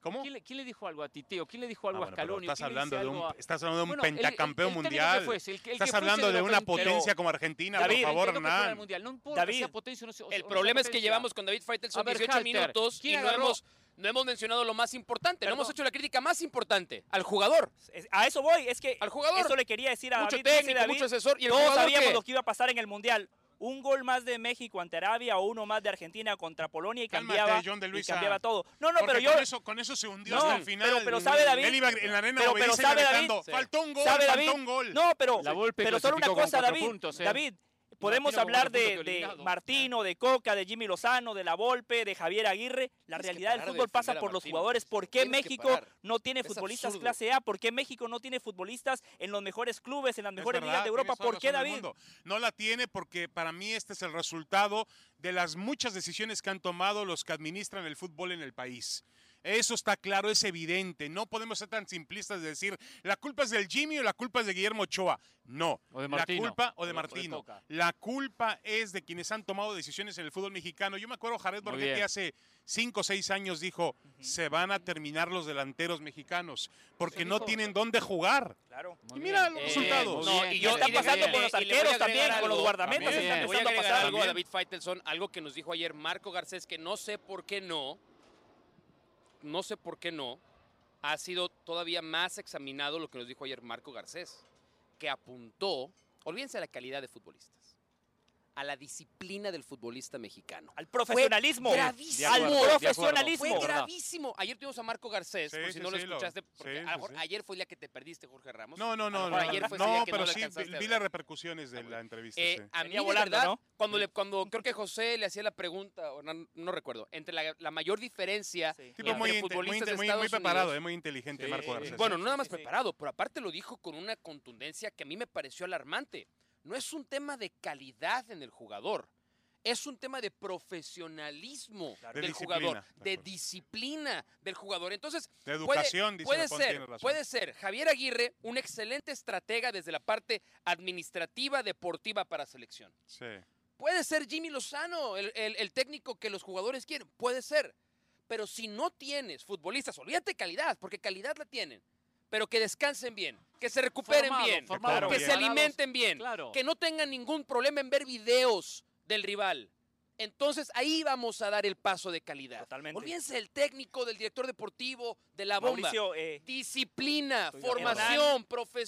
F: ¿Cómo?
A: ¿Quién le, quién le dijo algo a Tite? ¿O quién le dijo
F: Ah,
A: algo
F: bueno,
A: a
F: pero
A: Scaloni? ¿O
F: estás,
A: quién le
F: hablando
A: dice
F: de un,
A: algo a-
F: estás hablando de un
A: Bueno, el- el-
F: pentacampeón
A: el técnico que
F: mundial.
A: fuese, el que- el
F: estás
A: que
F: hablando
A: fuese
F: de
A: la
F: una
A: contra-
F: potencia como Argentina,
C: David,
F: por
A: Pero
F: favor,
A: el técnico que fuera al
F: Hernán.
A: mundial, No importa
C: David,
A: si sea potencia o no sea- o
B: El
A: no
B: problema
A: sea
B: es que
A: potencia.
B: llevamos con David Feitel
A: A
B: son
A: ver,
B: 18
A: Halter,
B: minutos y
A: ¿quién
B: no
A: agarró?
B: hemos, no hemos mencionado lo más importante. No
A: Perdón.
B: hemos hecho la crítica más importante al jugador.
C: Es- A eso voy, es que
B: Al jugador.
C: eso le quería decir a
B: mucho
C: David. no sé,
B: técnico,
C: David,
B: mucho asesor. Y el
C: Todos
B: jugador
C: sabíamos
B: qué?
C: lo que iba a pasar en el Mundial. Un gol más de México ante Arabia, uno más de Argentina contra Polonia y
F: Cálmate,
C: cambiaba,
F: John de
C: y
F: Luisa.
C: cambiaba todo. No, no,
F: Porque
C: pero yo...
F: con, eso, con eso se hundió
C: No,
F: hasta el final.
C: pero- pero sabe David-
F: Él iba en la arena
C: Pero- pero
F: obediente y
C: sabe David-
F: gritando,
B: Sí.
F: faltó un gol,
C: ¿Sabe,
F: faltó
C: David?
F: un gol.
C: No, pero,
A: La Volpe
C: pero solo una
A: clasificó con
C: cosa,
A: cuatro
C: David.
A: puntos, ¿eh?
C: David, podemos
A: con
C: hablar
A: cuatro
C: de,
A: puntos
C: de
A: eliminado.
C: Martino, de Coca, de Jimmy Lozano, de La Volpe, de Javier Aguirre. La
B: Tienes que
C: realidad del
B: parar de
C: fútbol pasa
B: defender a
C: por los
B: Martino.
C: jugadores. ¿Por qué
B: Tienes que
C: México
B: parar.
C: no tiene
B: Es
C: futbolistas
B: absurdo.
C: clase A? ¿Por qué México no tiene futbolistas en los mejores clubes, en las
F: Es
C: mejores ligas
F: verdad,
C: de Europa?
F: tienes toda
C: ¿Por qué,
F: razón del
C: David?
F: mundo. No la tiene porque para mí este es el resultado de las muchas decisiones que han tomado los que administran el fútbol en el país. Eso está claro, es evidente. No podemos ser tan simplistas de decir la culpa es del Jimmy o la culpa es de Guillermo Ochoa. No.
A: O de
F: la
A: Martino.
F: culpa o
A: O de- o
F: de
A: de
F: Martino.
A: Coca.
F: La culpa es de quienes han tomado decisiones en el fútbol mexicano. Yo me acuerdo Jared
A: Muy
F: Borghetti
A: bien.
F: hace cinco o seis años dijo, se van a terminar los delanteros mexicanos porque no
A: dijo.
F: tienen dónde jugar.
C: Claro.
A: Muy bien.
F: Y mira los
A: Eh,
F: resultados.
A: muy
B: no,
A: bien,
B: y
A: y
B: yo
A: está
B: y le voy a
A: pasando con
C: los
B: agregar- y le voy a
C: arqueros también,
B: agregar
C: con los
B: algo.
C: guardametas,
A: está
B: Le voy a
C: empezando a
B: agregar
C: pasar.
B: algo a David
F: También.
B: Faitelson, algo que nos dijo ayer Marco Garcés, que no sé por qué no, no sé por qué no, ha sido todavía más examinado lo que nos dijo ayer Marco Garcés, que apuntó, olvídense a la calidad de futbolistas, a la disciplina del futbolista mexicano.
C: Al profesionalismo.
B: gravísimo.
C: Al
B: De acuerdo, de acuerdo.
C: profesionalismo.
B: Fue
A: ¿verdad?
B: gravísimo. Ayer tuvimos a Marco Garcés,
F: Sí,
B: por si
F: sí,
B: no lo
F: sí, lo-
B: escuchaste, porque
F: sí,
B: a lo
F: sí,
B: mejor
F: sí.
B: ayer fue el día que te perdiste, Jorge Ramos.
F: No, no,
B: Pues, A
F: no.
B: lo
F: no,
B: mejor ayer fue ese
F: no,
B: día que no lo
F: pero sí,
B: alcanzaste
F: vi,
B: a
F: vi
B: ver.
F: las repercusiones de la entrevista.
B: Eh,
F: sí.
B: A mí,
C: Venía
B: la
C: volando,
B: verdad,
C: ¿no?
B: cuando, le, cuando creo que José le hacía la pregunta, o no, no recuerdo, entre la, la mayor diferencia
C: Sí.
F: Tipo
B: entre
F: muy, inte- muy,
B: futbolistas
F: inte-
B: de
F: muy- muy
B: Estados
F: preparado,
B: Unidos-
F: eh, muy inteligente
A: Sí,
F: Marco
A: sí,
F: Garcés.
B: Bueno, no nada
C: Sí,
B: más
C: sí, sí.
B: preparado, pero aparte lo dijo con una contundencia que a mí me pareció alarmante. No es un tema de calidad en el jugador. Es un tema de profesionalismo
C: Claro.
F: De
B: del
F: disciplina,
B: jugador,
F: de
B: de
F: acuerdo.
B: disciplina del jugador. Entonces,
F: de
B: puede-
F: educación, dice
B: puede,
F: Lafont, tiene
B: ser,
F: razón.
B: puede ser Javier Aguirre un excelente estratega desde la parte administrativa deportiva para selección.
F: Sí.
B: Puede ser Jimmy Lozano, el, el- el técnico que los jugadores quieren. Puede ser. Pero si no tienes futbolistas, olvídate calidad, porque calidad la tienen. Pero que descansen bien, que se recuperen
A: Formado,
B: bien,
A: formado,
B: que se
A: preparados.
B: alimenten bien,
A: Claro.
B: que no tengan ningún problema en ver videos del rival. Entonces ahí vamos a dar el paso de calidad.
C: Totalmente.
B: Olvídense del técnico, del director deportivo, de la bomba.
C: Mauricio, eh,
B: Disciplina,
C: Estoy de acuerdo.
B: formación,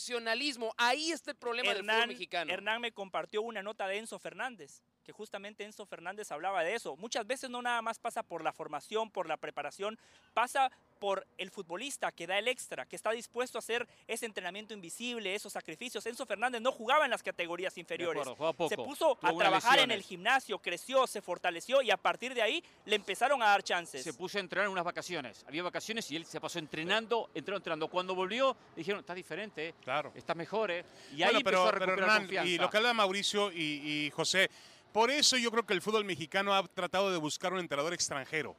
B: profesionalismo. Ahí está el problema del fútbol
C: Hernán,
B: mexicano.
C: Hernán me compartió una nota de Enzo Fernández, que justamente Enzo Fernández hablaba de eso. Muchas veces no nada más pasa por la formación, por la preparación, pasa por el futbolista que da el extra, que está dispuesto a hacer ese entrenamiento invisible, esos sacrificios. Enzo Fernández no jugaba en las categorías
A: De
C: inferiores.
A: acuerdo, juega poco.
C: Se puso
A: Tuvo
C: a
A: unas
C: trabajar en
A: lesiones.
C: el gimnasio, creció, se fortaleció y a partir de ahí le empezaron a dar chances.
A: Se puso a entrenar en unas vacaciones. Había vacaciones y él se pasó entrenando, entrenando, entrenando. Cuando volvió, le dijeron, estás diferente, eh,
F: Claro.
A: estás mejor. eh". Y
F: Bueno,
A: ahí empezó a recuperar confianza.
F: y lo que habla Mauricio y, y José, por eso yo creo que el fútbol mexicano ha tratado de buscar un entrenador extranjero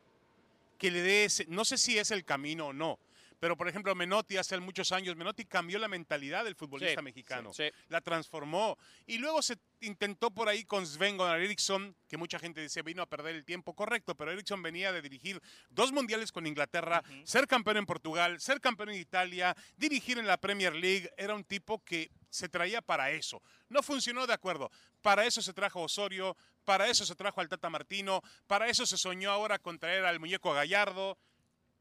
F: que le dé ese, no sé si es el camino o no, Pero, por ejemplo, Menotti hace muchos años, Menotti cambió la mentalidad del futbolista
B: Sí,
F: mexicano.
B: sí, sí.
F: La transformó. Y luego se intentó por ahí con Sven Goran Eriksson, que mucha gente dice vino a perder el tiempo correcto, pero Eriksson venía de dirigir dos mundiales con Inglaterra, ser campeón en Portugal, ser campeón en Italia, dirigir en la Premier League. Era un tipo que se traía para eso. No funcionó de acuerdo. Para eso se trajo Osorio, para eso se trajo al Tata Martino, para eso se soñó ahora con traer al muñeco Gallardo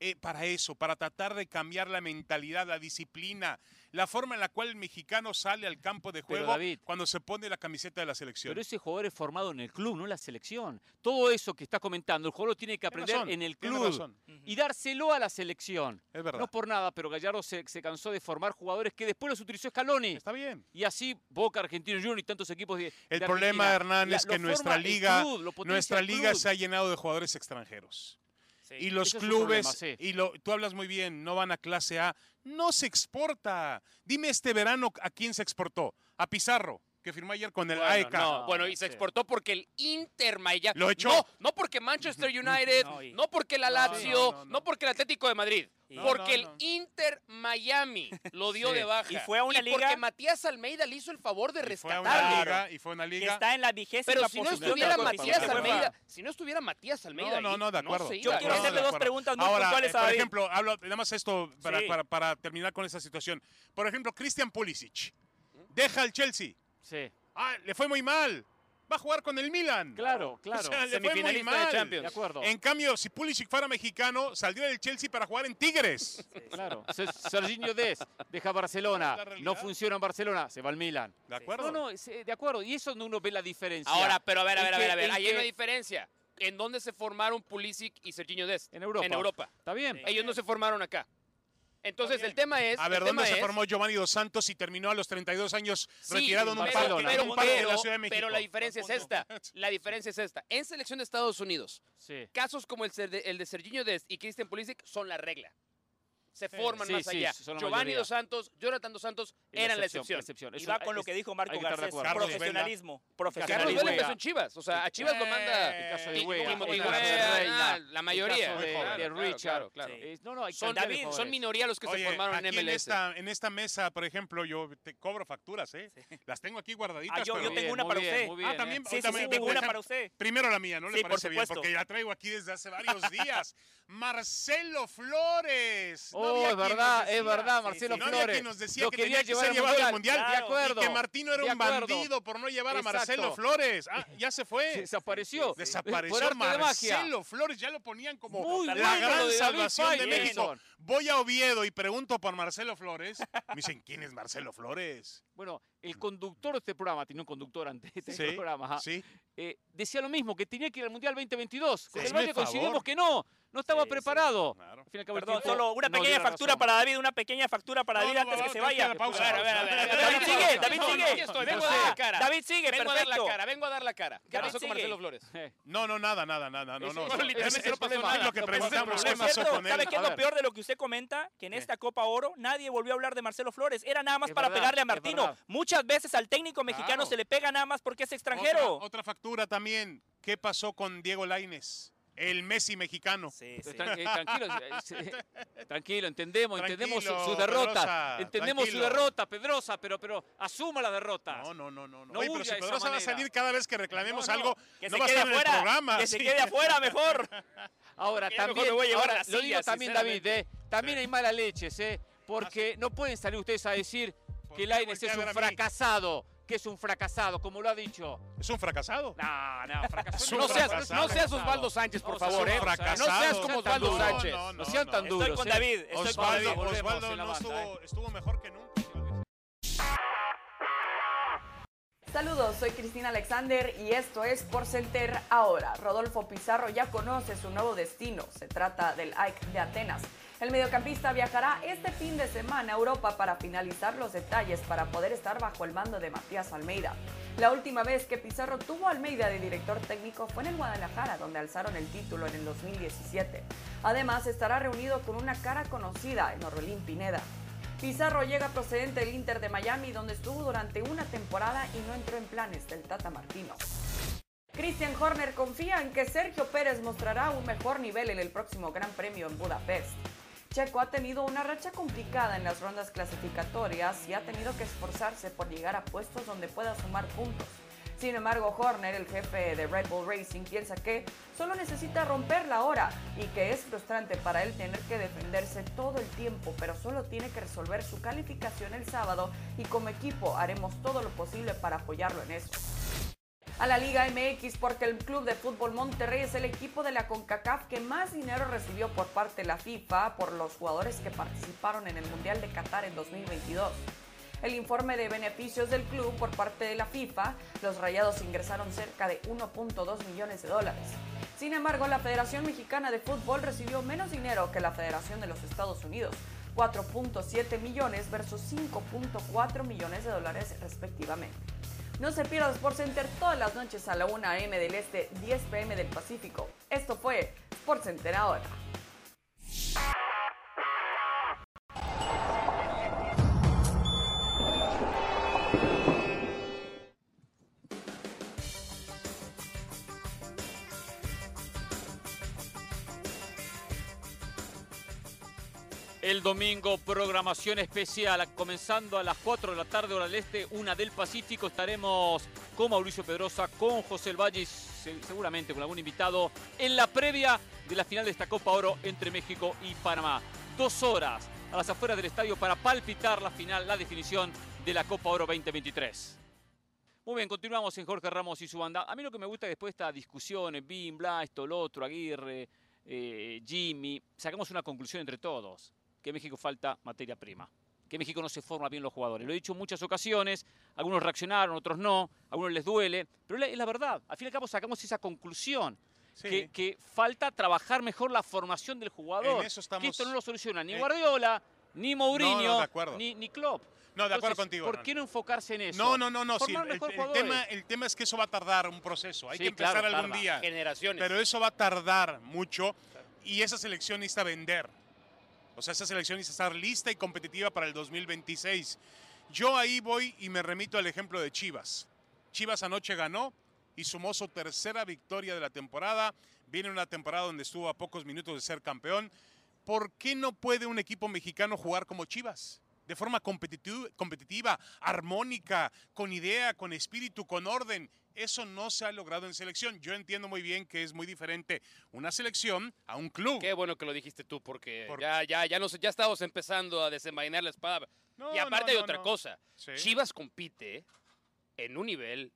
F: eh, para eso, para tratar de cambiar la mentalidad, la disciplina, la forma en la cual el mexicano sale al campo de
A: Pero,
F: juego
A: David-
F: cuando se pone la camiseta de la selección.
A: Pero ese jugador es formado en el club, no en la selección. Todo eso que está comentando, el jugador lo tiene que
F: Tiene
A: aprender
F: razón,
A: en el
F: tiene
A: club
F: razón,
A: y dárselo a la selección.
F: es verdad.
A: No por nada, pero Gallardo se, se cansó de formar jugadores que después los utilizó Scaloni.
F: Está bien.
A: Y así Boca, Argentino Junior y tantos equipos de
F: El
A: de
F: problema,
A: Argentina.
F: Hernán,
A: La-
F: es
A: lo
F: que nuestra
A: forma el
F: liga,
A: club, lo potencia
F: nuestra
A: el
F: liga
A: club.
F: se ha llenado de jugadores extranjeros.
C: Sí.
F: Y los
A: ese es un
F: clubes,
A: problema, sí.
F: y lo, tú hablas muy bien, no van a clase A, no se exporta. Dime este verano a quién se exportó. A Pizarro, que firmó ayer con el E
B: Bueno,
F: AEK.
B: no, bueno, y
A: sí.
B: se exportó porque el Inter Miami.
F: Lo echó.
B: No, no porque Manchester United,
C: No, y-
B: no porque la
C: No,
B: Lazio,
F: no,
B: no,
F: no, no.
B: porque el Atlético de Madrid.
C: Y- No,
B: porque
F: no, no.
B: el Inter Miami lo dio
A: Sí.
B: de baja.
C: Y fue a una
B: y
C: liga-
B: porque Matías Almeida le hizo el favor de
F: Y fue a una
B: rescatarlo.
F: liga, y fue a una
C: que
F: liga.
C: está en la vigésima
B: Pero si no
C: posición de
B: estuviera
C: la
B: Matías
C: competición.
B: Almeida, si no estuviera Matías Almeida,
F: No, no,
B: ahí,
F: no, de acuerdo.
B: se
F: de
C: Yo
B: iba,
C: quiero
F: acuerdo,
C: hacerle
F: de
C: dos
F: acuerdo.
C: preguntas muy
F: Ahora,
C: puntuales
F: eh,
C: a
F: Por
C: David.
F: ejemplo, hablo, nada más esto para,
C: Sí.
F: para- para terminar con esta situación. Por ejemplo, Christian Pulisic deja al Chelsea.
A: Sí,
F: Ah, le fue muy mal. Va a jugar con el Milan. [LAUGHS]
A: claro, claro.
F: O sea, le fue muy
B: Semifinalista de
F: mal.
A: de
B: Champions.
A: acuerdo,
F: En cambio, si Pulisic fuera mexicano, saldría del Chelsea para jugar
B: [LAUGHS]
F: en Tigres.
A: claro. Se- Serginho Dez deja
F: [LAUGHS]
A: Barcelona,
F: La
A: no
F: realidad.
A: funciona en Barcelona, se va al Milan.
F: ¿De acuerdo?
A: No, no, es, eh, de acuerdo. Y eso no uno ve la diferencia.
B: Ahora, pero a ver, a
A: En
B: ver, a
A: que-
B: ver, a ver.
A: en
B: Ahí hay
A: que-
B: una diferencia. ¿En dónde se formaron Pulisic y Serginho Dest?
A: en Europa.
B: En Europa.
A: Está bien.
C: Sí.
B: Ellos no se formaron acá. Entonces,
C: Está bien.
B: el tema es.
F: A ver,
B: el
F: ¿dónde
B: tema
F: se
B: es-
F: formó Giovanni Dos Santos y terminó a los 32 años
B: Sí,
F: retirado en un
A: pero-
F: parque, en
B: pero,
F: un parque de
B: pero-
F: la Ciudad de México?
B: pero la diferencia es esta. La diferencia es esta. En selección de Estados Unidos,
A: Sí.
B: casos como el, ser de, el de Serginho Dest y Christian Pulisic son la regla. Se forman
A: Sí,
B: más
A: sí,
B: allá.
A: son la
B: Giovanni
A: mayoría.
B: Dos Santos, Jonathan Dos Santos
A: Y la
B: eran la
A: excepción,
B: excepción.
A: la excepción.
C: Y
A: Eso
C: va con lo
A: es-
C: que dijo
A: hay
C: Marco
A: que estar de
C: Garcés,
A: acuerdo.
F: Carlos
C: profesionalismo,
A: Carlos
B: Carlos Vela
A: Vela.
B: empezó
C: profesionalismo.
B: en Chivas. O sea, a Chivas lo
A: El
B: manda
A: caso de
B: Ti-
A: Wea,
B: Timothy
A: el caso de
B: Wea,
A: Reina,
B: ah, la
A: El
B: mayoría.
A: caso de,
B: Claro,
A: de
B: claro,
A: Richard.
B: claro, claro.
A: Eh, no, no, hay
B: Son, pues.
A: cantidad de
B: son
A: jugadores.
B: minoría los que
F: Oye,
B: se formaron en
F: aquí
B: MLS.
F: en esta, en esta mesa, por ejemplo, yo te cobro facturas, ¿eh? Las tengo aquí guardaditas.
C: Ah, yo-
F: pero-
C: yo tengo
A: Bien,
C: una
A: muy
C: para
A: bien,
C: usted.
A: muy
F: Ah,
A: bien,
F: también-
A: ¿eh?
C: Sí, sí, sí,
F: Ahorita me-
C: tengo una
F: dejan-
C: para usted.
F: Primero la mía, ¿no le
C: Sí, por
F: parece bien?
C: supuesto.
F: Porque la traigo aquí desde hace varios
A: [LAUGHS]
F: días. Marcelo Flores. No
A: Oh,
F: había
A: es
F: quien nos
A: verdad,
F: decía.
A: es verdad,
C: sí,
A: Marcelo
C: sí.
F: No había
A: Flores.
F: quien nos decía
A: lo
F: que
A: quería
F: tenía que
A: llevar
F: ser
A: al
F: llevado al Mundial.
A: De
C: Claro.
A: acuerdo.
F: Y que Martino era
A: de
F: un
A: acuerdo.
F: bandido por no llevar a
A: Exacto.
F: Marcelo Flores. Ah, ya se fue.
A: Desapareció. Por
F: Desapareció
A: arte de magia.
F: Marcelo Flores, ya lo ponían como
A: Muy
F: la
A: bueno lo
F: gran
A: de David
F: salvación de
A: Fay,
F: México.
A: Edson.
F: Voy a Oviedo y pregunto por Marcelo Flores. Me dicen, ¿quién es Marcelo Flores?
A: Bueno, el conductor de este programa, tiene un conductor antes de este
F: Sí,
A: programa, ajá,
F: Sí.
A: eh, decía lo mismo, que tenía que ir al Mundial 2022. Con el
F: Hazme
A: Valle coincidimos
F: favor.
A: que no, no estaba
C: Sí, sí,
A: preparado.
F: claro.
A: Al fin y al cabo, el
C: Perdón,
A: tipo
C: solo una
A: no
C: pequeña
A: dio la
C: factura
A: razón.
C: para David, una pequeña factura para
F: No,
C: David
F: no,
C: antes que
F: vamos,
C: se
F: tenemos que ir a
C: vaya.
F: la pausa.
B: A ver, a ver, a ver, a ver.
C: David sigue, David
B: No, no,
C: sigue.
B: aquí estoy, vengo a
A: Entonces,
B: dar la cara.
C: David sigue,
B: Vengo a dar la
C: perfecto.
B: cara, vengo a dar la cara. ¿Qué
C: David
B: pasó con
C: sigue.
B: Marcelo Flores?
A: Eh,
F: No, no, nada, nada, nada. No, no.
A: eso-
F: no.
A: literalmente
F: Ese-
A: no pasó
F: ese es
A: nada.
F: lo que
A: No pasó
F: preguntamos.
A: nada.
F: ¿Qué
C: Por
A: Por
F: pasó
C: cierto,
F: con
C: ¿sabe
F: él?
C: qué es
A: A
C: lo
A: ver.
C: peor de lo que usted comenta? Que en esta Copa Oro nadie volvió a hablar de Marcelo Flores. Era nada más
A: Es
C: para
A: verdad,
C: pegarle a
A: es
C: Martino.
A: verdad.
C: Muchas veces al técnico mexicano
F: Claro.
C: se le pega nada más porque es
F: Otra,
C: extranjero.
F: otra factura también. ¿Qué pasó con Diego Laines? El Messi mexicano.
C: Sí, sí.
A: tran- eh, tranquilo, eh, sí, tranquilo, entendemos, entendemos su, su
F: Tranquilo,
A: derrota.
F: Pedrosa,
A: entendemos su
F: tranquilo.
A: derrota, Pedrosa, pero, pero asuma las derrotas.
F: No, no, no, no. no.
A: No
F: Oye, pero
A: huya
F: si
A: de esa
F: Pedrosa va a
A: manera.
F: salir cada vez que reclamemos
A: No, no,
F: algo,
C: Que
F: no
C: se
F: va a
C: quede
F: estar en el
C: afuera.
F: programa.
C: que se
F: sí.
C: quede afuera mejor.
A: Ahora
C: Mira, mejor
A: también,
C: me voy a llevar
A: ahora,
C: a la
A: lo
C: silla,
A: digo también David,
C: sinceramente.
A: eh, también hay malas leches, eh, porque no pueden salir ustedes a decir
F: ¿Por
A: que
F: qué
A: el aire es
F: voltear
A: un
F: a mí?
A: fracasado, que es un fracasado, como lo ha dicho.
F: Es un fracasado.
A: No, no, fracasado.
B: No
F: un
B: seas,
F: fracasado.
B: no seas Osvaldo Sánchez, por
A: Vamos a hacer
B: favor,
A: un
B: ¿eh?
A: fracasado.
B: No seas como Osvaldo
A: No,
B: Sánchez.
F: no,
A: No sean tan duros.
C: Estoy con
A: eh.
C: David. Estoy
A: Osvaldo,
F: Osvaldo,
C: con David.
A: volvemos
F: Osvaldo
A: en la
F: no
A: banda, eh.
F: estuvo, estuvo mejor que nunca.
E: Saludos, soy Cristina Alexander y esto es Por Center Ahora. Rodolfo Pizarro ya conoce su nuevo destino. Se trata del AIK de Atenas. El mediocampista viajará este fin de semana a Europa para finalizar los detalles para poder estar bajo el mando de Matías Almeida. La última vez que Pizarro tuvo a Almeida de director técnico fue en el Guadalajara, donde alzaron el título en el 2017. Además, estará reunido con una cara conocida, Norberlín Pineda. Pizarro llega procedente del Inter de Miami, donde estuvo durante una temporada y no entró en planes del Tata Martino. Christian Horner confía en que Sergio Pérez mostrará un mejor nivel en el próximo Gran Premio en Budapest. Checo ha tenido una racha complicada en las rondas clasificatorias y ha tenido que esforzarse por llegar a puestos donde pueda sumar puntos. Sin embargo, Horner, el jefe de Red Bull Racing, piensa que solo necesita romper la hora y que es frustrante para él tener que defenderse todo el tiempo, pero solo tiene que resolver su calificación el sábado y como equipo haremos todo lo posible para apoyarlo en eso a la Liga MX porque el Club de Fútbol Monterrey es el equipo de la CONCACAF que más dinero recibió por parte de la FIFA por los jugadores que participaron en el Mundial de Qatar en 2022. El informe de beneficios del club por parte de la FIFA, los Rayados ingresaron cerca de 1.2 millones de dólares. Sin embargo, la Federación Mexicana de Fútbol recibió menos dinero que la Federación de los Estados Unidos, 4.7 millones versus 5.4 millones de dólares respectivamente. No se pierda Sports Center todas las noches a la 1 a.m. del Este, 10 p.m. del Pacífico. Esto fue Sports Center ahora.
A: El domingo, programación especial, comenzando a las 4 de la tarde, hora del este, una del Pacífico. Estaremos con Mauricio Pedrosa, con José El Valle, y se- seguramente con algún invitado, en la previa de la final de esta Copa Oro entre México y Panamá. Dos horas a las afueras del estadio para palpitar la final, la definición de la Copa Oro 2023. Muy bien, continuamos en Jorge Ramos y su banda. A mí lo que me gusta después de estas discusiones, Bim, Bla, esto, lo otro, Aguirre, eh, Jimmy, sacamos una conclusión entre todos que México falta materia prima, que México no se forma bien los jugadores. Lo he dicho en muchas ocasiones, algunos reaccionaron, otros no, a algunos les duele, pero la- es la verdad. Al fin y al cabo sacamos esa conclusión,
F: Sí.
A: que, que falta trabajar mejor la formación del jugador.
F: En eso estamos-
A: Que esto no lo soluciona ni
F: Eh,
A: Guardiola, ni Mourinho,
F: no, de acuerdo.
A: ni, ni Klopp.
F: No, de acuerdo
A: Entonces,
F: contigo,
A: ¿Por
F: no,
A: qué no enfocarse en eso?
F: No, no, no, no. sí,
A: Formar
F: el,
A: mejor
F: el
A: jugadores.
F: tema, el tema es que eso va a tardar un proceso. Hay
A: Sí,
F: que empezar
A: claro,
F: algún
A: tarda.
F: día.
B: Generaciones.
F: Pero eso va a tardar mucho y esa selección necesita vender. O sea, esa selección necesita estar lista y competitiva para el 2026. Yo ahí voy y me remito al ejemplo de Chivas. Chivas anoche ganó y sumó su tercera victoria de la temporada. Viene una temporada donde estuvo a pocos minutos de ser campeón. ¿Por qué no puede un equipo mexicano jugar como Chivas? De forma competitu- competitiva, armónica, con idea, con espíritu, con orden. Eso no se ha logrado en selección. Yo entiendo muy bien que es muy diferente una selección a un club.
B: Qué bueno que lo dijiste tú, porque
F: Por-
B: ya, ya, ya, nos, ya estamos empezando a desenvainar la espada.
F: No,
B: y aparte hay
F: no, no,
B: otra
F: no.
B: cosa.
F: Sí.
B: Chivas compite en un nivel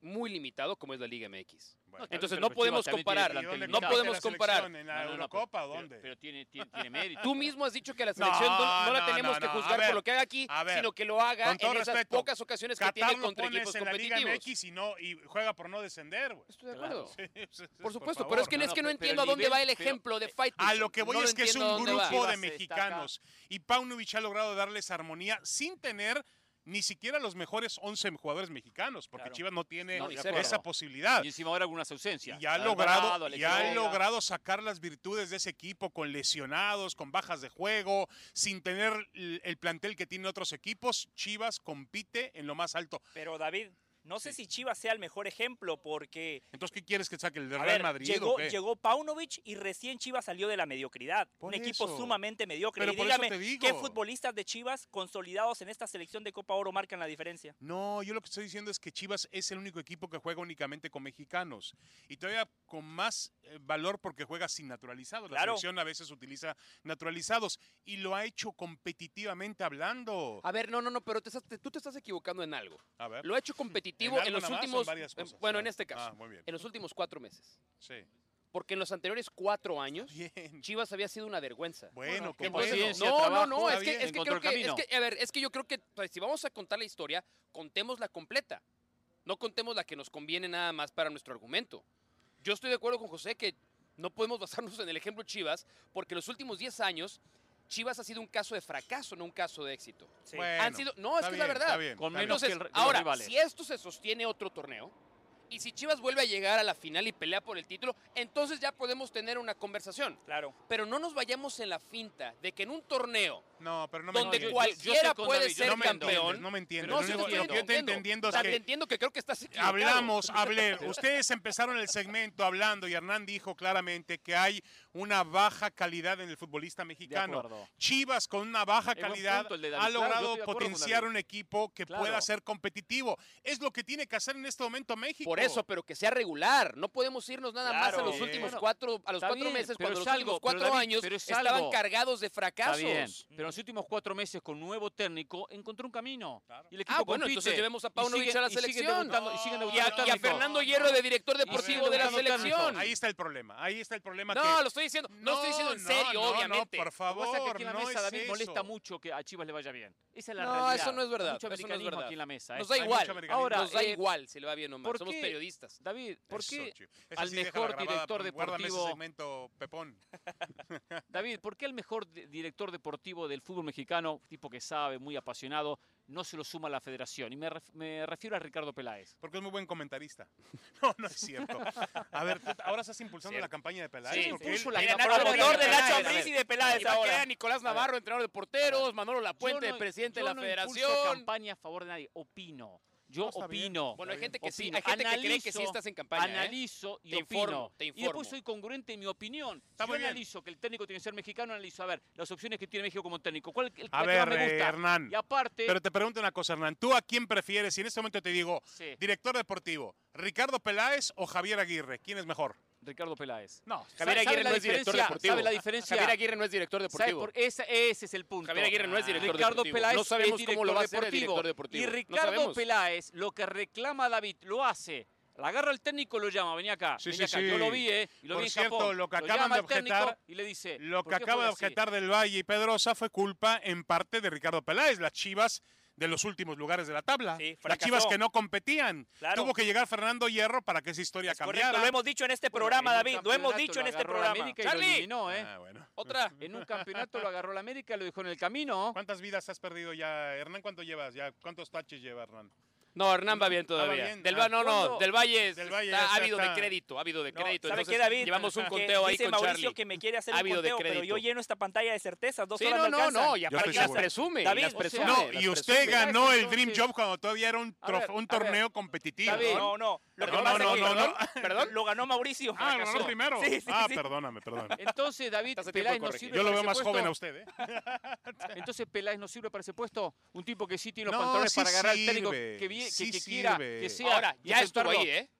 B: muy limitado como es la Liga MX.
F: Bueno.
B: Entonces
A: pero
B: no
A: Chivas
B: podemos
A: también tiene
B: comparar,
F: ¿Y dónde
A: plantel
B: no
A: limitado.
F: compite
B: podemos
F: la
B: comparar.
F: selección? ¿En la
A: No, no, no,
F: Eurocopa
A: pero-
F: o dónde?
A: Pero, tiene, tiene,
F: [LAUGHS]
A: tiene mérito.
B: Tú mismo has dicho que la selección no, no la
F: no,
B: tenemos
F: no,
B: que
F: no. A
B: juzgar
F: ver,
B: por lo que haga aquí,
F: a ver,
B: sino que lo haga
F: con todo
B: en esas
F: respeto,
B: pocas ocasiones que
F: Qatar
B: tiene
F: lo
B: contra
F: pones
B: equipos
F: en la Liga
B: competitivos.
F: MX y, no, y juega por no descender, güey.
B: Estoy de
A: Claro.
B: acuerdo.
F: [LAUGHS] Por
B: Por supuesto,
F: favor.
B: pero es que,
A: no,
B: es que
A: no,
B: no
A: pero
B: entiendo a
A: el
B: dónde
A: nivel-
B: va el
A: pero-
B: ejemplo de Fight
F: A lo que voy
B: No
F: es que es
B: entiendo
F: un
B: dónde va.
F: grupo de
H: Chivas se destaca.
F: mexicanos y Paunovic ha logrado darles armonía sin tener ni siquiera los mejores 11 jugadores mexicanos, porque
A: Claro.
F: Chivas no tiene
A: No,
B: de acuerdo.
F: esa posibilidad.
A: Y encima ahora algunas ausencias.
F: Y ha
A: Alvarado,
F: logrado,
A: Alexis
F: y ha
A: Vega.
F: logrado sacar las virtudes de ese equipo con lesionados, con bajas de juego, sin tener el, el plantel que tienen otros equipos. Chivas compite en lo más alto.
C: Pero David, no sé si Chivas sea el mejor ejemplo porque
F: Entonces, ¿qué quieres que saque el de
C: a
F: Real
C: ver,
F: Madrid? o
C: llegó,
F: qué?
C: llegó Paunovic y recién Chivas salió de la mediocridad.
F: Por
C: un equipo
F: eso.
C: sumamente mediocre.
F: Pero
C: y
F: por eso
C: dígame,
F: te digo.
C: ¿qué futbolistas de Chivas consolidados en esta selección de Copa Oro marcan la diferencia?
F: No, yo lo que estoy diciendo es que Chivas es el único equipo que juega únicamente con mexicanos y todavía con más eh, valor porque juega sin naturalizados. La
C: Claro.
F: selección a veces utiliza naturalizados y lo ha hecho competitivamente hablando.
B: A ver, no, no, no, pero te estás- te- tú te estás equivocando en algo.
F: A ver.
B: Ah, Lo ha hecho competitivo en,
F: algo
B: los
F: nada más o en
B: últimos.
F: varias
B: en-
F: cosas?
B: bueno,
F: Ah,
B: en este
F: Ah,
B: caso.
F: muy bien.
B: en los últimos cuatro meses.
F: Sí. [LAUGHS]
B: Porque en los anteriores cuatro años,
F: Bien.
B: Chivas había sido una vergüenza.
F: Bueno,
A: qué
F: qué
A: bueno.
F: bueno.
A: paciencia,
B: No, no,
A: trabajo,
B: no, es
A: está
B: que,
A: bien,
B: es que
A: encontró
B: creo
A: el
B: que, es
A: camino.
B: que- a ver, es que yo creo que pues, si vamos a contar la historia, contémosla completa. No contemos la que nos conviene nada más para nuestro argumento. Yo estoy de acuerdo con José que no podemos [LAUGHS] basarnos en el ejemplo Chivas, porque los últimos 10 años Chivas ha sido un caso de fracaso, no un caso de éxito.
C: Sí.
F: Bueno,
B: Han sido- no, es
F: está
B: que es la
F: bien,
B: verdad.
F: está bien,
A: Con
F: está
A: menos-
F: bien.
B: Entonces,
A: que el- de los
B: ahora,
A: rivales.
B: si esto se sostiene otro torneo y si Chivas vuelve a llegar a la final y pelea por el título, entonces ya podemos tener una conversación.
C: Claro.
B: Pero no nos vayamos en la finta de que en un torneo
F: No, pero no me
B: donde
F: entiendes.
A: cual- Yo
B: cualquiera
A: estoy con
B: puede
A: David, yo
B: ser
F: no me entiendes,
B: campeón.
F: no me entiendes.
B: No,
F: Lo
B: sí
F: único-
B: te
F: lo
B: estoy
F: que yo te entendiendo
B: entendiendo. O
F: es
B: sea,
F: que
B: te entiendo que creo que estás equivocado.
F: Hablamos, hablé. Ustedes empezaron el segmento hablando y Hernán dijo claramente que hay una baja calidad en el futbolista mexicano.
A: acuerdo.
F: Chivas con una baja
A: buen
F: calidad
A: punto el de David,
F: ha
A: claro, yo
F: logrado
A: estoy de acuerdo con
F: potenciar
A: David.
F: un equipo que
A: Claro.
F: pueda ser competitivo. Es lo que tiene que hacer en este momento México.
B: Por eso, pero que sea regular. No podemos irnos nada más a
C: Claro.
B: los
F: Sí.
B: últimos
A: Bueno,
B: cuatro, a los
A: está
B: cuatro
A: bien,
B: meses,
A: pero
B: cuando
A: es
B: los
A: algo, pero
B: últimos cuatro
A: David,
B: años
A: pero es
B: estaban
A: algo.
B: cargados de
A: Está
B: fracasos.
A: bien, pero en los últimos cuatro meses con nuevo técnico encontró un camino. Y el equipo
B: Ah, bueno,
A: compite.
B: entonces llevemos a
A: Y
B: Paunovic
A: siguen-
B: a la
A: y siguen
B: selección.
A: debutando- y siguen
B: Y a,
A: debutando
B: y a
A: técnicos.
B: Fernando Hierro de director deportivo
A: siguen
B: de la
A: debutando
B: selección.
A: técnicos.
F: Ahí está el problema. Ahí está el problema.
B: No,
F: que-
B: lo estoy diciendo, no, estoy diciendo en
F: no,
B: serio,
F: no, no,
B: obviamente.
F: por favor,
A: Lo que pasa es que aquí en la
F: no
A: mesa,
F: es
A: David,
F: eso.
A: molesta mucho que a Chivas le vaya bien. Esa es la
B: No,
A: realidad.
B: eso no es verdad,
A: Hay Mucho
B: eso no es
A: americanismo
B: verdad.
A: aquí en la mesa. ¿eh?
B: Nos da
F: Hay mucho
B: igual.
F: americanismo.
B: Nos da
A: eh,
B: igual si le va bien o mal.
A: ¿por
B: Somos
A: qué?
B: periodistas.
A: David, ¿por
F: Eso,
A: qué,
F: Chivo. Esa
A: al
F: sí déjala
A: mejor
F: grabada,
A: director
F: guárdame ese
A: deportivo-
F: segmento, Pepón.
A: David, ¿por qué el mejor di- director deportivo del fútbol mexicano, tipo que sabe, muy apasionado, no se lo suma a la federación? Y me, ref- me refiero a Ricardo Peláez.
F: Porque es muy buen comentarista. [LAUGHS] No, no es cierto. A ver, tú ahora estás impulsando
B: Cierto.
F: la campaña de Peláez.
B: Sí,
F: porque
A: puso
F: él-
A: la
F: él-
A: campaña.
B: Nacho
C: Alrededor de
B: Ambriz y Peláez,
C: Nacho Ambriz
B: a
C: y
B: ver.
C: de Peláez
B: Y va a
C: ahora.
B: quedar Nicolás Navarro, entrenador de porteros, Manolo Lapuente,
A: Yo no-
B: presidente
A: yo
B: de la
A: no impulso
B: federación.
A: campaña a favor de nadie. Opino. Yo
F: está bien.
A: opino.
B: Bueno, hay
F: Está
B: gente que sí,
A: opino.
B: hay gente que cree que
A: Analizo-
B: sí estás en campaña. ¿eh?
A: Analizo y
B: Te
A: opino.
B: informo, te
A: Y después
B: informo.
A: soy congruente en mi opinión.
F: Está
A: Yo
F: muy bien.
A: analizo que el técnico tiene que ser mecano, analizo, a ver, las opciones que tiene México como técnico. ¿Cuál el,
F: A
A: la que más
F: ver,
A: me
F: eh,
A: gusta? eh.
F: Hernán,
A: Y aparte,
F: Pero te pregunto una cosa, Hernán. ¿Tú a quién prefieres? Si en este momento te digo,
A: Sí.
F: director deportivo, ¿Ricardo Peláez o Javier Aguirre? ¿Quién es mejor?
A: Ricardo Peláez.
F: No.
B: Javier
A: ¿Sabe- sabe
B: Aguirre
A: la
B: no es director
A: diferencia?
B: deportivo.
A: ¿Sabe la diferencia?
B: Javier Aguirre no es director
A: ¿Sabe
B: deportivo.
A: por- esa- ese es el punto.
B: Javier Aguirre no es director
A: Ricardo
B: deportivo.
A: Peláez
B: No
A: es
B: sabemos cómo lo va a hacer el
A: director
B: director
A: deportivo.
B: deportivo.
A: Y
B: No
A: Ricardo
B: sabemos.
A: Peláez, lo que reclama David, lo hace. La agarra el técnico y lo llama. Vení acá.
F: Sí,
A: vení
F: sí,
A: acá.
F: sí.
A: Yo lo vi, ¿eh? Y lo
F: Por
A: vi en
F: cierto,
A: Japón.
F: lo que acaban
A: llama
F: de
A: al técnico
F: objetar-
A: y le dice.
F: Lo
A: "¿Por
F: que
A: qué fue
F: acaba de
A: así?".
F: objetar del Valle y Pedrosa fue culpa en parte de Ricardo Peláez, las chivas de los últimos lugares de la tabla.
C: Sí,
F: las
C: fracasó.
F: chivas que no competían.
C: Claro.
F: Tuvo que llegar Fernando Hierro para que esa historia
C: Es correcto,
F: cambiara.
C: lo hemos dicho en este programa,
A: Bueno, en un
C: David. Lo hemos
A: campeonato
C: dicho en este
A: agarró la
C: programa.
A: América y lo
C: Charlie,
A: eliminó, ¿eh?
F: Ah, bueno.
B: Otra.
A: En un campeonato lo agarró la América, lo dejó en el camino.
F: ¿Cuántas vidas has perdido ya, Hernán? ¿Cuánto llevas? ya? ¿Cuántos taches lleva, Hernán?
B: No, Hernán va bien
F: va
B: todavía.
F: bien.
B: Del
F: Ah,
B: Va- no,
A: ¿cuándo?
B: no, del Valle,
F: Del Valle
B: está
F: ya
B: ávido
F: está.
B: de crédito, ávido de
F: No,
B: crédito.
C: ¿Sabe
B: Entonces,
C: qué, David?
B: Llevamos un
C: Que
B: conteo ahí
C: dice
B: con
C: Mauricio
B: Charlie.
C: que me quiere hacer
B: Ha
C: un
B: habido de
C: conteo, pero yo
B: crédito.
C: lleno esta pantalla de certezas. Dos
B: Sí,
C: horas
B: no,
C: me
B: no,
C: alcanzan.
B: no, y aparte
F: estoy
B: las
F: seguro.
B: presume,
C: David,
B: las
C: o
B: presume.
A: sea,
F: No,
B: las
F: y usted
B: presume.
F: ganó el
A: Entonces-
F: Dream Job cuando todavía era un,
A: A ver,
F: trof- un
A: a ver.
F: torneo competitivo.
A: David,
F: ¿no?
C: No, no. Lo que
F: Perdón,
C: pasa
F: no,
C: es que-
F: no, no.
C: Perdón, lo ganó Mauricio.
F: Ah, ganó
C: Fracasó.
F: primero.
C: Sí, sí,
F: ah,
C: sí.
F: perdóname, perdón.
A: [LAUGHS] Entonces, David,
B: Hace tiempo
A: Peláez no
B: corregí.
A: sirve
F: Yo lo
A: para
F: veo
A: ese
F: más
A: puesto.
F: joven a usted, ¿eh?
A: Entonces Peláez no sirve para ese puesto. Un tipo que sí tiene los
F: No,
A: pantalones
F: sí
A: para agarrar al
F: sirve,
A: técnico que, vi- que-
F: sí
A: que quiera,
F: sirve.
A: que sea.
B: Ahora,
A: y
B: ya estuvo
A: enfrentarlo.
B: ahí, ¿eh?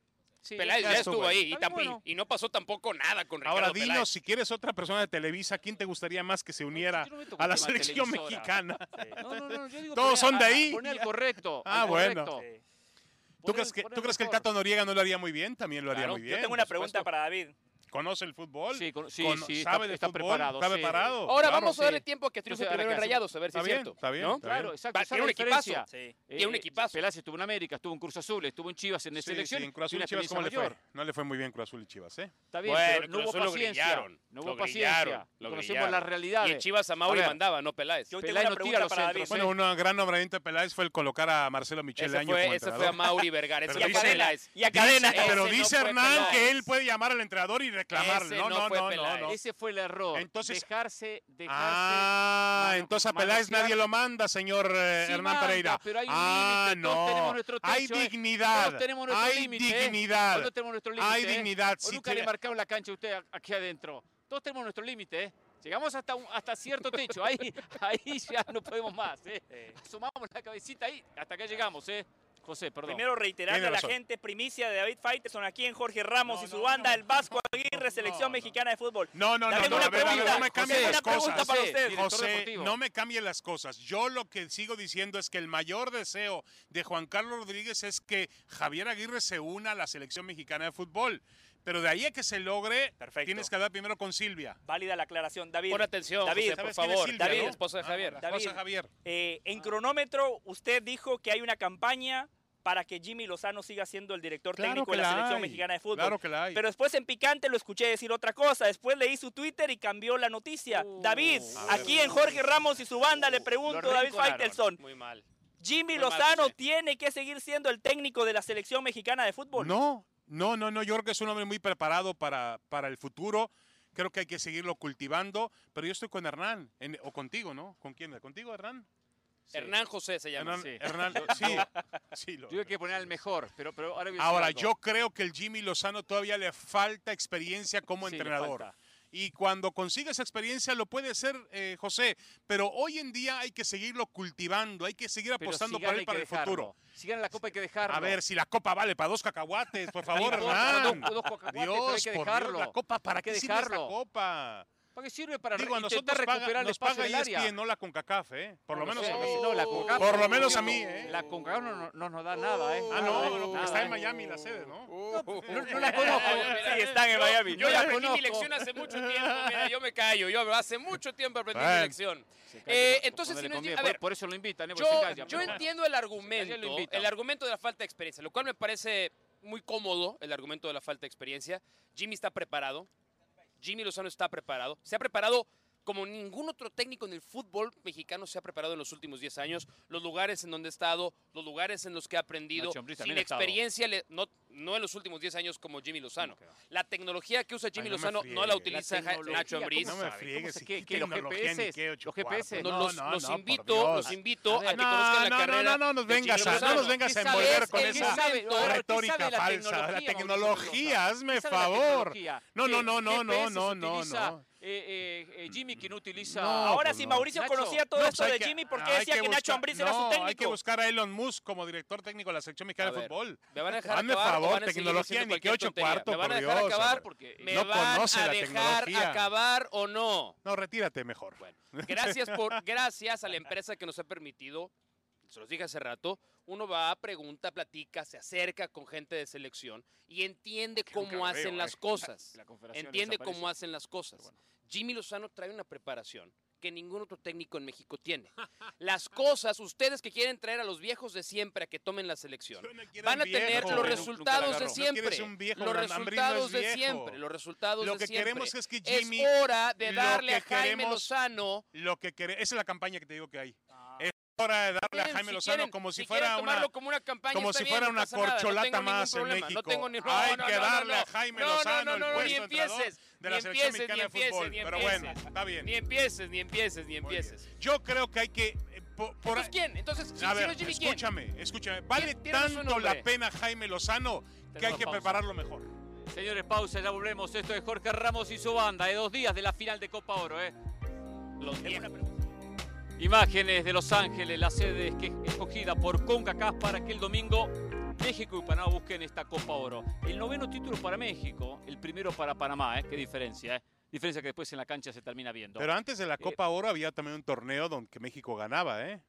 A: Sí,
B: Peláez
F: ya
B: ya
F: estuvo
B: estuvo
F: ahí.
B: ahí. Y,
A: Está bien,
B: tampoco-
A: bueno.
B: y no pasó tampoco nada con Ricardo
F: Ahora dinos,
B: Peláez.
F: si quieres otra persona de Televisa, ¿quién te gustaría más que se uniera
A: yo no me toco
F: a la
A: tema
F: selección
A: televisora.
F: mexicana?
A: No, no, no, yo digo
F: Todos
A: poné-
F: son de
A: ah,
F: ahí.
A: Poné el correcto.
F: Ah,
A: al
F: bueno.
A: correcto.
C: Sí.
F: ¿Tú
A: Poné
F: crees
A: el-
F: que,
A: poné
F: tú
A: el
F: crees que el
A: mejor.
F: Tato Noriega no lo haría muy bien? También lo haría
B: Claro,
F: muy bien.
C: Yo tengo una
F: por
C: pregunta
F: supuesto.
C: para David.
F: Conoce el fútbol.
A: Sí, con- sí,
F: cono-
A: sí,
F: sabe
A: está-
F: de
A: está
F: fútbol,
A: preparado,
F: Está
A: sí.
F: preparado.
B: Ahora
F: claro.
B: vamos a darle
A: sí.
B: tiempo a que triunfe
A: Entonces,
B: primero en
A: ahora, ¿qué
B: Rayados, a ver si
F: Está
B: es
F: bien,
B: cierto.
F: está bien.
B: ¿no?
F: está
A: Claro,
F: bien.
A: exacto.
B: Va,
A: esa es
B: tiene
A: la
B: un equipazo.
A: diferencia. Eh,
C: Sí.
B: Tiene un equipazo.
A: Peláez estuvo en América, estuvo en Cruz Azul, estuvo en Chivas, en
F: Sí,
A: la
F: sí,
A: selección.
F: en Cruz
A: y
F: Azul
A: una
F: y Chivas,
A: experiencia
F: ¿cómo le
A: mayor.
F: fue? No le fue muy bien Cruz Azul y Chivas, ¿eh?
A: Está bien,
B: Bueno,
A: pero no
B: Cruz
A: hubo
B: Azul lo
A: paciencia.
B: grillaron,
A: no
B: lo
A: hubo paciencia.
B: grillaron, lo
A: Conocemos
B: grillaron.
A: las realidades.
B: Y en Chivas a Mauri
A: eh. A ver,
B: mandaba, no Peláez.
C: Yo
A: Peláez
C: tengo
A: no
C: una
A: tira
C: pregunta
A: los
C: para David.
A: centros,
F: Bueno, un gran nombramiento de Peláez fue el colocar a Marcelo Michel
B: Ese
F: Año
B: fue,
F: como
B: ese
F: entrenador.
B: fue a Mauri Vergara.
F: Pero
B: y a
F: dice-
B: Cadenas. Y a
F: Dice-
B: Cadenas.
F: Pero
B: Ese no
F: dice
B: fue
F: Hernán
B: Peláez.
F: que él puede llamar al entrenador y reclamarle.
B: Ese
F: No, no,
B: no fue
F: no, no,
B: Peláez.
F: no.
A: Ese fue el error.
F: Entonces-
A: dejarse, dejarse.
F: Ah,
A: mano-
F: entonces a Peláez
A: manosear.
F: nadie lo manda, señor eh,
A: Sí
F: Hernán
A: manda,
F: Pereira.
A: pero hay un
F: ah,
A: límite, todos
F: no.
A: tenemos nuestro
F: hay
A: techo, eh.
F: dignidad.
A: Todos tenemos nuestro
F: hay
A: límite, ¿eh?
F: dignidad.
A: Todos tenemos nuestro límite.
F: Hay
A: ¿eh?
F: dignidad.
A: O
F: Si
A: nunca
F: te-
A: le marcaron la cancha a usted a- aquí adentro. Todos tenemos nuestro límite. ¿eh? Llegamos hasta, un- hasta cierto techo.
F: [LAUGHS]
A: Ahí, ahí ya no podemos más. ¿eh?
C: Sí.
A: Asomamos la cabecita ahí. Hasta acá llegamos. ¿eh? José, perdón.
C: Primero reiterarle
F: Tiene
C: a la
F: razón.
C: gente primicia de David Faitelson aquí en Jorge Ramos
F: No,
C: y su
F: no,
C: banda,
F: no,
C: el Vasco Aguirre, selección mexicana de fútbol.
F: No, no, no,
C: Dame
F: no,
C: una
F: a ver, a ver,
C: pregunta,
F: no me cambien
C: José,
F: las
C: una pregunta
F: cosas.
C: para usted.
A: director
F: José,
A: deportivo.
F: no me cambien las cosas. Yo lo que sigo diciendo es que el mayor deseo de Juan Carlos Rodríguez es que Javier Aguirre se una a la selección mexicana de fútbol. Pero de ahí a que se logre,
C: Perfecto.
F: tienes que hablar primero con Silvia.
C: Válida la aclaración, David.
B: Pon atención,
C: David,
B: José, por
F: ¿sabes quién es
B: favor.
F: Silvia,
B: David,
F: no? Ah,
B: esposa de Javier.
F: La esposa
C: David.
F: Javier.
C: Eh, en cronómetro, usted dijo que hay una campaña para que Jimmy Lozano siga siendo el director
F: Claro
C: técnico
F: que
C: de la
F: la
C: selección
F: hay,
C: mexicana de fútbol.
F: claro que la hay.
C: Pero después en Picante lo escuché decir otra cosa. Después leí su Twitter y cambió la noticia.
A: Uh.
C: David,
A: A
F: ver. Uh,
C: aquí en Jorge Ramos y su banda le pregunto,
B: Lo
C: David
B: rinconaron.
C: Faitelson,
B: Muy mal. Muy
C: ¿Jimmy
B: mal,
C: Lozano
B: José.
C: tiene que seguir siendo el técnico de la selección mexicana de fútbol?
F: No, no, no, no. Yo creo que es un hombre muy preparado para, para el futuro. Creo que hay que seguirlo cultivando. Pero yo estoy con Hernán, en- o contigo, ¿no? ¿Con quién? ¿Contigo, Hernán?
A: Sí.
B: Hernán José se llama.
F: Hernán,
A: sí. [LAUGHS]
F: Hernán, sí. sí, lo-
A: Yo creo que poner al mejor. Pero, pero ahora voy a decir
F: Ahora,
A: algo.
F: yo creo que el Jimmy Lozano todavía le falta experiencia como
A: Sí, le
F: entrenador.
A: falta.
F: y cuando consiga esa experiencia lo puede hacer eh, José, pero hoy en día hay que seguirlo cultivando, hay que seguir
A: Pero
F: apostando
A: si
F: por
A: gana
F: él
A: hay
F: para
A: que
F: el futuro.
A: dejarlo. Si gana la Copa hay que dejarlo.
F: A ver, si la copa vale para dos cacahuates,
A: [LAUGHS]
F: por favor,
A: Ni dos, para
F: Hernán.
A: dos- dos cacahuates, pero hay
F: Dios,
A: que
F: por Dios,
A: dejarlo.
F: la copa, ¿para
A: Hay que
F: qué sirve esta
A: dejarlo.
F: copa?
A: ¿Para qué sirve para
F: Digo, a
A: intentar
F: nosotros
A: recuperar
F: paga,
A: el
F: nos
A: espacio
F: paga E
A: del área?
F: ESPN, no la CONCACAF, ¿eh? Por lo menos
A: sé,
F: a mí.
A: no, la CONCACAF,
F: Por lo menos a
A: no,
F: mí, ¿eh?
A: La CONCACAF no, no- no nos da nada, ¿eh?
F: Ah, no, no, porque
A: Nada,
F: está
A: ¿eh?
F: en Miami la sede, ¿no?
A: No, no la conozco.
C: Sí, están en Miami.
B: Yo
A: No
B: ya
A: la
B: aprendí mi
A: conozco.
B: lección hace mucho tiempo. Mira, yo me callo. Yo hace mucho tiempo aprendí mi
F: Bueno.
B: lección.
A: Se calla
B: Eh,
A: por-
B: entonces,
A: cuando
B: si
A: le
B: no enti-
A: conviene,
B: a
A: por-
B: ver,
A: por eso lo invitan, ¿eh? Porque se
B: Yo,
A: calla,
B: yo
A: pero-
B: entiendo
A: Ya
B: el
A: lo
B: argumento,
A: invitan.
B: el argumento de la falta de experiencia, lo cual me parece muy cómodo, el argumento de la falta de experiencia. Jimmy está preparado, Jimmy Lozano está preparado, se ha preparado como ningún otro técnico en el fútbol mexicano se ha preparado en los últimos 10 años, los lugares en donde ha estado, los lugares en los que ha aprendido,
A: Nacho Ambriz
B: sin
A: también ha estado.
B: experiencia, le- no, no en los últimos 10 años como Jimmy Lozano.
A: ¿Cómo que va?
B: La tecnología que usa Jimmy
F: no me
B: Lozano no
F: friegues.
B: la
F: La
B: utiliza Ja-
A: tecnología,
B: Nacho
A: ¿cómo
B: Ambriz.
A: se
F: No me
A: sabe? ¿Cómo
F: friegues,
A: se-
F: si
A: qué-
F: qué
A: qué- los
F: tecnología ni
A: GPS?
F: qué ocho
A: Los GPS.
F: cuartos.
B: No,
F: No,
B: los,
F: no,
B: los
F: no, por
B: invito, los
F: Dios.
B: invito a,
A: A
B: que
A: ver,
B: conozcan la
F: no, no,
B: carrera.
F: no, no nos
B: de Jimmy
F: vengas a- no
B: Lozano.
F: nos vengas
A: ¿Qué
F: a
A: sabe-
F: envolver con
A: qué
F: esa
A: sabe, Dor? ¿Qué sabe
F: retórica
A: de la
F: falsa.
A: tecnología,
F: La
A: Mauricio
F: tecnología,
A: Mendoza?
F: hazme
A: ¿Qué sabe de la
F: favor.
A: tecnología?
F: No,
A: ¿Qué-
F: no, no, no,
A: qué
F: no,
A: veces
F: no, no,
A: utiliza,
F: no.
A: eh, eh, eh, Jimmy que no utiliza.
C: Ahora,
F: pues
C: si
F: no.
C: Mauricio
A: Nacho,
C: conocía todo
F: No,
C: esto
F: pues
C: de
F: hay que-
C: Jimmy, ¿por qué
F: hay
C: decía que, Nacho
F: buscar-
C: Ambriz era su
F: no,
C: técnico?
F: Hay que buscar a Elon Musk como director técnico de la sección mexicana
B: A
F: de
B: ver,
F: fútbol.
B: Me van a dejar
F: Hazme
B: acabar. o
F: favor,
B: van a seguir
F: tecnología,
B: diciendo
F: ni
B: cualquier
F: que ocho
B: tontería?
F: cuartos,
B: Me van a
F: por
B: dejar
F: Dios,
B: acabar.
F: hombre.
B: Porque
F: No
B: me van
F: conoce
B: a
F: la
B: dejar
F: tecnología.
B: acabar o
F: [LAUGHS]
B: no.
F: No, retírate mejor.
B: Bueno, gracias por gracias a la empresa que nos ha permitido. Se los dije hace rato. Uno va, pregunta, platica, se acerca con gente de selección y entiende cómo
F: carreo,
B: hacen
F: eh.
B: las cosas.
A: La Confederación
B: Entiende
A: desaparece.
B: cómo hacen las cosas.
A: Pero bueno.
B: Jimmy Lozano trae una preparación que ningún otro técnico en México tiene. Las cosas, ustedes que quieren traer a los viejos de siempre a que tomen la selección, van a tener
A: viejo,
B: los
A: güey, nunca la
B: resultados de
A: agarro. No
B: siempre.
F: quieres un viejo,
B: los
F: Brandon Brino
B: resultados
F: es
B: de
F: viejo.
B: siempre. Los resultados
F: Lo
B: de
F: que
B: siempre.
F: queremos es que Jimmy,
B: Es hora de
F: lo
B: darle
F: que
B: a Jaime
F: queremos-
B: Lozano.
F: Lo que quere- Esa es la campaña que te digo que hay. Es hora de darle a
B: Bien,
F: Jaime
B: si
F: Lozano
B: quieren-
F: como si,
B: quieren
F: fuera una
B: tomarlo como una campaña,
F: como
B: está
F: si
B: bien,
F: fuera
B: no
F: una
B: pasa nada, no tengo
F: corcholata
B: ningún
F: más en
B: problema,
F: México.
B: No tengo ni no,
F: Hay
B: no,
F: que
B: no, no,
F: darle
B: no.
F: a Jaime
B: No, no, no,
F: Lozano
B: no,
F: el
B: no, ni
F: puesto de entrenador
B: empieces,
F: de la
B: ni
F: selección
B: empieces, ni
F: mexicana de fútbol.
B: empieces, ni
F: Pero bueno,
B: empieces.
F: está bien.
B: Ni empieces, ni empieces, ni
F: Muy bien.
B: empieces.
F: Yo creo que hay que. eh, po- por,
B: Entonces, ¿quién? Entonces, si,
F: a
B: si
F: ver,
B: no es Jimmy, ¿quién?
F: escúchame, escúchame. Vale
B: ¿Quién tiene su
F: tanto
B: nombre?
F: la pena Jaime Lozano que hay
A: Tenemos
F: que
A: pausa.
F: prepararlo mejor.
A: Señores, pausa, ya volvemos. Esto es Jorge Ramos y su banda de dos días de la final de Copa Oro, ¿eh?
B: Los viejos.
A: Imágenes de Los Ángeles, la sede que- escogida por CONCACAF para que el domingo México y Panamá busquen esta Copa Oro. El noveno título para México, el primero para Panamá, ¿eh? Qué diferencia, ¿eh? Diferencia que después en la cancha se termina viendo.
F: Pero antes de la Copa Oro había también un torneo donde que México ganaba, ¿eh?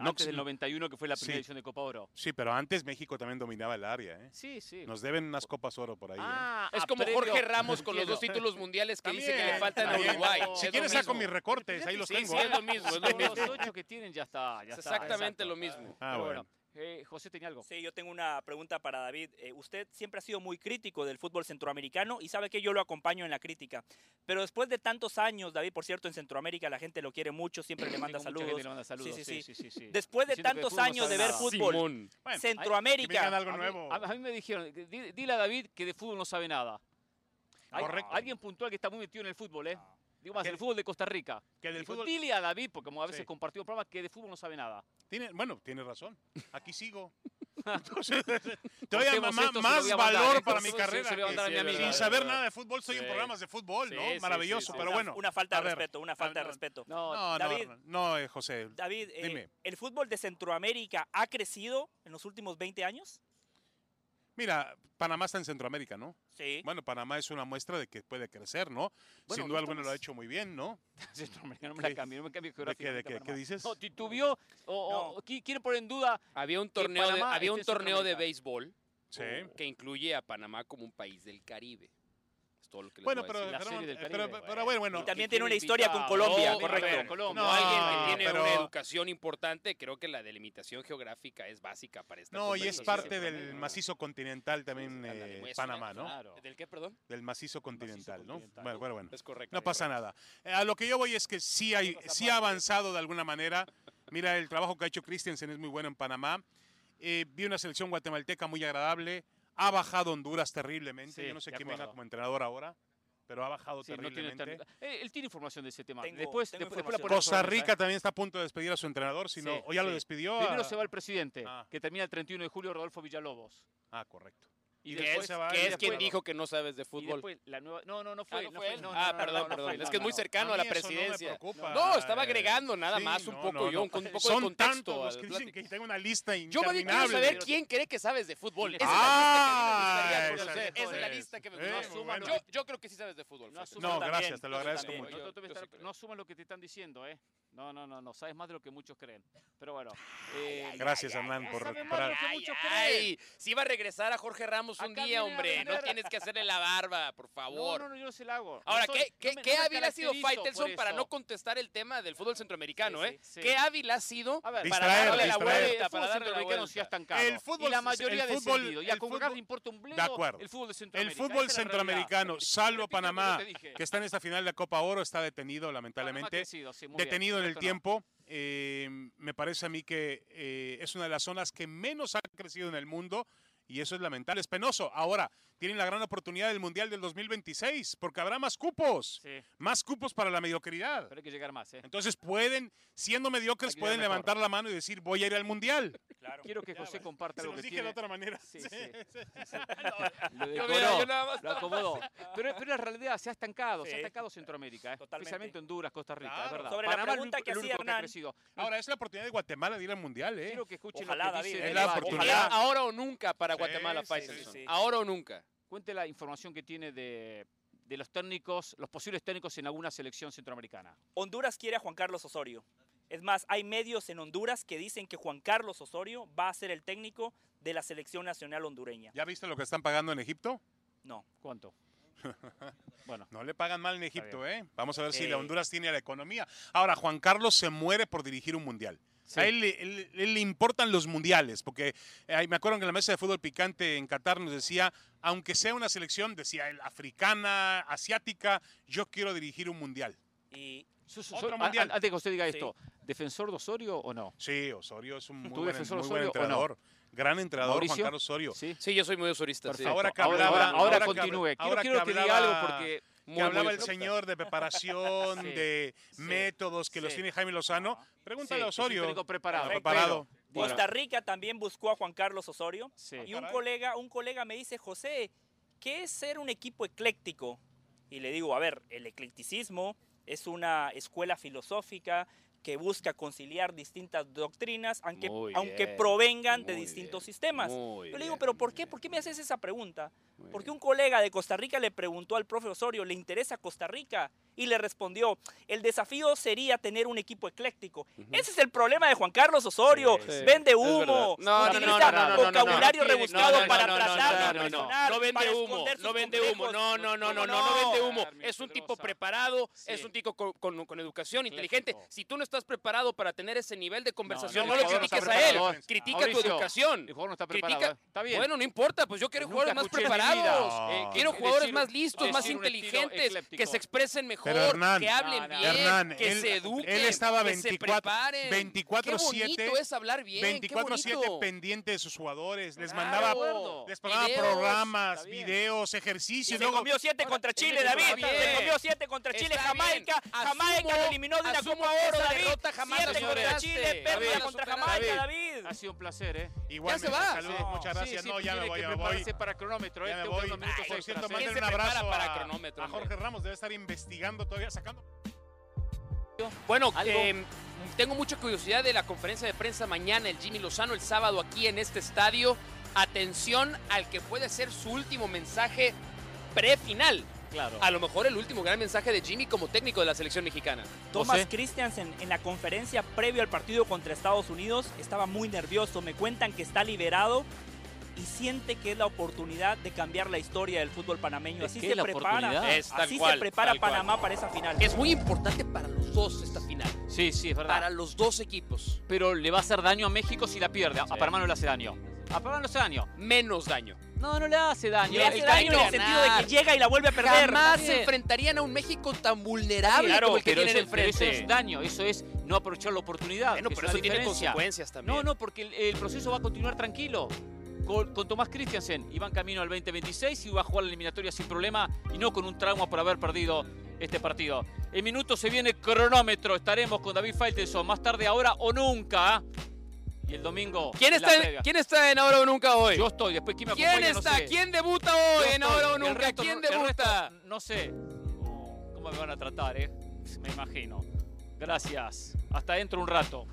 F: no
A: Antes
F: que-
A: del 91, que fue la primera
F: Sí.
A: edición de Copa Oro.
F: Sí, pero antes México también dominaba el área, ¿eh?
A: Sí, sí.
F: Nos deben unas Copas Oro por ahí. ¿eh?
A: Ah,
B: Es como
A: aprevio.
B: Jorge Ramos con los dos
A: Entiendo.
B: títulos mundiales que dice que
F: También,
B: le faltan a
F: también.
B: Uruguay.
A: Es
F: Si
A: lo
F: quieres
A: mismo.
F: saco mis recortes, ahí los
B: Sí,
F: tengo.
B: sí, es
F: ¿eh?
B: lo mismo, es lo mismo.
A: Los ocho que tienen ya está. Ya
B: Es
A: está,
B: exactamente
A: exacto.
B: lo mismo.
F: Ah,
A: Pero
F: bueno.
A: eh, José tenía algo.
C: Sí, yo tengo una pregunta para David. Eh, usted siempre ha sido muy crítico del fútbol centroamericano y sabe que yo lo acompaño en la crítica. Pero después de tantos años, David, por cierto, en Centroamérica la gente lo quiere mucho, siempre le manda
A: Tengo mucha gente
C: saludos.
A: que le manda saludos. Sí,
C: Sí, sí,
A: sí, sí, sí.
C: Después de
A: Diciendo que
C: tantos
A: fútbol no
C: años
A: sabe
C: de
F: Ah,
C: ver
A: nada.
C: fútbol,
B: Simón.
F: Bueno, que me digan
C: Centroamérica.
F: algo
A: A mí-
F: nuevo.
A: A, a mí me dijeron, di- di- dile a David que de fútbol no sabe nada. Hay-
F: Correcto.
A: Alguien puntual que está muy metido en el fútbol, ¿eh?
F: Ah.
A: Digo más,
F: Que-
A: el fútbol de Costa Rica.
F: Que del
A: Dijo,
F: fútbol-
A: Dile a David, porque como a veces
F: Sí.
A: compartimos programas, que de fútbol no sabe nada.
F: Tiene, bueno, tienes razón.
A: [LAUGHS]
F: Aquí sigo. Entonces, te voy a
A: Cortemos
F: mamá,
A: esto, se lo
F: más
A: voy a mandar,
F: valor
A: ¿eh?
F: para
A: Se-
F: mi
A: se-
F: carrera.
A: se lo voy a
F: que
A: mandar a mi
F: sin
A: amigo.
F: saber nada de fútbol, estoy
B: Sí.
F: en programas de fútbol, ¿no?
B: Sí, sí,
F: Maravilloso,
B: sí, sí.
F: pero
C: una,
F: bueno.
C: una falta
F: a
C: de
F: ver,
C: respeto, una
F: a-
C: falta de
F: no,
C: respeto.
A: No, [LAUGHS]
F: No,
C: David.
F: no, no, eh, José.
C: David, eh,
F: Dime.
C: ¿el fútbol de Centroamérica ha crecido en los últimos 20 años?
F: Mira, Panamá está en Centroamérica, ¿no?
C: Sí.
F: Bueno, Panamá es una muestra de que puede crecer, ¿no?
A: Bueno,
F: Sin
A: ahorita
F: duda alguna lo ha
A: más.
F: hecho muy bien, ¿no?
A: Centroamericano, no me la
F: Sí.
A: cambio, no me cambio
F: ¿De qué, de
A: geográficamente
F: qué,
A: a
F: qué
A: Panamá.
F: dices?
A: No, titubió o, o- o qui- quiere poner en duda.
B: Había un
A: Que
B: torneo de,
A: Panamá
B: había
A: esté
B: un
A: en
B: torneo de
A: Centroamérica.
B: béisbol
A: Oh,
F: sí.
B: que incluye a Panamá como un país del Caribe. Es todo lo que les
F: Bueno,
B: voy a
F: pero,
B: decir.
A: la
F: pero,
A: serie del
F: pero-
A: Caribe.
F: pero- pero bueno, bueno.
C: Y también
A: que
C: tiene una
A: quiere
C: historia
A: invitar.
C: con Colombia,
B: No,
C: correcto.
B: pero-
A: Colombia.
B: Como alguien
F: No,
B: que tiene una
F: pero-
B: educación importante, creo que la delimitación geográfica es básica para esta
F: No, y es
B: conversación.
F: parte
A: sí,
F: del
A: Centroamérica.
F: macizo continental también
B: Ándale,
F: eh,
B: pues,
F: Panamá, ¿no?
A: Claro.
B: ¿Del qué, perdón?
F: Del macizo continental, ¿no?
A: continental.
F: Bueno, bueno, bueno.
B: Es correcto.
F: No pasa nada. Eh, A lo que yo voy es que sí, hay, sí ha avanzado de alguna manera. Mira, el trabajo que ha hecho Christensen es muy bueno en Panamá. Eh, vi una selección guatemalteca muy agradable. Ha bajado Honduras terriblemente.
A: Sí,
F: yo no sé
A: de
F: quién venga
A: acuerdo.
F: como entrenador ahora, pero ha bajado
A: Sí, no tiene
F: terriblemente.
A: tan- Eh, él tiene información de ese tema.
C: Tengo-
A: después,
C: tengo
A: después- después la
C: información.
A: ponemos
F: Costa
A: sobre la mesa,
F: Rica
A: ¿eh?
F: también está a punto de despedir a su entrenador, si no,
A: Sí,
F: o ya lo
A: sí.
F: despidió.
A: Primero
F: a-
A: se va el presidente,
F: Ah.
A: que termina el 31 de julio, Rodolfo Villalobos.
F: Ah, correcto.
A: Y
F: Que
A: después-
F: se va-
B: Que
A: y
B: es
A: después-
B: quien dijo que no sabes de
A: y
B: fútbol.
A: después la nueva- no, no, no
B: Ah,
A: fue.
B: ¿no
A: no
B: fue
A: fue,
B: él?
A: no,
B: Ah,
A: no, no,
B: perdón,
A: no, no
B: perdón,
A: fue,
B: es que es
A: no,
B: muy
A: no.
B: cercano
F: A
B: a la
F: mí eso no me
B: presidencia.
F: preocupa.
B: No, estaba
F: Eh,
B: agregando nada
F: sí,
B: más un
F: no,
B: poco
F: no,
B: yo,
F: no.
B: un, un poco de
F: Son
B: contexto.
F: tantos los
B: a la
F: que dicen
B: plática.
F: que tengo una lista
B: Yo me
F: interminable.
B: di quiero saber
A: Pero-
B: quién cree que sabes de fútbol. Esa
F: Ah,
B: es la lista que a mí me gustaría conocer.
A: esa
B: Esa es la
F: es.
B: lista que me
F: Eh,
B: gustaría
F: muy
B: conocer.
F: bueno.
B: Yo- Yo creo que sí sabes de fútbol.
A: No
B: Fred.
A: asumas
F: No,
A: también,
F: gracias, te lo
A: no
F: agradezco
A: también.
F: mucho.
A: No, no te
B: Yo
A: estar-
B: sí creo.
A: no asumas lo que te están diciendo, ¿eh? No, no, no, no, sabes más de lo que muchos creen. Pero bueno, eh,
F: Gracias, Hernán, por
A: sabe más
F: recuperar.
A: lo que
B: Ay,
A: muchos creen.
B: ay, si va a regresar a Jorge Ramos un
A: Acá
B: día,
A: viene a
B: hombre. No
A: ganar.
B: tienes que hacerle la barba, por
A: No,
B: favor.
A: no, no, yo no se la hago. No
B: Ahora,
A: soy-
B: ¿qué,
A: no
B: qué,
A: me-
B: qué
A: no me
B: hábil ha sido
A: caracterizo
B: Faitelson
A: por
B: para
A: eso.
B: no contestar el tema del fútbol centroamericano,
A: Sí,
B: ¿eh?
A: sí, sí.
B: Qué hábil ha sido
A: A ver,
F: Distraer,
B: para darle la
F: distraer.
B: vuelta,
A: el
B: para
A: fútbol
B: darle la
A: centroamericano
B: vuelta.
A: se ha estancado.
F: El fútbol-
A: y la mayoría
F: el
A: de
F: fútbol-
A: descendido. Y a
F: el
A: Concacaf
F: fútbol-
A: le importa un bledo
F: De acuerdo.
A: el fútbol de
F: El
A: Centroamérica. Esa
F: fútbol
A: es la realidad.
F: centroamericano, salvo
A: Repito lo que
F: Panamá,
A: te dije.
F: que está en esta final de la Copa Oro, está detenido,
A: Panamá ha
F: lamentablemente.
A: crecido, sí, muy bien.
F: Detenido en el
A: Esto no.
F: tiempo. Eh, me parece a mí que eh, es una de las zonas que menos ha crecido en el mundo y eso es lamentable, es penoso. Ahora, tienen la gran oportunidad del Mundial del 2026 porque habrá más cupos,
A: Sí,
F: más cupos para la mediocridad.
A: pero hay que llegar más, ¿eh?
F: Entonces pueden, siendo mediocres,
A: Hay que
F: pueden
A: llegar mejor.
F: levantar la mano y decir, voy a ir al Mundial.
C: Claro.
A: Quiero que José comparta algo que tiene.
F: manera.
A: Sí, sí. [LAUGHS]
F: [LAUGHS]
A: Lo
B: Yo,
A: decoró,
B: mira, yo nada más
A: lo acomodó. Pero, pero la realidad se ha estancado, se ha
C: Sí.
A: estancado Centroamérica, ¿eh?
C: Totalmente.
A: especialmente Honduras, Costa Rica,
F: Claro.
A: es verdad.
C: Sobre la
A: Panamá es el
C: pregunta que
A: único
C: hacía
A: ha
C: Hernán.
A: crecido.
F: Ahora, es la oportunidad de Guatemala de ir al Mundial, ¿eh?
A: Quiero que escuchen
C: Ojalá,
A: lo que
C: David,
A: dice
C: eh.
A: el
F: Es la
A: debate.
F: oportunidad.
B: Ojalá ahora o nunca para
F: Sí,
B: Guatemala,
F: sí,
B: Faitelson.
C: sí, sí.
B: Ahora o nunca.
A: Cuente la información que tiene de, de los técnicos, los posibles técnicos en alguna selección centroamericana.
C: Honduras quiere a Juan Carlos Osorio. Es más, hay medios en Honduras que dicen que Juan Carlos Osorio va a ser el técnico de la selección nacional hondureña.
F: ¿Ya viste lo que están pagando en Egipto?
C: No.
A: ¿Cuánto? Bueno,
F: No le pagan mal en
A: Está
F: Egipto, ¿eh? Vamos a ver si
C: Eh.
F: la Honduras tiene la economía. Ahora, Juan Carlos se muere por dirigir un mundial.
A: Sí.
F: A él, le- él- él le importan los mundiales, porque eh, ahí me acuerdo que en la mesa de fútbol picante en Qatar nos decía, aunque sea una selección, decía él, africana, asiática, yo quiero dirigir un mundial.
C: Y
A: su- su-
F: Otro
A: a- a-
F: mundial.
A: antes que usted diga
C: Sí.
A: esto, ¿defensor de Osorio o no?
F: Sí, Osorio es un muy,
A: ¿Tu
F: buen,
A: defensor
F: muy buen
A: Osorio o no?
F: entrenador. Gran entrenador, Juan
A: Mauricio.
F: Carlos Osorio.
A: Sí.
B: Sí, yo soy muy usurista. sí.
A: Perfecto.
F: Ahora que
A: ahora,
F: hablaba-
A: ahora- ahora
F: ahora que
A: continúe.
F: habla-
A: Quiero-
F: ahora
A: quiero
F: que
A: que, diga algo
F: hablaba-
A: porque
B: Muy,
F: que
B: muy
F: hablaba el
B: usurista.
F: señor de preparación,
A: [LAUGHS] Sí,
F: de
A: sí,
F: métodos que los
A: sí.
F: tiene Jaime Lozano. Pregúntale
A: sí,
F: a
A: es un
F: Osorio.
A: técnico preparado.
C: Perfecto.
F: Preparado.
A: Bueno.
C: Costa Rica también buscó a Juan Carlos Osorio.
A: Sí.
C: Y un
F: Caray.
C: colega, un colega me dice, José, ¿qué es ser un equipo ecléctico? Y le digo, a ver, el eclecticismo es una escuela filosófica que busca conciliar distintas doctrinas, aunque,
B: Muy
C: aunque
B: bien,
C: provengan de
B: muy
C: distintos
B: bien,
C: sistemas.
B: muy
C: Yo le digo,
B: bien,
C: ¿pero
B: muy
C: por qué?
B: bien,
C: ¿Por qué me haces esa pregunta?
B: muy
C: Porque
B: bien.
C: un colega de Costa Rica le preguntó al profe Osorio, ¿le interesa Costa Rica? Y le respondió, el desafío sería tener un equipo ecléctico. Ese es el problema de Juan Carlos Osorio.
B: Sí,
C: vende
B: es
C: humo,
B: verdad. No, no,
C: utiliza
B: no, no, no, no,
C: vocabulario
A: no, no, no,
C: rebuscado
A: no, no,
C: para
A: no, no,
C: tratar
A: no,
C: de
A: no, no.
C: impresionar,
B: No vende
C: para
B: humo,
C: esconder
B: no
C: sus
B: vende humo.
C: complejos.
B: No, no, no, no, no, no
C: No.
B: vende humo. Es un tipo
A: Pedrosa.
B: preparado,
A: Sí.
B: es un tipo con, con- con educación, inteligente.
A: Ecléctico.
B: Si tú no estás preparado para tener ese nivel de conversación,
A: no,
B: no,
A: el
B: lo
A: jugador
B: critiques
A: está
B: a él.
A: preparado.
B: Critica tu
A: Mauricio,
B: educación.
A: El jugador no está preparado.
B: Critica.
A: ¿eh? Está bien.
B: Bueno, no importa, pues yo quiero
A: Nunca
B: jugadores más
A: escuché en mi vida.
B: preparados.
F: Eh,
A: que-
B: Quiero
A: que
B: jugadores
A: decir-
B: más listos, más
A: decir un estilo
B: inteligentes, que
A: ecléptico.
B: se expresen mejor,
F: Hernán,
B: que hablen
A: no, no.
B: bien,
F: Hernán,
B: que
F: él-
B: se eduquen,
F: él estaba
B: que se
F: 24
B: preparen.
F: 24/7,
B: Qué bonito es hablar bien, qué
F: 24-7
B: bonito.
F: pendiente de sus jugadores. Les
A: Claro.
F: mandaba,
A: Acuerdo.
F: les mandaba
B: Videos,
F: programas,
A: está bien.
F: videos,
C: Y
F: ejercicios.
C: se
F: Luego,
C: comió siete
A: Ahora,
C: contra
A: él
C: Chile,
A: me
C: David.
B: preguntaba,
C: Se
B: este bien.
C: comió siete contra
B: Está
C: Chile.
B: bien.
C: Jamaica. Jamaica
B: Asumo-
C: lo eliminó de una
B: asumo
C: Copa
B: que
C: Oro,
B: esa
C: David.
B: derrota jamás
C: Siete
B: la
C: contra
B: superaste.
C: Chile,
B: David,
C: pérdida
B: la
C: contra
B: superaste.
C: Jamaica, David.
A: Ha sido un placer, ¿eh?
F: igual
B: se va.
F: Saludos,
A: Sí.
F: muchas
A: Sí,
F: gracias.
A: sí,
F: no, ya me
A: tiene
F: voy,
A: que
F: me voy.
A: prepararse para cronómetro, ¿eh?
F: Ya me
A: Tengo que
F: voy.
A: unos minutos
F: Por
A: extras,
F: cierto,
A: ¿eh?
B: manden
F: manden
B: se
F: un
B: prepara
F: abrazo
B: para
F: a,
B: cronómetro,
F: a
B: hombre.
F: Jorge Ramos. Debe estar investigando todavía, sacando.
B: Bueno,
A: Algo-
B: eh, tengo mucha curiosidad de la conferencia de prensa mañana, el Jimmy Lozano, el sábado aquí en este estadio. Atención al que puede ser su último mensaje prefinal.
A: Claro.
B: A lo mejor el último gran mensaje de Jimmy como técnico de la selección mexicana.
C: Thomas
A: José.
C: Christiansen en la conferencia previo al partido contra Estados Unidos estaba muy nervioso. Me cuentan que está liberado y siente que es la oportunidad de cambiar la historia del fútbol panameño.
A: Es
C: Así
A: que
C: se
A: es la
C: prepara,
A: oportunidad.
B: Es tal
C: así
B: cual,
C: se prepara
B: tal cual.
C: Panamá para esa final.
B: Es muy importante para los dos esta final,
A: Sí, sí, es verdad.
B: para los dos equipos.
A: Pero le va a hacer daño a México si la pierde. A Panamá no le hace daño. A Panamá no le hace daño.
B: Menos daño.
A: No, no le hace daño.
C: Le hace
A: El
C: daño en
A: técnico-
C: el sentido de que llega y la vuelve a perder.
B: Jamás se
A: Bien.
B: enfrentarían a un México tan vulnerable
C: Claro,
B: como el que
A: pero
B: tienen
A: eso, pero
B: enfrente.
A: eso es daño, eso es no aprovechar la oportunidad.
B: Bueno,
A: que
B: pero
A: es
B: eso
A: una
B: tiene
A: diferencia.
B: consecuencias también.
A: No, no, porque el, el proceso va a continuar tranquilo. Con, con Tomás Christiansen iban camino al 2026 y va a jugar la eliminatoria sin problema y no con un trauma por haber perdido este partido. En minutos se viene cronómetro. Estaremos con David Faitelson más tarde, ahora o nunca. ¿eh? Y el domingo.
B: ¿Quién
A: la
B: está, en,
A: previa.
B: ¿Quién está en Ahora o Nunca hoy?
A: Yo estoy, después quién me
B: ¿Quién
A: acompaña, no
B: está?
A: sé.
B: ¿Quién debuta
A: Yo
B: hoy en
A: estoy,
B: Ahora o
A: el
B: Nunca?
A: resto no-
B: ¿Quién
A: el
B: debuta?
A: resto No sé Oh, cómo me van a tratar, ¿eh? Me imagino. Gracias. Hasta dentro un rato.